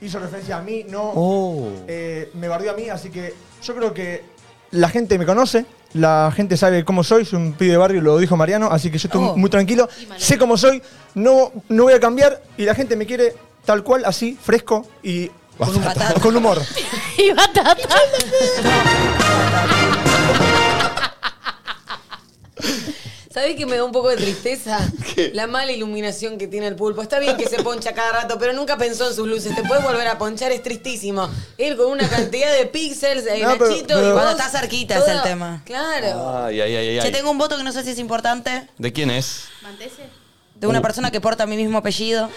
Speaker 6: Hizo referencia a mí, no.
Speaker 1: Oh.
Speaker 6: eh, me bardeó a mí, así que yo creo que la gente me conoce. La gente sabe cómo soy, soy un pibe de barrio, lo dijo Mariano, así que yo estoy
Speaker 1: Oh.
Speaker 6: muy tranquilo. Sé cómo soy, no, no voy a cambiar y la gente me quiere tal cual, así, fresco y con, un-
Speaker 1: <laughs>
Speaker 6: con humor.
Speaker 5: Y batata.
Speaker 8: ¿Sabés que me da un poco de tristeza? La mala iluminación que tiene el pulpo. Está bien que se poncha cada rato, pero nunca pensó en sus luces. Te puedes volver a ponchar, es tristísimo. Él con una cantidad de píxeles, eh,
Speaker 4: No, pero-
Speaker 8: Nachito,
Speaker 4: pero-
Speaker 8: y
Speaker 4: Cuando
Speaker 8: vos,
Speaker 4: está cerquita es el
Speaker 8: todo.
Speaker 4: tema.
Speaker 8: Claro.
Speaker 1: Ay, ay,
Speaker 2: Eh,
Speaker 1: ay, ay,
Speaker 4: Che,
Speaker 1: ay.
Speaker 4: tengo un voto que no sé si es importante.
Speaker 1: ¿De quién es?
Speaker 4: De una
Speaker 1: Uh.
Speaker 4: persona que porta mi mismo apellido.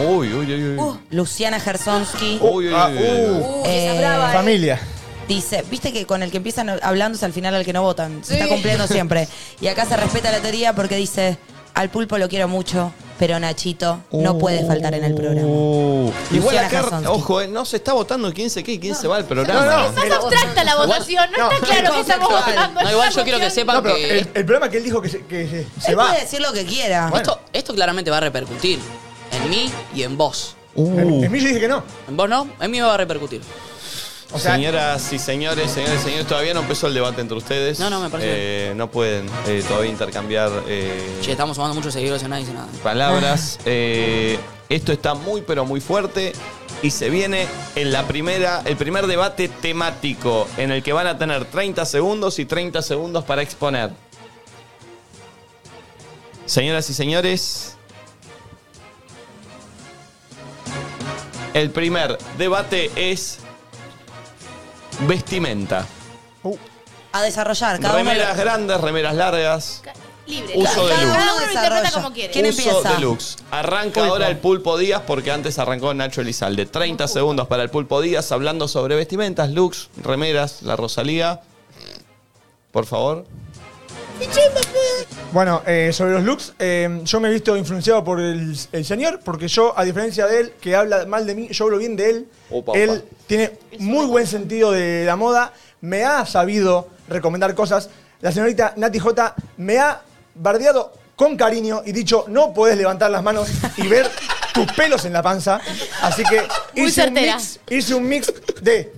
Speaker 4: Uh,
Speaker 1: Uy, uy, uy, uy.
Speaker 4: Luciana Gersonsky.
Speaker 1: Uy, uy, uy, uy, uy.
Speaker 4: Eh,
Speaker 6: Familia.
Speaker 4: Dice, viste que con el que empiezan hablando es al final al que no votan. Se está
Speaker 8: Sí.
Speaker 4: cumpliendo siempre. Y acá se respeta la teoría porque dice, al pulpo lo quiero mucho, pero Nachito no puede faltar en el programa.
Speaker 1: Uh, igual
Speaker 4: Luciana
Speaker 1: acá,
Speaker 4: Jason.
Speaker 1: ojo, eh, no se está votando quién se qué y quién se va al
Speaker 5: No,
Speaker 1: programa.
Speaker 5: no, es abstracta la votación, no, está claro que estamos votando.
Speaker 3: yo quiero que sepan
Speaker 6: No, pero
Speaker 3: que-
Speaker 6: El, el problema es que él dijo que se, que se- se
Speaker 3: Él
Speaker 6: va.
Speaker 3: puede
Speaker 4: decir lo que quiera.
Speaker 3: Esto, esto claramente va a repercutir en mí y en vos.
Speaker 6: En, en mí yo dije que no.
Speaker 3: ¿En vos no? En mí me va a repercutir.
Speaker 1: Señoras y señores, señores y señores, todavía no empezó el debate entre ustedes.
Speaker 3: No, no, me parece
Speaker 1: Eh, no pueden eh, todavía intercambiar eh,
Speaker 3: Che, estamos sumando muchos seguidores y nadie dice nada.
Speaker 1: palabras. Eh, esto está muy, pero muy fuerte. Y se viene en la primera, el primer debate temático, en el que van a tener 30 segundos y 30 segundos para exponer. Señoras y señores, el primer debate es vestimenta.
Speaker 4: A desarrollar cada uno.
Speaker 1: Remeras grandes, remeras largas.
Speaker 5: Libre.
Speaker 1: Uso de
Speaker 5: Cada
Speaker 1: luz.
Speaker 5: uno lo interpreta
Speaker 4: Desarrolla.
Speaker 5: como quiere.
Speaker 4: ¿Quién
Speaker 1: Uso
Speaker 4: empieza?
Speaker 1: deluxe. Arranca ahora el Pulpo Díaz porque antes arrancó Nacho Elizalde. 30 segundos para el Pulpo Díaz hablando sobre vestimentas, looks, remeras, la Rosalía. Por favor.
Speaker 6: Bueno, eh, sobre los looks, eh, yo me he visto influenciado por el, el señor, porque yo, a diferencia de él, que habla mal de mí, yo hablo bien de él.
Speaker 1: Opa,
Speaker 6: él
Speaker 1: opa.
Speaker 6: tiene muy buen sentido de la moda, me ha sabido recomendar cosas. La señorita Nati J me ha bardeado con cariño y dicho, no puedes levantar las manos y ver tus pelos en la panza. Así que
Speaker 5: Muy
Speaker 6: hice un,
Speaker 5: certera.
Speaker 6: mix, hice un mix de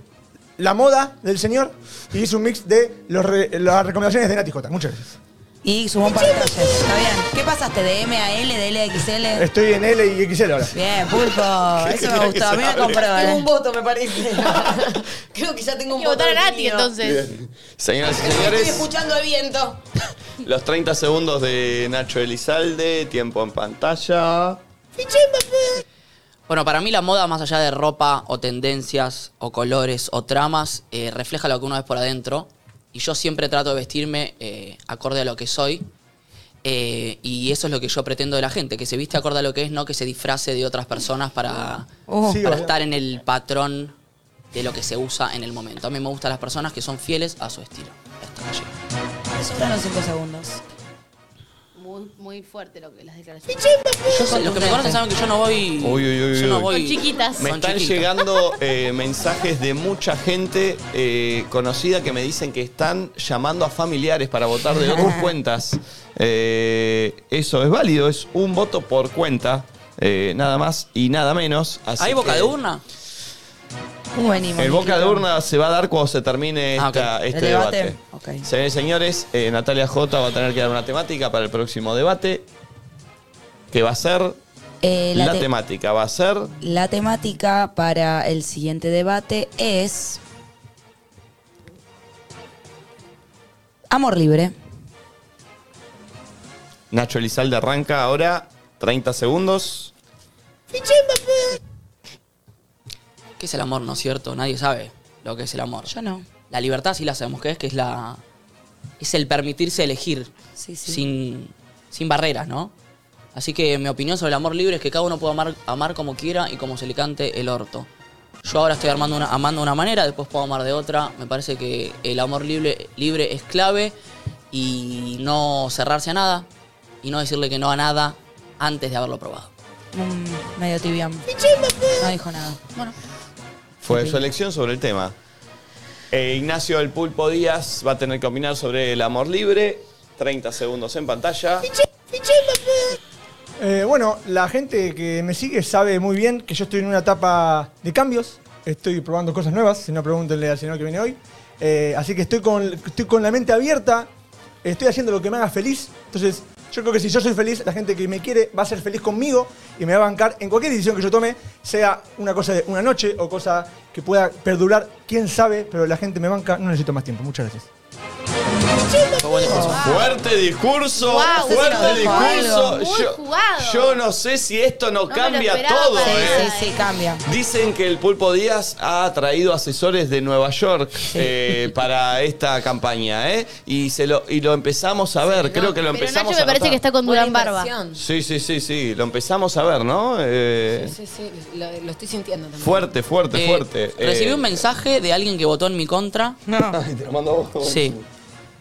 Speaker 6: la moda del señor y hice un mix de los re- las recomendaciones de Nati J. Muchas gracias.
Speaker 4: Y sumó un par de calles. Está bien. ¿Qué pasaste? ¿De M a L, de L a XL?
Speaker 6: Estoy en L y XL ahora.
Speaker 4: Bien,
Speaker 6: <laughs>
Speaker 1: <laughs>
Speaker 4: pulpo. Eso me gustó. A mí me compró.
Speaker 8: Tengo un
Speaker 4: ¿eh?
Speaker 8: voto, me
Speaker 4: <laughs>
Speaker 8: parece. Creo que ya tengo un
Speaker 5: Hay que
Speaker 8: voto.
Speaker 5: votar a
Speaker 8: definido.
Speaker 5: Nati, entonces.
Speaker 1: Señoras y
Speaker 8: Estoy
Speaker 1: señores,
Speaker 8: escuchando al viento.
Speaker 1: los 30 segundos de Nacho Elizalde, tiempo en pantalla.
Speaker 3: Bueno, para mí la moda, más allá de ropa o tendencias o colores o tramas, eh, refleja lo que uno es por adentro. Y yo siempre trato de vestirme eh, acorde a lo que soy. Eh, y eso es lo que yo pretendo de la gente, que se viste acorde a lo que es, no que se disfrace de otras personas para,
Speaker 4: Oh. Sí,
Speaker 3: para
Speaker 4: obvio.
Speaker 3: estar en el patrón de lo que se usa en el momento. A mí me gustan las personas que son fieles a su estilo. Hasta allí.
Speaker 4: Sobraron 5 segundos.
Speaker 8: Muy
Speaker 5: muy, muy fuerte lo que las declaraciones.
Speaker 3: Yo- los que me conocen saben que yo no voy.
Speaker 1: Uy, uy, uy,
Speaker 3: yo no
Speaker 1: uy.
Speaker 3: voy.
Speaker 5: Son chiquitas.
Speaker 1: Me
Speaker 3: Son
Speaker 1: están
Speaker 3: chiquitas.
Speaker 1: llegando eh, mensajes de mucha gente eh, conocida que me dicen que están llamando a familiares para votar de otras cuentas. Eh, eso es válido, es un voto por cuenta, eh, nada más y nada menos. Así
Speaker 3: ¿Hay boca
Speaker 1: que
Speaker 3: de urna?
Speaker 4: ¿Cómo venimos?
Speaker 1: El boca de
Speaker 4: Niquito?
Speaker 1: urna se va a dar cuando se termine esta-
Speaker 4: ok.
Speaker 1: este
Speaker 4: ¿El debate?
Speaker 1: debate. Señores, señores, eh, Natalia J va a tener que dar una temática para el próximo debate, que va a ser
Speaker 4: Eh,
Speaker 1: la,
Speaker 4: la te-
Speaker 1: temática, va a ser
Speaker 4: La temática para el siguiente debate es. Amor libre.
Speaker 1: Nacho Elizalde arranca ahora, 30 segundos.
Speaker 3: ¿Qué es el amor, no es cierto? Nadie sabe lo que es el amor. Yo
Speaker 4: no.
Speaker 3: La libertad sí la sabemos que es, que es la. Es el permitirse elegir. Sin, sin barreras, ¿no? Así que mi opinión sobre el amor libre es que cada uno puede amar, amar como quiera y como se le cante el orto. Yo ahora estoy armando una, amando de una manera, después puedo amar de otra. Me parece que el amor libre, libre es clave y no cerrarse a nada y no decirle que no a nada antes de haberlo probado.
Speaker 4: Mm, medio tibiam. No dijo nada. Bueno.
Speaker 1: Fue su elección sobre el tema. Eh, Ignacio El Pulpo Díaz va a tener que opinar sobre el amor libre. 30 segundos en pantalla.
Speaker 6: Eh, bueno, la gente que me sigue sabe muy bien que yo estoy en una etapa de cambios. Estoy probando cosas nuevas, si no pregúntenle al señor que viene hoy. Eh, así que estoy con, estoy con la mente abierta, estoy haciendo lo que me haga feliz. Entonces, yo creo que si yo soy feliz, la gente que me quiere va a ser feliz conmigo y me va a bancar en cualquier decisión que yo tome, sea una cosa de una noche o cosa que pueda perdurar, quién sabe, pero la gente me banca, no necesito más tiempo. Muchas gracias.
Speaker 1: Fuerte discurso,
Speaker 5: Guau,
Speaker 1: fuerte
Speaker 5: sí nos dijo
Speaker 1: discurso.
Speaker 5: algo. Muy
Speaker 1: Yo,
Speaker 5: jugado.
Speaker 1: yo no sé si esto
Speaker 3: Oh,
Speaker 1: no,
Speaker 5: me lo
Speaker 1: cambia
Speaker 5: esperaba
Speaker 1: todo.
Speaker 5: para
Speaker 1: ¿eh?
Speaker 4: Sí, sí, cambia.
Speaker 1: Dicen que el Pulpo Díaz ha traído asesores de Nueva York eh, para esta campaña, ¿eh? Y, se lo, y lo empezamos a ver, creo que lo
Speaker 5: Pero
Speaker 1: empezamos
Speaker 5: Nacho me
Speaker 1: a
Speaker 5: parece
Speaker 1: notar.
Speaker 5: que está con
Speaker 8: Buena
Speaker 5: Durán Barba.
Speaker 8: inversión.
Speaker 1: Sí, sí, sí, sí, lo empezamos a ver, ¿no? Eh,
Speaker 8: Sí, sí, lo, lo estoy sintiendo también.
Speaker 1: Fuerte, fuerte,
Speaker 3: Eh,
Speaker 1: fuerte.
Speaker 3: Recibí
Speaker 1: Eh,
Speaker 3: un mensaje de alguien que votó en mi contra. <laughs>
Speaker 1: Ay, te lo mando a vos.
Speaker 3: Sí.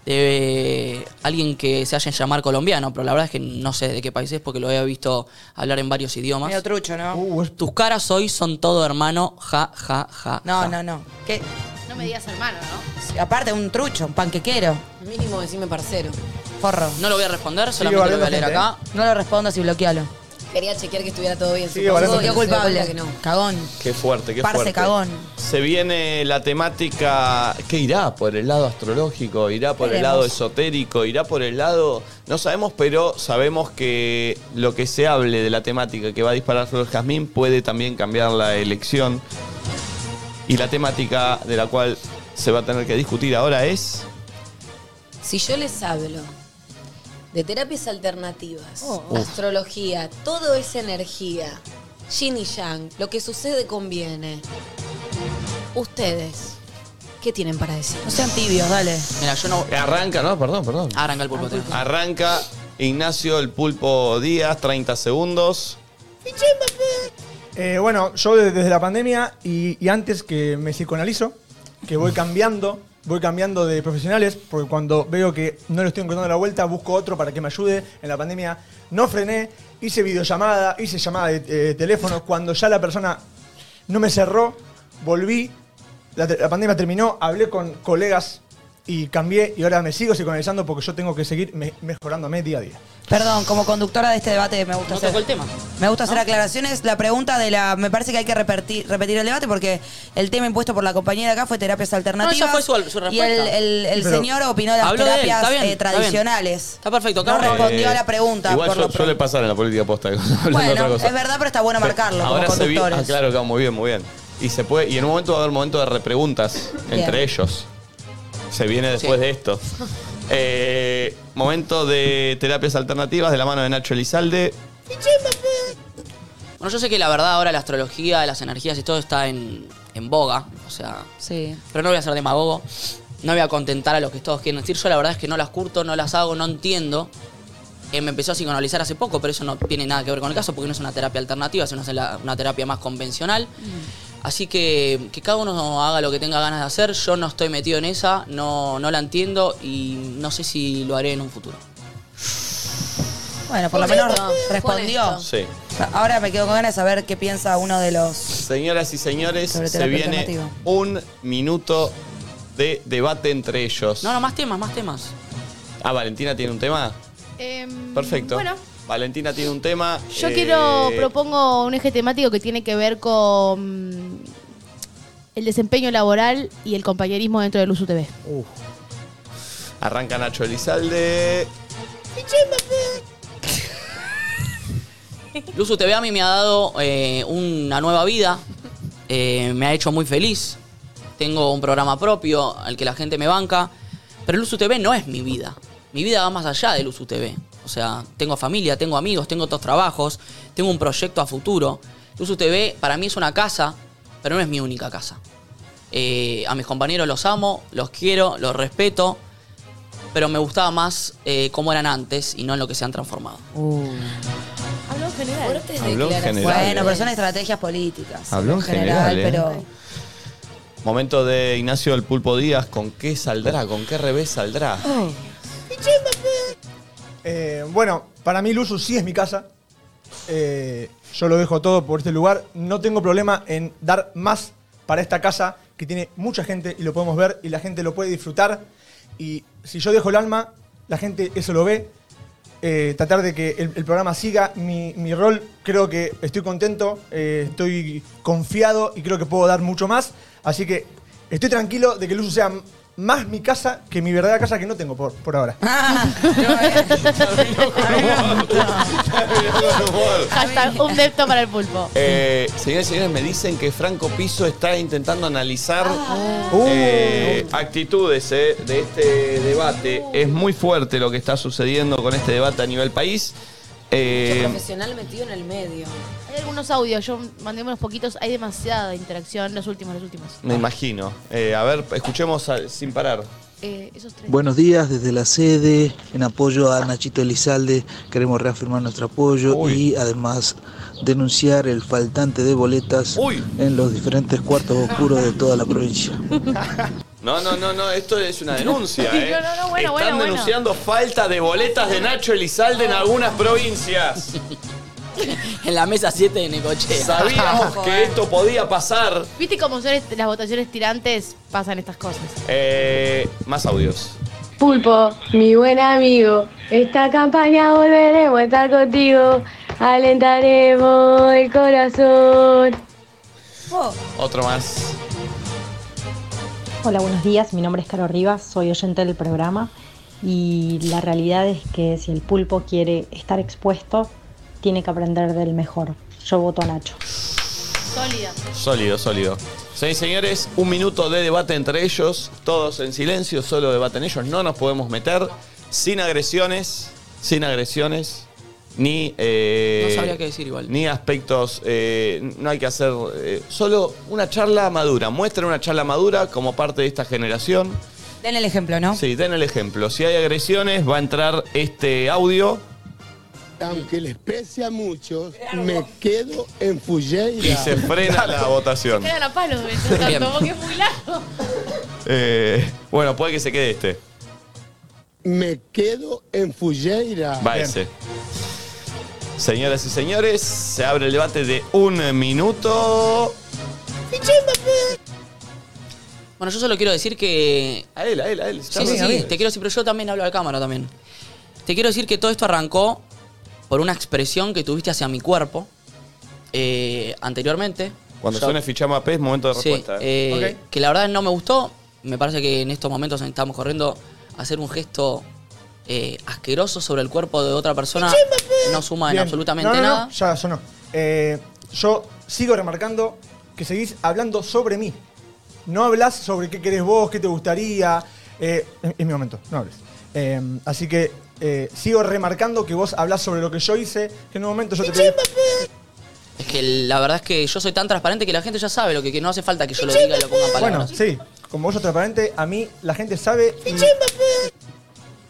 Speaker 3: De eh, alguien que se haya llamar colombiano, pero la verdad es que no sé de qué país es porque lo he visto hablar en varios idiomas.
Speaker 4: Medio trucho, ¿no?
Speaker 1: Uh,
Speaker 3: Tus caras hoy son todo hermano, ja, ja, ja.
Speaker 4: No,
Speaker 3: ja.
Speaker 4: no, no. ¿Qué?
Speaker 5: No me digas hermano, ¿no?
Speaker 4: Sí, Aparte, un trucho, un panquequero.
Speaker 8: Mínimo decime parcero.
Speaker 4: Forro.
Speaker 3: No lo voy a responder, solamente lo voy a leer acá.
Speaker 4: No lo respondas y bloquealo.
Speaker 8: Quería chequear que estuviera todo bien.
Speaker 4: Sí,
Speaker 8: supongo.
Speaker 4: valiendo
Speaker 8: Y se dio
Speaker 4: culpable.
Speaker 8: cuenta que no.
Speaker 4: Cagón.
Speaker 1: Qué fuerte, qué
Speaker 4: Parce
Speaker 1: fuerte.
Speaker 4: cagón.
Speaker 1: Se viene la temática. ¿Qué irá? ¿Por el lado astrológico? ¿Irá por el
Speaker 4: Veremos.
Speaker 1: lado esotérico? ¿Irá por el lado.? No sabemos, pero sabemos que lo que se hable de la temática que va a disparar Flor Jazmín puede también cambiar la elección. Y la temática de la cual se va a tener que discutir ahora es.
Speaker 8: Si yo les hablo de terapias alternativas,
Speaker 1: Uf.
Speaker 8: astrología, todo es energía, yin y yang, lo que sucede conviene. Ustedes, ¿qué tienen para decir?
Speaker 4: No sean tibios, dale.
Speaker 3: Mira, yo no.
Speaker 1: Arranca, ¿no? Perdón, perdón.
Speaker 3: Arranca el pulpo. tenés.
Speaker 1: Arranca Ignacio el Pulpo Díaz, 30 segundos.
Speaker 6: Eh, bueno, yo de- desde la pandemia y, y antes que me psicoanalizo, que voy cambiando, voy cambiando de profesionales, porque cuando veo que no le estoy encontrando la vuelta, busco otro para que me ayude. En la pandemia no frené, hice videollamada, hice llamada de eh, teléfono. Cuando ya la persona no me cerró, volví, la, te- la pandemia terminó, hablé con colegas y cambié y ahora me sigo psicoanalizando porque yo tengo que seguir me- mejorándome día a día.
Speaker 4: Perdón, como conductora de este debate me gusta hacer.
Speaker 3: tocó el tema.
Speaker 4: Me gusta hacer aclaraciones. La pregunta de la. Me parece que hay que repetir, repetir el debate porque el tema impuesto por la compañía de acá fue terapias alternativas.
Speaker 3: No, esa fue su- su
Speaker 4: Y el,
Speaker 3: respuesta.
Speaker 4: el- el
Speaker 3: Pero-
Speaker 4: señor opinó de las
Speaker 3: Habló de él,
Speaker 4: terapias
Speaker 3: está bien,
Speaker 4: eh,
Speaker 3: está bien.
Speaker 4: tradicionales.
Speaker 3: Está perfecto,
Speaker 4: No
Speaker 3: acá.
Speaker 4: respondió
Speaker 1: Eh,
Speaker 4: a la pregunta.
Speaker 1: Igual
Speaker 4: por lo
Speaker 1: su- suele pasar en la política posta. <laughs> que cuando hablan de otra
Speaker 4: Bueno,
Speaker 1: cosa.
Speaker 4: es verdad, pero está bueno marcarlo
Speaker 1: Ahora
Speaker 4: como
Speaker 1: se vi-
Speaker 4: conductores.
Speaker 1: Ah, claro, claro, muy bien, muy bien. Y se puede, y en un momento va a haber momento de repreguntas
Speaker 4: Bien.
Speaker 1: entre ellos. Se viene después de esto. Eh, momento de terapias alternativas de la mano de Nacho Elizalde.
Speaker 3: Bueno, yo sé que la verdad ahora la astrología, las energías y todo está en, en boga. O sea.
Speaker 4: Sí.
Speaker 3: Pero no voy a ser demagogo. No voy a contentar a los que todos quieren decir. Yo la verdad es que no las curto, no las hago, no entiendo. Eh, me empezó a psicoanalizar hace poco, pero eso no tiene nada que ver con el caso porque no es una terapia alternativa, es una, una terapia más convencional. Así que que cada uno haga lo que tenga ganas de hacer. Yo no estoy metido en esa, no, no la entiendo y no sé si lo haré en un futuro.
Speaker 4: Bueno, por lo
Speaker 8: Honesto,
Speaker 4: menos
Speaker 8: honesto.
Speaker 4: respondió.
Speaker 1: Sí.
Speaker 4: Ahora me quedo con ganas de saber qué piensa uno de los.
Speaker 1: Señoras y señores,
Speaker 4: Sobre
Speaker 1: se
Speaker 4: terapia
Speaker 1: viene
Speaker 4: alternativa.
Speaker 1: un minuto de debate entre ellos.
Speaker 3: No, no, más temas, más temas.
Speaker 1: Ah, Valentina tiene un tema.
Speaker 5: Em,
Speaker 1: Perfecto.
Speaker 5: Bueno,
Speaker 1: Valentina tiene un tema.
Speaker 5: yo
Speaker 1: eh,
Speaker 5: quiero propongo un eje temático que tiene que ver con mm, el desempeño laboral y el compañerismo dentro del USUTV.
Speaker 1: uh. Arranca Nacho Elizalde.
Speaker 3: Luzu TV a mí me ha dado eh, una nueva vida, eh, me ha hecho muy feliz. Tengo un programa propio al que la gente me banca, pero Luzu TV no es mi vida. Mi vida va más allá de Luzu TV. O sea, tengo familia, tengo amigos, tengo otros trabajos, tengo un proyecto a futuro. Luzu TV para mí es una casa, pero no es mi única casa. Eh, a mis compañeros los amo, los quiero, los respeto, pero me gustaba más eh, cómo eran antes y no en lo que se han transformado.
Speaker 7: Uh.
Speaker 5: Habló en general.
Speaker 1: Habló en general.
Speaker 4: Bueno, pero son estrategias políticas.
Speaker 1: Habló en general, ¿eh?
Speaker 4: pero.
Speaker 1: Momento de Ignacio del Pulpo Díaz. ¿Con qué saldrá? ¿Con qué revés
Speaker 5: <laughs>
Speaker 1: saldrá?
Speaker 6: pues. Eh, bueno, para mí Luzu sí es mi casa. Eh, yo lo dejo todo por este lugar. No tengo problema en dar más para esta casa que tiene mucha gente y lo podemos ver y la gente lo puede disfrutar. Y si yo dejo el alma, la gente eso lo ve. Eh, tratar de que el, el programa siga mi, mi rol. Creo que estoy contento, eh, estoy confiado y creo que puedo dar mucho más. Así que estoy tranquilo de que Luzu sea m- más mi casa que mi verdadera casa que no tengo por, por ahora.
Speaker 5: Hashtag un depto para el pulpo.
Speaker 1: Eh, señores y señores, me dicen que Franco Piso está intentando analizar
Speaker 5: Ah.
Speaker 1: eh,
Speaker 5: Uh.
Speaker 1: actitudes eh, de este debate. Es muy fuerte lo que está sucediendo con este debate a nivel país. Eh,
Speaker 8: Profesional metido en el medio.
Speaker 5: Hay algunos audios, yo mandé unos poquitos, hay demasiada interacción, los últimos, los últimos.
Speaker 1: me imagino. Eh, a ver, escuchemos a- sin parar.
Speaker 5: Eh, esos tres.
Speaker 15: Buenos días desde la sede, en apoyo a Nachito Elizalde, queremos reafirmar nuestro apoyo y además denunciar el faltante de boletas en los diferentes cuartos oscuros de toda la provincia.
Speaker 1: No, no, no, no, esto es una denuncia.
Speaker 5: Sí,
Speaker 1: eh.
Speaker 5: <laughs> no, no, no, bueno,
Speaker 1: Están
Speaker 5: bueno, bueno.
Speaker 1: denunciando falta de boletas de Nacho Elizalde en algunas
Speaker 5: <laughs>
Speaker 1: provincias.
Speaker 3: en la mesa 7 de Necochea.
Speaker 5: <laughs>
Speaker 1: Sabíamos que esto podía pasar.
Speaker 5: ¿Viste cómo son est- las votaciones tirantes? Pasan estas cosas.
Speaker 1: Eh, más audios.
Speaker 16: Pulpo, mi buen amigo, esta campaña volveremos a estar contigo, alentaremos el corazón.
Speaker 7: Oh,
Speaker 1: Otro más.
Speaker 17: Hola, buenos días. Mi nombre es Caro Rivas, soy oyente del programa y la realidad es que si el pulpo quiere estar expuesto, tiene que aprender del mejor. Yo voto a Nacho.
Speaker 5: Sólida.
Speaker 1: Sólido, sólido. Seis señores, un minuto de debate entre ellos, todos en silencio, solo debaten ellos, no nos podemos meter, sin agresiones, sin agresiones, ni... eh,
Speaker 3: No sabría qué decir igual.
Speaker 1: Ni aspectos, eh, no hay que hacer... eh, solo una charla madura, muestren una charla madura como parte de esta generación.
Speaker 4: Den el ejemplo, ¿no?
Speaker 1: Sí, den el ejemplo. Si hay agresiones, va a entrar este audio
Speaker 18: Aunque les pese a muchos, me quedo en Fulleira.
Speaker 1: y se
Speaker 3: <laughs>
Speaker 1: frena la votación.
Speaker 5: Quedan a palos, mientras
Speaker 1: Bien.
Speaker 5: tanto, porque es muy largo.
Speaker 1: Eh, bueno, puede que se quede este.
Speaker 18: Me quedo en
Speaker 6: Ah,
Speaker 18: Fulleira.
Speaker 1: Va ese. Señoras y señores, se abre el debate de un minuto.
Speaker 3: Bueno, yo solo quiero decir que.
Speaker 1: A él, a él, a él.
Speaker 3: Sí, sí, sí, te quiero decir, pero yo también hablo a la cámara también. Te quiero decir que todo esto arrancó por una expresión que tuviste hacia mi cuerpo eh, anteriormente.
Speaker 1: Cuando
Speaker 3: Yo-
Speaker 1: suene fichama P es momento de
Speaker 3: Sí,
Speaker 1: respuesta. ¿eh?
Speaker 3: eh, que la verdad no me gustó. Me parece que en estos momentos estamos corriendo a hacer un gesto eh, asqueroso sobre el cuerpo de otra persona. No suma en
Speaker 6: Bien.
Speaker 3: absolutamente
Speaker 6: No, no, no,
Speaker 3: nada.
Speaker 6: ya sonó. Eh, yo sigo remarcando que seguís hablando sobre mí. No hablas sobre qué querés vos, qué te gustaría. Eh, es, es mi momento, no hables. Eh, así que eh, sigo remarcando que vos hablás sobre lo que yo hice, que en un momento yo te pedí.
Speaker 3: Es que la verdad es que yo soy tan transparente que la gente ya sabe lo que, que no hace falta que yo lo diga y lo ponga en palabras.
Speaker 6: Bueno, sí, como vos sos transparente, a mí la gente sabe. y-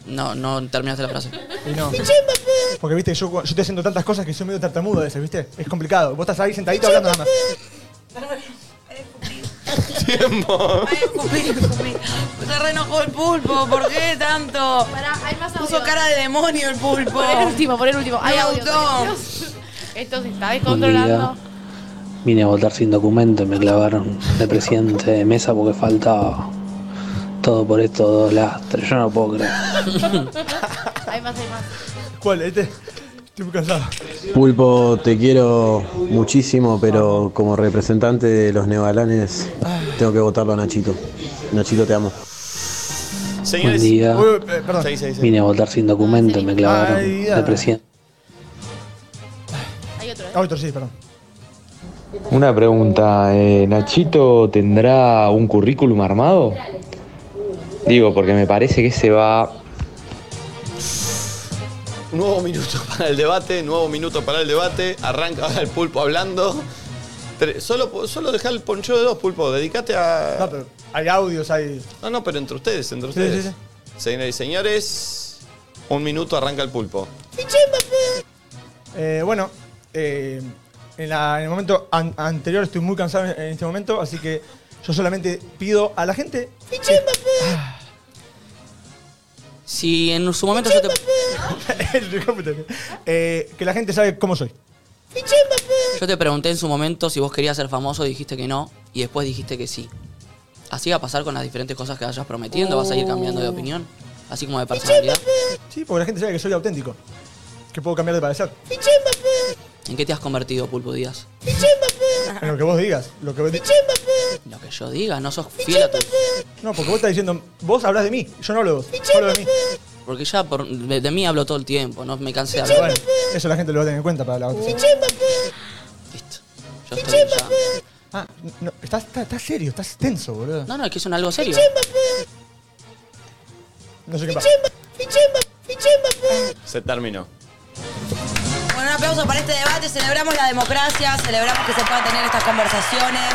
Speaker 3: No, no terminaste la frase.
Speaker 6: Y no. Porque viste, yo, yo estoy haciendo tantas cosas que soy medio tartamudo a veces, viste. Es complicado. Vos estás ahí sentadito hablando nada más.
Speaker 1: tiempo.
Speaker 2: Se reenojó el pulpo, ¿por qué tanto? Puso cara de demonio el pulpo.
Speaker 5: Por el último, por el último. Hay
Speaker 2: Me
Speaker 5: audio.
Speaker 2: gustó.
Speaker 5: Esto se está
Speaker 19: Un
Speaker 5: descontrolando.
Speaker 19: día vine a votar sin documento y me clavaron de presidente de mesa porque faltaba todo por estos dos lastres. Yo no puedo creer.
Speaker 5: <laughs> hay más, hay más.
Speaker 6: ¿Cuál? Este. Estoy muy cansado.
Speaker 20: Pulpo, te quiero muchísimo, pero como representante de los neogalanes, tengo que votarlo a Nachito. Nachito, te amo.
Speaker 1: Señores,
Speaker 19: Buen día.
Speaker 1: Uy, eh, perdón. Sí, sí, sí.
Speaker 19: Vine a votar sin documento y me clavaron
Speaker 6: Ay, ya.
Speaker 19: de presidente.
Speaker 5: Hay otro. ¿eh?
Speaker 6: Ah, otro sí, perdón.
Speaker 21: Una pregunta, eh, ¿Nachito tendrá un currículum armado? Digo, porque me parece que se va
Speaker 1: Nuevo minuto <laughs> para el debate, nuevo minuto para el debate. Arranca ahora el pulpo hablando. Tre- Solo, solo dejá el poncho de dos, pulpo. Dedicate a. No,
Speaker 6: pero hay audios, hay.
Speaker 1: No, no, pero entre ustedes, entre
Speaker 6: Sí, sí,
Speaker 1: ustedes. Señoras y señores, un minuto arranca el pulpo.
Speaker 6: Eh, bueno, eh, en, la- en el momento an- anterior estoy muy cansado en, en este momento, así que yo solamente pido a la gente. Ah.
Speaker 3: Si en su momento yo te.
Speaker 6: <laughs> Eh, que la gente sabe cómo soy.
Speaker 3: Yo te pregunté en su momento si vos querías ser famoso, dijiste que no, y después dijiste que sí. Así va a pasar con las diferentes cosas que vayas prometiendo, vas a ir cambiando de opinión, así como de personalidad.
Speaker 6: Sí, porque la gente sabe que soy auténtico. Que puedo cambiar de parecer.
Speaker 3: ¿En qué te has convertido, Pulpo Díaz?
Speaker 6: En lo que vos digas. Lo que vos di-
Speaker 3: Lo que yo diga, no sos fiel a tu...
Speaker 6: No, porque vos estás diciendo. Vos hablas de mí. Yo no hablo de vos. yo hablo de mí.
Speaker 3: Porque ya por- de, de mí hablo todo el tiempo, no me cansé de
Speaker 6: Pero bueno,
Speaker 3: hablar.
Speaker 6: eso la gente lo va a tener en cuenta para la otra.
Speaker 3: Yo estoy ya-
Speaker 6: Ah, no, estás, estás- estás serio, estás tenso, boludo.
Speaker 3: No, no, es que es un algo serio.
Speaker 6: No sé qué pasa.
Speaker 1: Se terminó.
Speaker 4: Bueno, un aplauso para este debate. Celebramos la democracia, celebramos que se puedan tener estas conversaciones,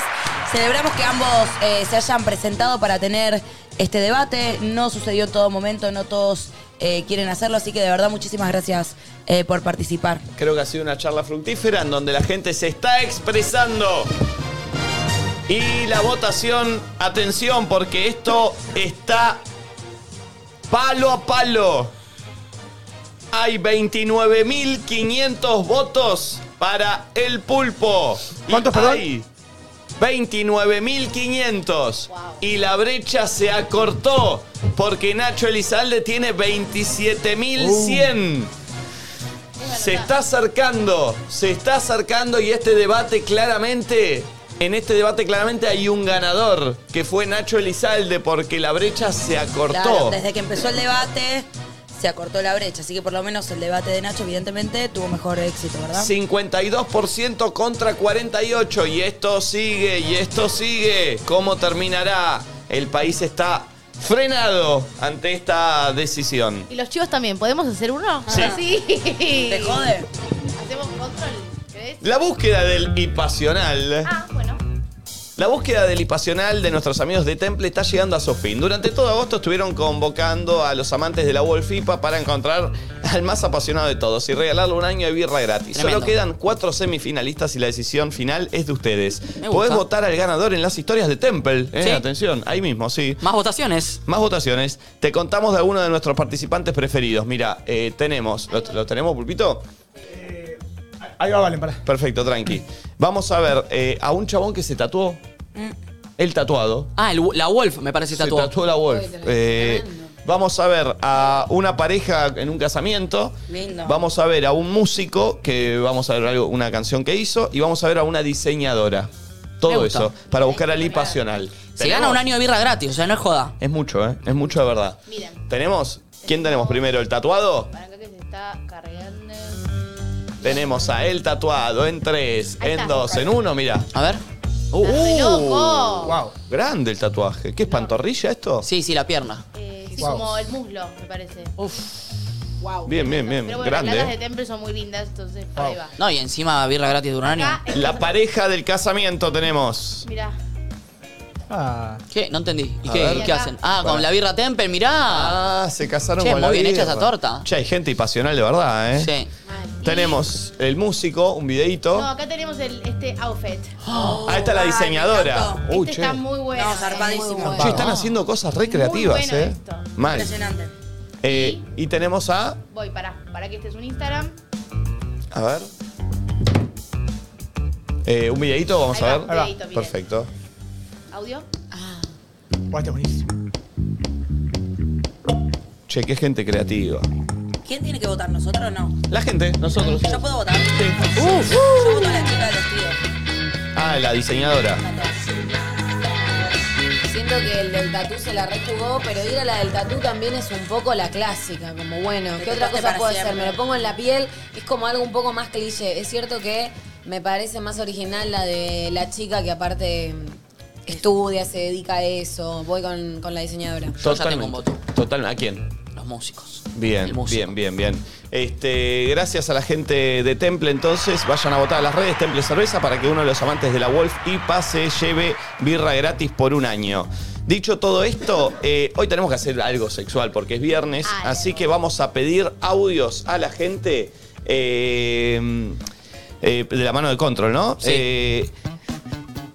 Speaker 4: celebramos que ambos eh, se hayan presentado para tener este debate. No sucedió en todo momento, no todos eh, quieren hacerlo, así que de verdad muchísimas gracias eh, por participar.
Speaker 1: Creo que ha sido una charla fructífera en donde la gente se está expresando. Y la votación, atención, porque esto está palo a palo. Hay 29.500 votos para el pulpo. ¿Cuántos, perdón? 29.500. Y la brecha se acortó porque Nacho Elizalde tiene 27.100. Se está acercando, se está acercando y este debate claramente, en este debate claramente hay un ganador, que fue Nacho Elizalde, porque la brecha se
Speaker 4: Claro,
Speaker 1: acortó.
Speaker 4: desde que empezó el debate se acortó la brecha, así que por lo menos el debate de Nacho evidentemente tuvo mejor éxito, ¿verdad?
Speaker 1: 52% contra 48 y esto sigue y esto sigue. ¿Cómo terminará? El país está frenado ante esta decisión.
Speaker 5: Y los chivos también, ¿podemos hacer uno?
Speaker 1: Sí.
Speaker 5: ¿Te
Speaker 4: jode?
Speaker 5: Hacemos control, ¿crees?
Speaker 1: La búsqueda del hipasional.
Speaker 5: Ah, bueno.
Speaker 1: La búsqueda del hipasional de nuestros amigos de Temple está llegando a su fin. Durante todo agosto estuvieron convocando a los amantes de la Wolfipa para encontrar al más apasionado de todos y regalarle un año de birra gratis. Solo
Speaker 3: Tremendo.
Speaker 1: quedan cuatro semifinalistas y la decisión final es de ustedes.
Speaker 3: Me gusta.
Speaker 1: Podés votar al ganador en las historias de Temple. ¿eh?
Speaker 3: Sí.
Speaker 1: Atención, ahí mismo, sí.
Speaker 3: Más votaciones.
Speaker 1: Más votaciones. Te contamos de alguno de nuestros participantes preferidos. Mira, eh, tenemos. ¿Lo, lo tenemos, Pulpito?
Speaker 6: Eh, Ahí va, Valen, pará.
Speaker 1: Perfecto, tranqui. Vamos a ver eh, a un chabón que se tatuó. El tatuado.
Speaker 3: Mm. Ah, el- la Wolf me parece tatuó.
Speaker 1: Se tatuó la Wolf. Eh, vamos a ver a una pareja en un casamiento.
Speaker 4: Lindo.
Speaker 1: Vamos a ver a un músico, que vamos a ver algo, una canción que hizo. Y vamos a ver a una diseñadora.
Speaker 3: Me
Speaker 1: Todo
Speaker 3: gusta.
Speaker 1: eso, para buscar al hipasional.
Speaker 3: Se gana un año de birra gratis, o sea, no es joda.
Speaker 1: Es mucho, ¿eh? Es mucho de verdad.
Speaker 5: Miren.
Speaker 1: ¿Tenemos? ¿Quién tenemos primero? ¿El tatuado?
Speaker 5: Para acá que se está cargando.
Speaker 1: Tenemos a el tatuado en tres,
Speaker 5: Ahí
Speaker 1: en
Speaker 5: está.
Speaker 1: dos, en uno, mira.
Speaker 3: A ver.
Speaker 1: Uh,
Speaker 5: re loco.
Speaker 1: wow. Grande el tatuaje. ¿Qué es pantorrilla esto?
Speaker 3: Sí, sí, la pierna.
Speaker 5: Eh, sí,
Speaker 1: Wow.
Speaker 5: como el muslo, me parece. Uf. Wow.
Speaker 1: Bien, bien, bien.
Speaker 5: Pero bueno,
Speaker 1: Grande.
Speaker 5: las latas
Speaker 1: ¿eh?
Speaker 5: de Temple son muy lindas, entonces por ahí va.
Speaker 3: No, y encima birra gratis de un año.
Speaker 1: La pareja del casamiento tenemos. Ah,
Speaker 5: Mirá.
Speaker 3: ¿Qué? No entendí. ¿Y
Speaker 1: A
Speaker 3: qué,
Speaker 1: ver.
Speaker 3: y qué hacen? Ah,
Speaker 1: Para.
Speaker 3: con la birra Temple, mirá.
Speaker 1: Ah, se casaron
Speaker 3: Che,
Speaker 1: con la
Speaker 3: muy bien hecha
Speaker 1: birra.
Speaker 3: esa torta.
Speaker 1: Che, hay gente pasional de verdad, ¿eh?
Speaker 3: Sí.
Speaker 1: Tenemos el músico, un videíto.
Speaker 5: No, acá tenemos el, este outfit.
Speaker 1: Ahí está Ah, la diseñadora.
Speaker 5: Este
Speaker 1: Uy, che.
Speaker 5: está muy bueno. No, zarpadísimo.
Speaker 1: Che, están haciendo cosas recreativas,
Speaker 5: bueno
Speaker 1: ¿eh? Mal.
Speaker 5: Impresionante.
Speaker 1: Eh, y tenemos a.
Speaker 5: Voy, para, para que este es un Instagram.
Speaker 1: A ver. Eh, un videíto, vamos
Speaker 5: Ahí va,
Speaker 1: a ver.
Speaker 5: un videíto, miren.
Speaker 1: Perfecto.
Speaker 5: Audio.
Speaker 1: Che, qué gente creativa.
Speaker 4: ¿Quién tiene que votar? ¿Nosotros o no?
Speaker 1: La gente, nosotros.
Speaker 4: Yo puedo votar. Yo voto a la chica de los tíos.
Speaker 1: Ah, la diseñadora.
Speaker 8: Siento que el del tatú se la rejugó, pero ir a la del tatú también es un poco la clásica, como bueno,
Speaker 4: Te
Speaker 8: ¿qué otra
Speaker 4: tatuaste
Speaker 8: cosa
Speaker 4: para
Speaker 8: puedo
Speaker 4: siempre.
Speaker 8: hacer? Me lo pongo en la piel, es como algo un poco más cliché. Es cierto que me parece más original la de la chica que aparte estudia, se dedica a eso. Voy con, con la diseñadora.
Speaker 1: Totalmente. Total, ¿A quién?
Speaker 3: Los músicos.
Speaker 1: Bien, bien, bien, bien. Este, gracias a la gente de Temple, entonces, vayan a votar a las redes Temple Cerveza para que uno de los amantes de la Wolf y pase lleve birra gratis por un año. Dicho todo esto, eh, hoy tenemos que hacer algo sexual porque es viernes, así que vamos a pedir audios a la gente eh, eh, de la mano de control, ¿no? Eh,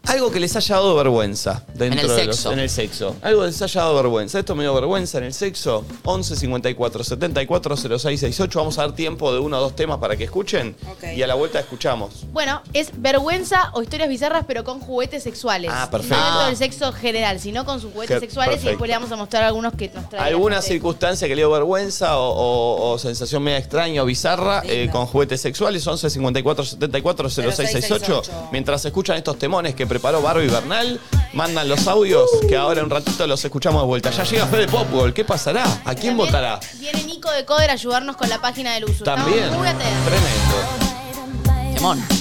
Speaker 1: algo que les haya dado vergüenza dentro
Speaker 3: En el
Speaker 1: de los-
Speaker 3: sexo.
Speaker 1: en el sexo. Algo que les haya dado vergüenza. Esto me dio vergüenza en el sexo. 11 54 74 06 68. Vamos a dar tiempo de uno o dos temas para que escuchen. Y a la vuelta escuchamos.
Speaker 5: Bueno, es vergüenza o historias bizarras, pero con juguetes sexuales.
Speaker 1: Ah, perfecto.
Speaker 5: No
Speaker 1: Ah.
Speaker 5: dentro del sexo general, sino con sus juguetes
Speaker 1: Ge-
Speaker 5: sexuales y
Speaker 1: perfecto.
Speaker 5: después le vamos a mostrar algunos que nos traen.
Speaker 1: ¿Alguna circunstancia que le dio vergüenza o, o- o sensación media extraña o bizarra eh, con juguetes sexuales? 11 54 74 06 68. Mientras escuchan estos temones que preparó Barbie Bernal, mandan los audios que ahora en un ratito los escuchamos de vuelta. Ya llega Fede Popgol. ¿Qué pasará? ¿A quién votará?
Speaker 5: Viene Nico de Coder a ayudarnos con la página del uso.
Speaker 1: También.
Speaker 5: Estamos muy atentos.
Speaker 1: Tremendo.
Speaker 3: Temón.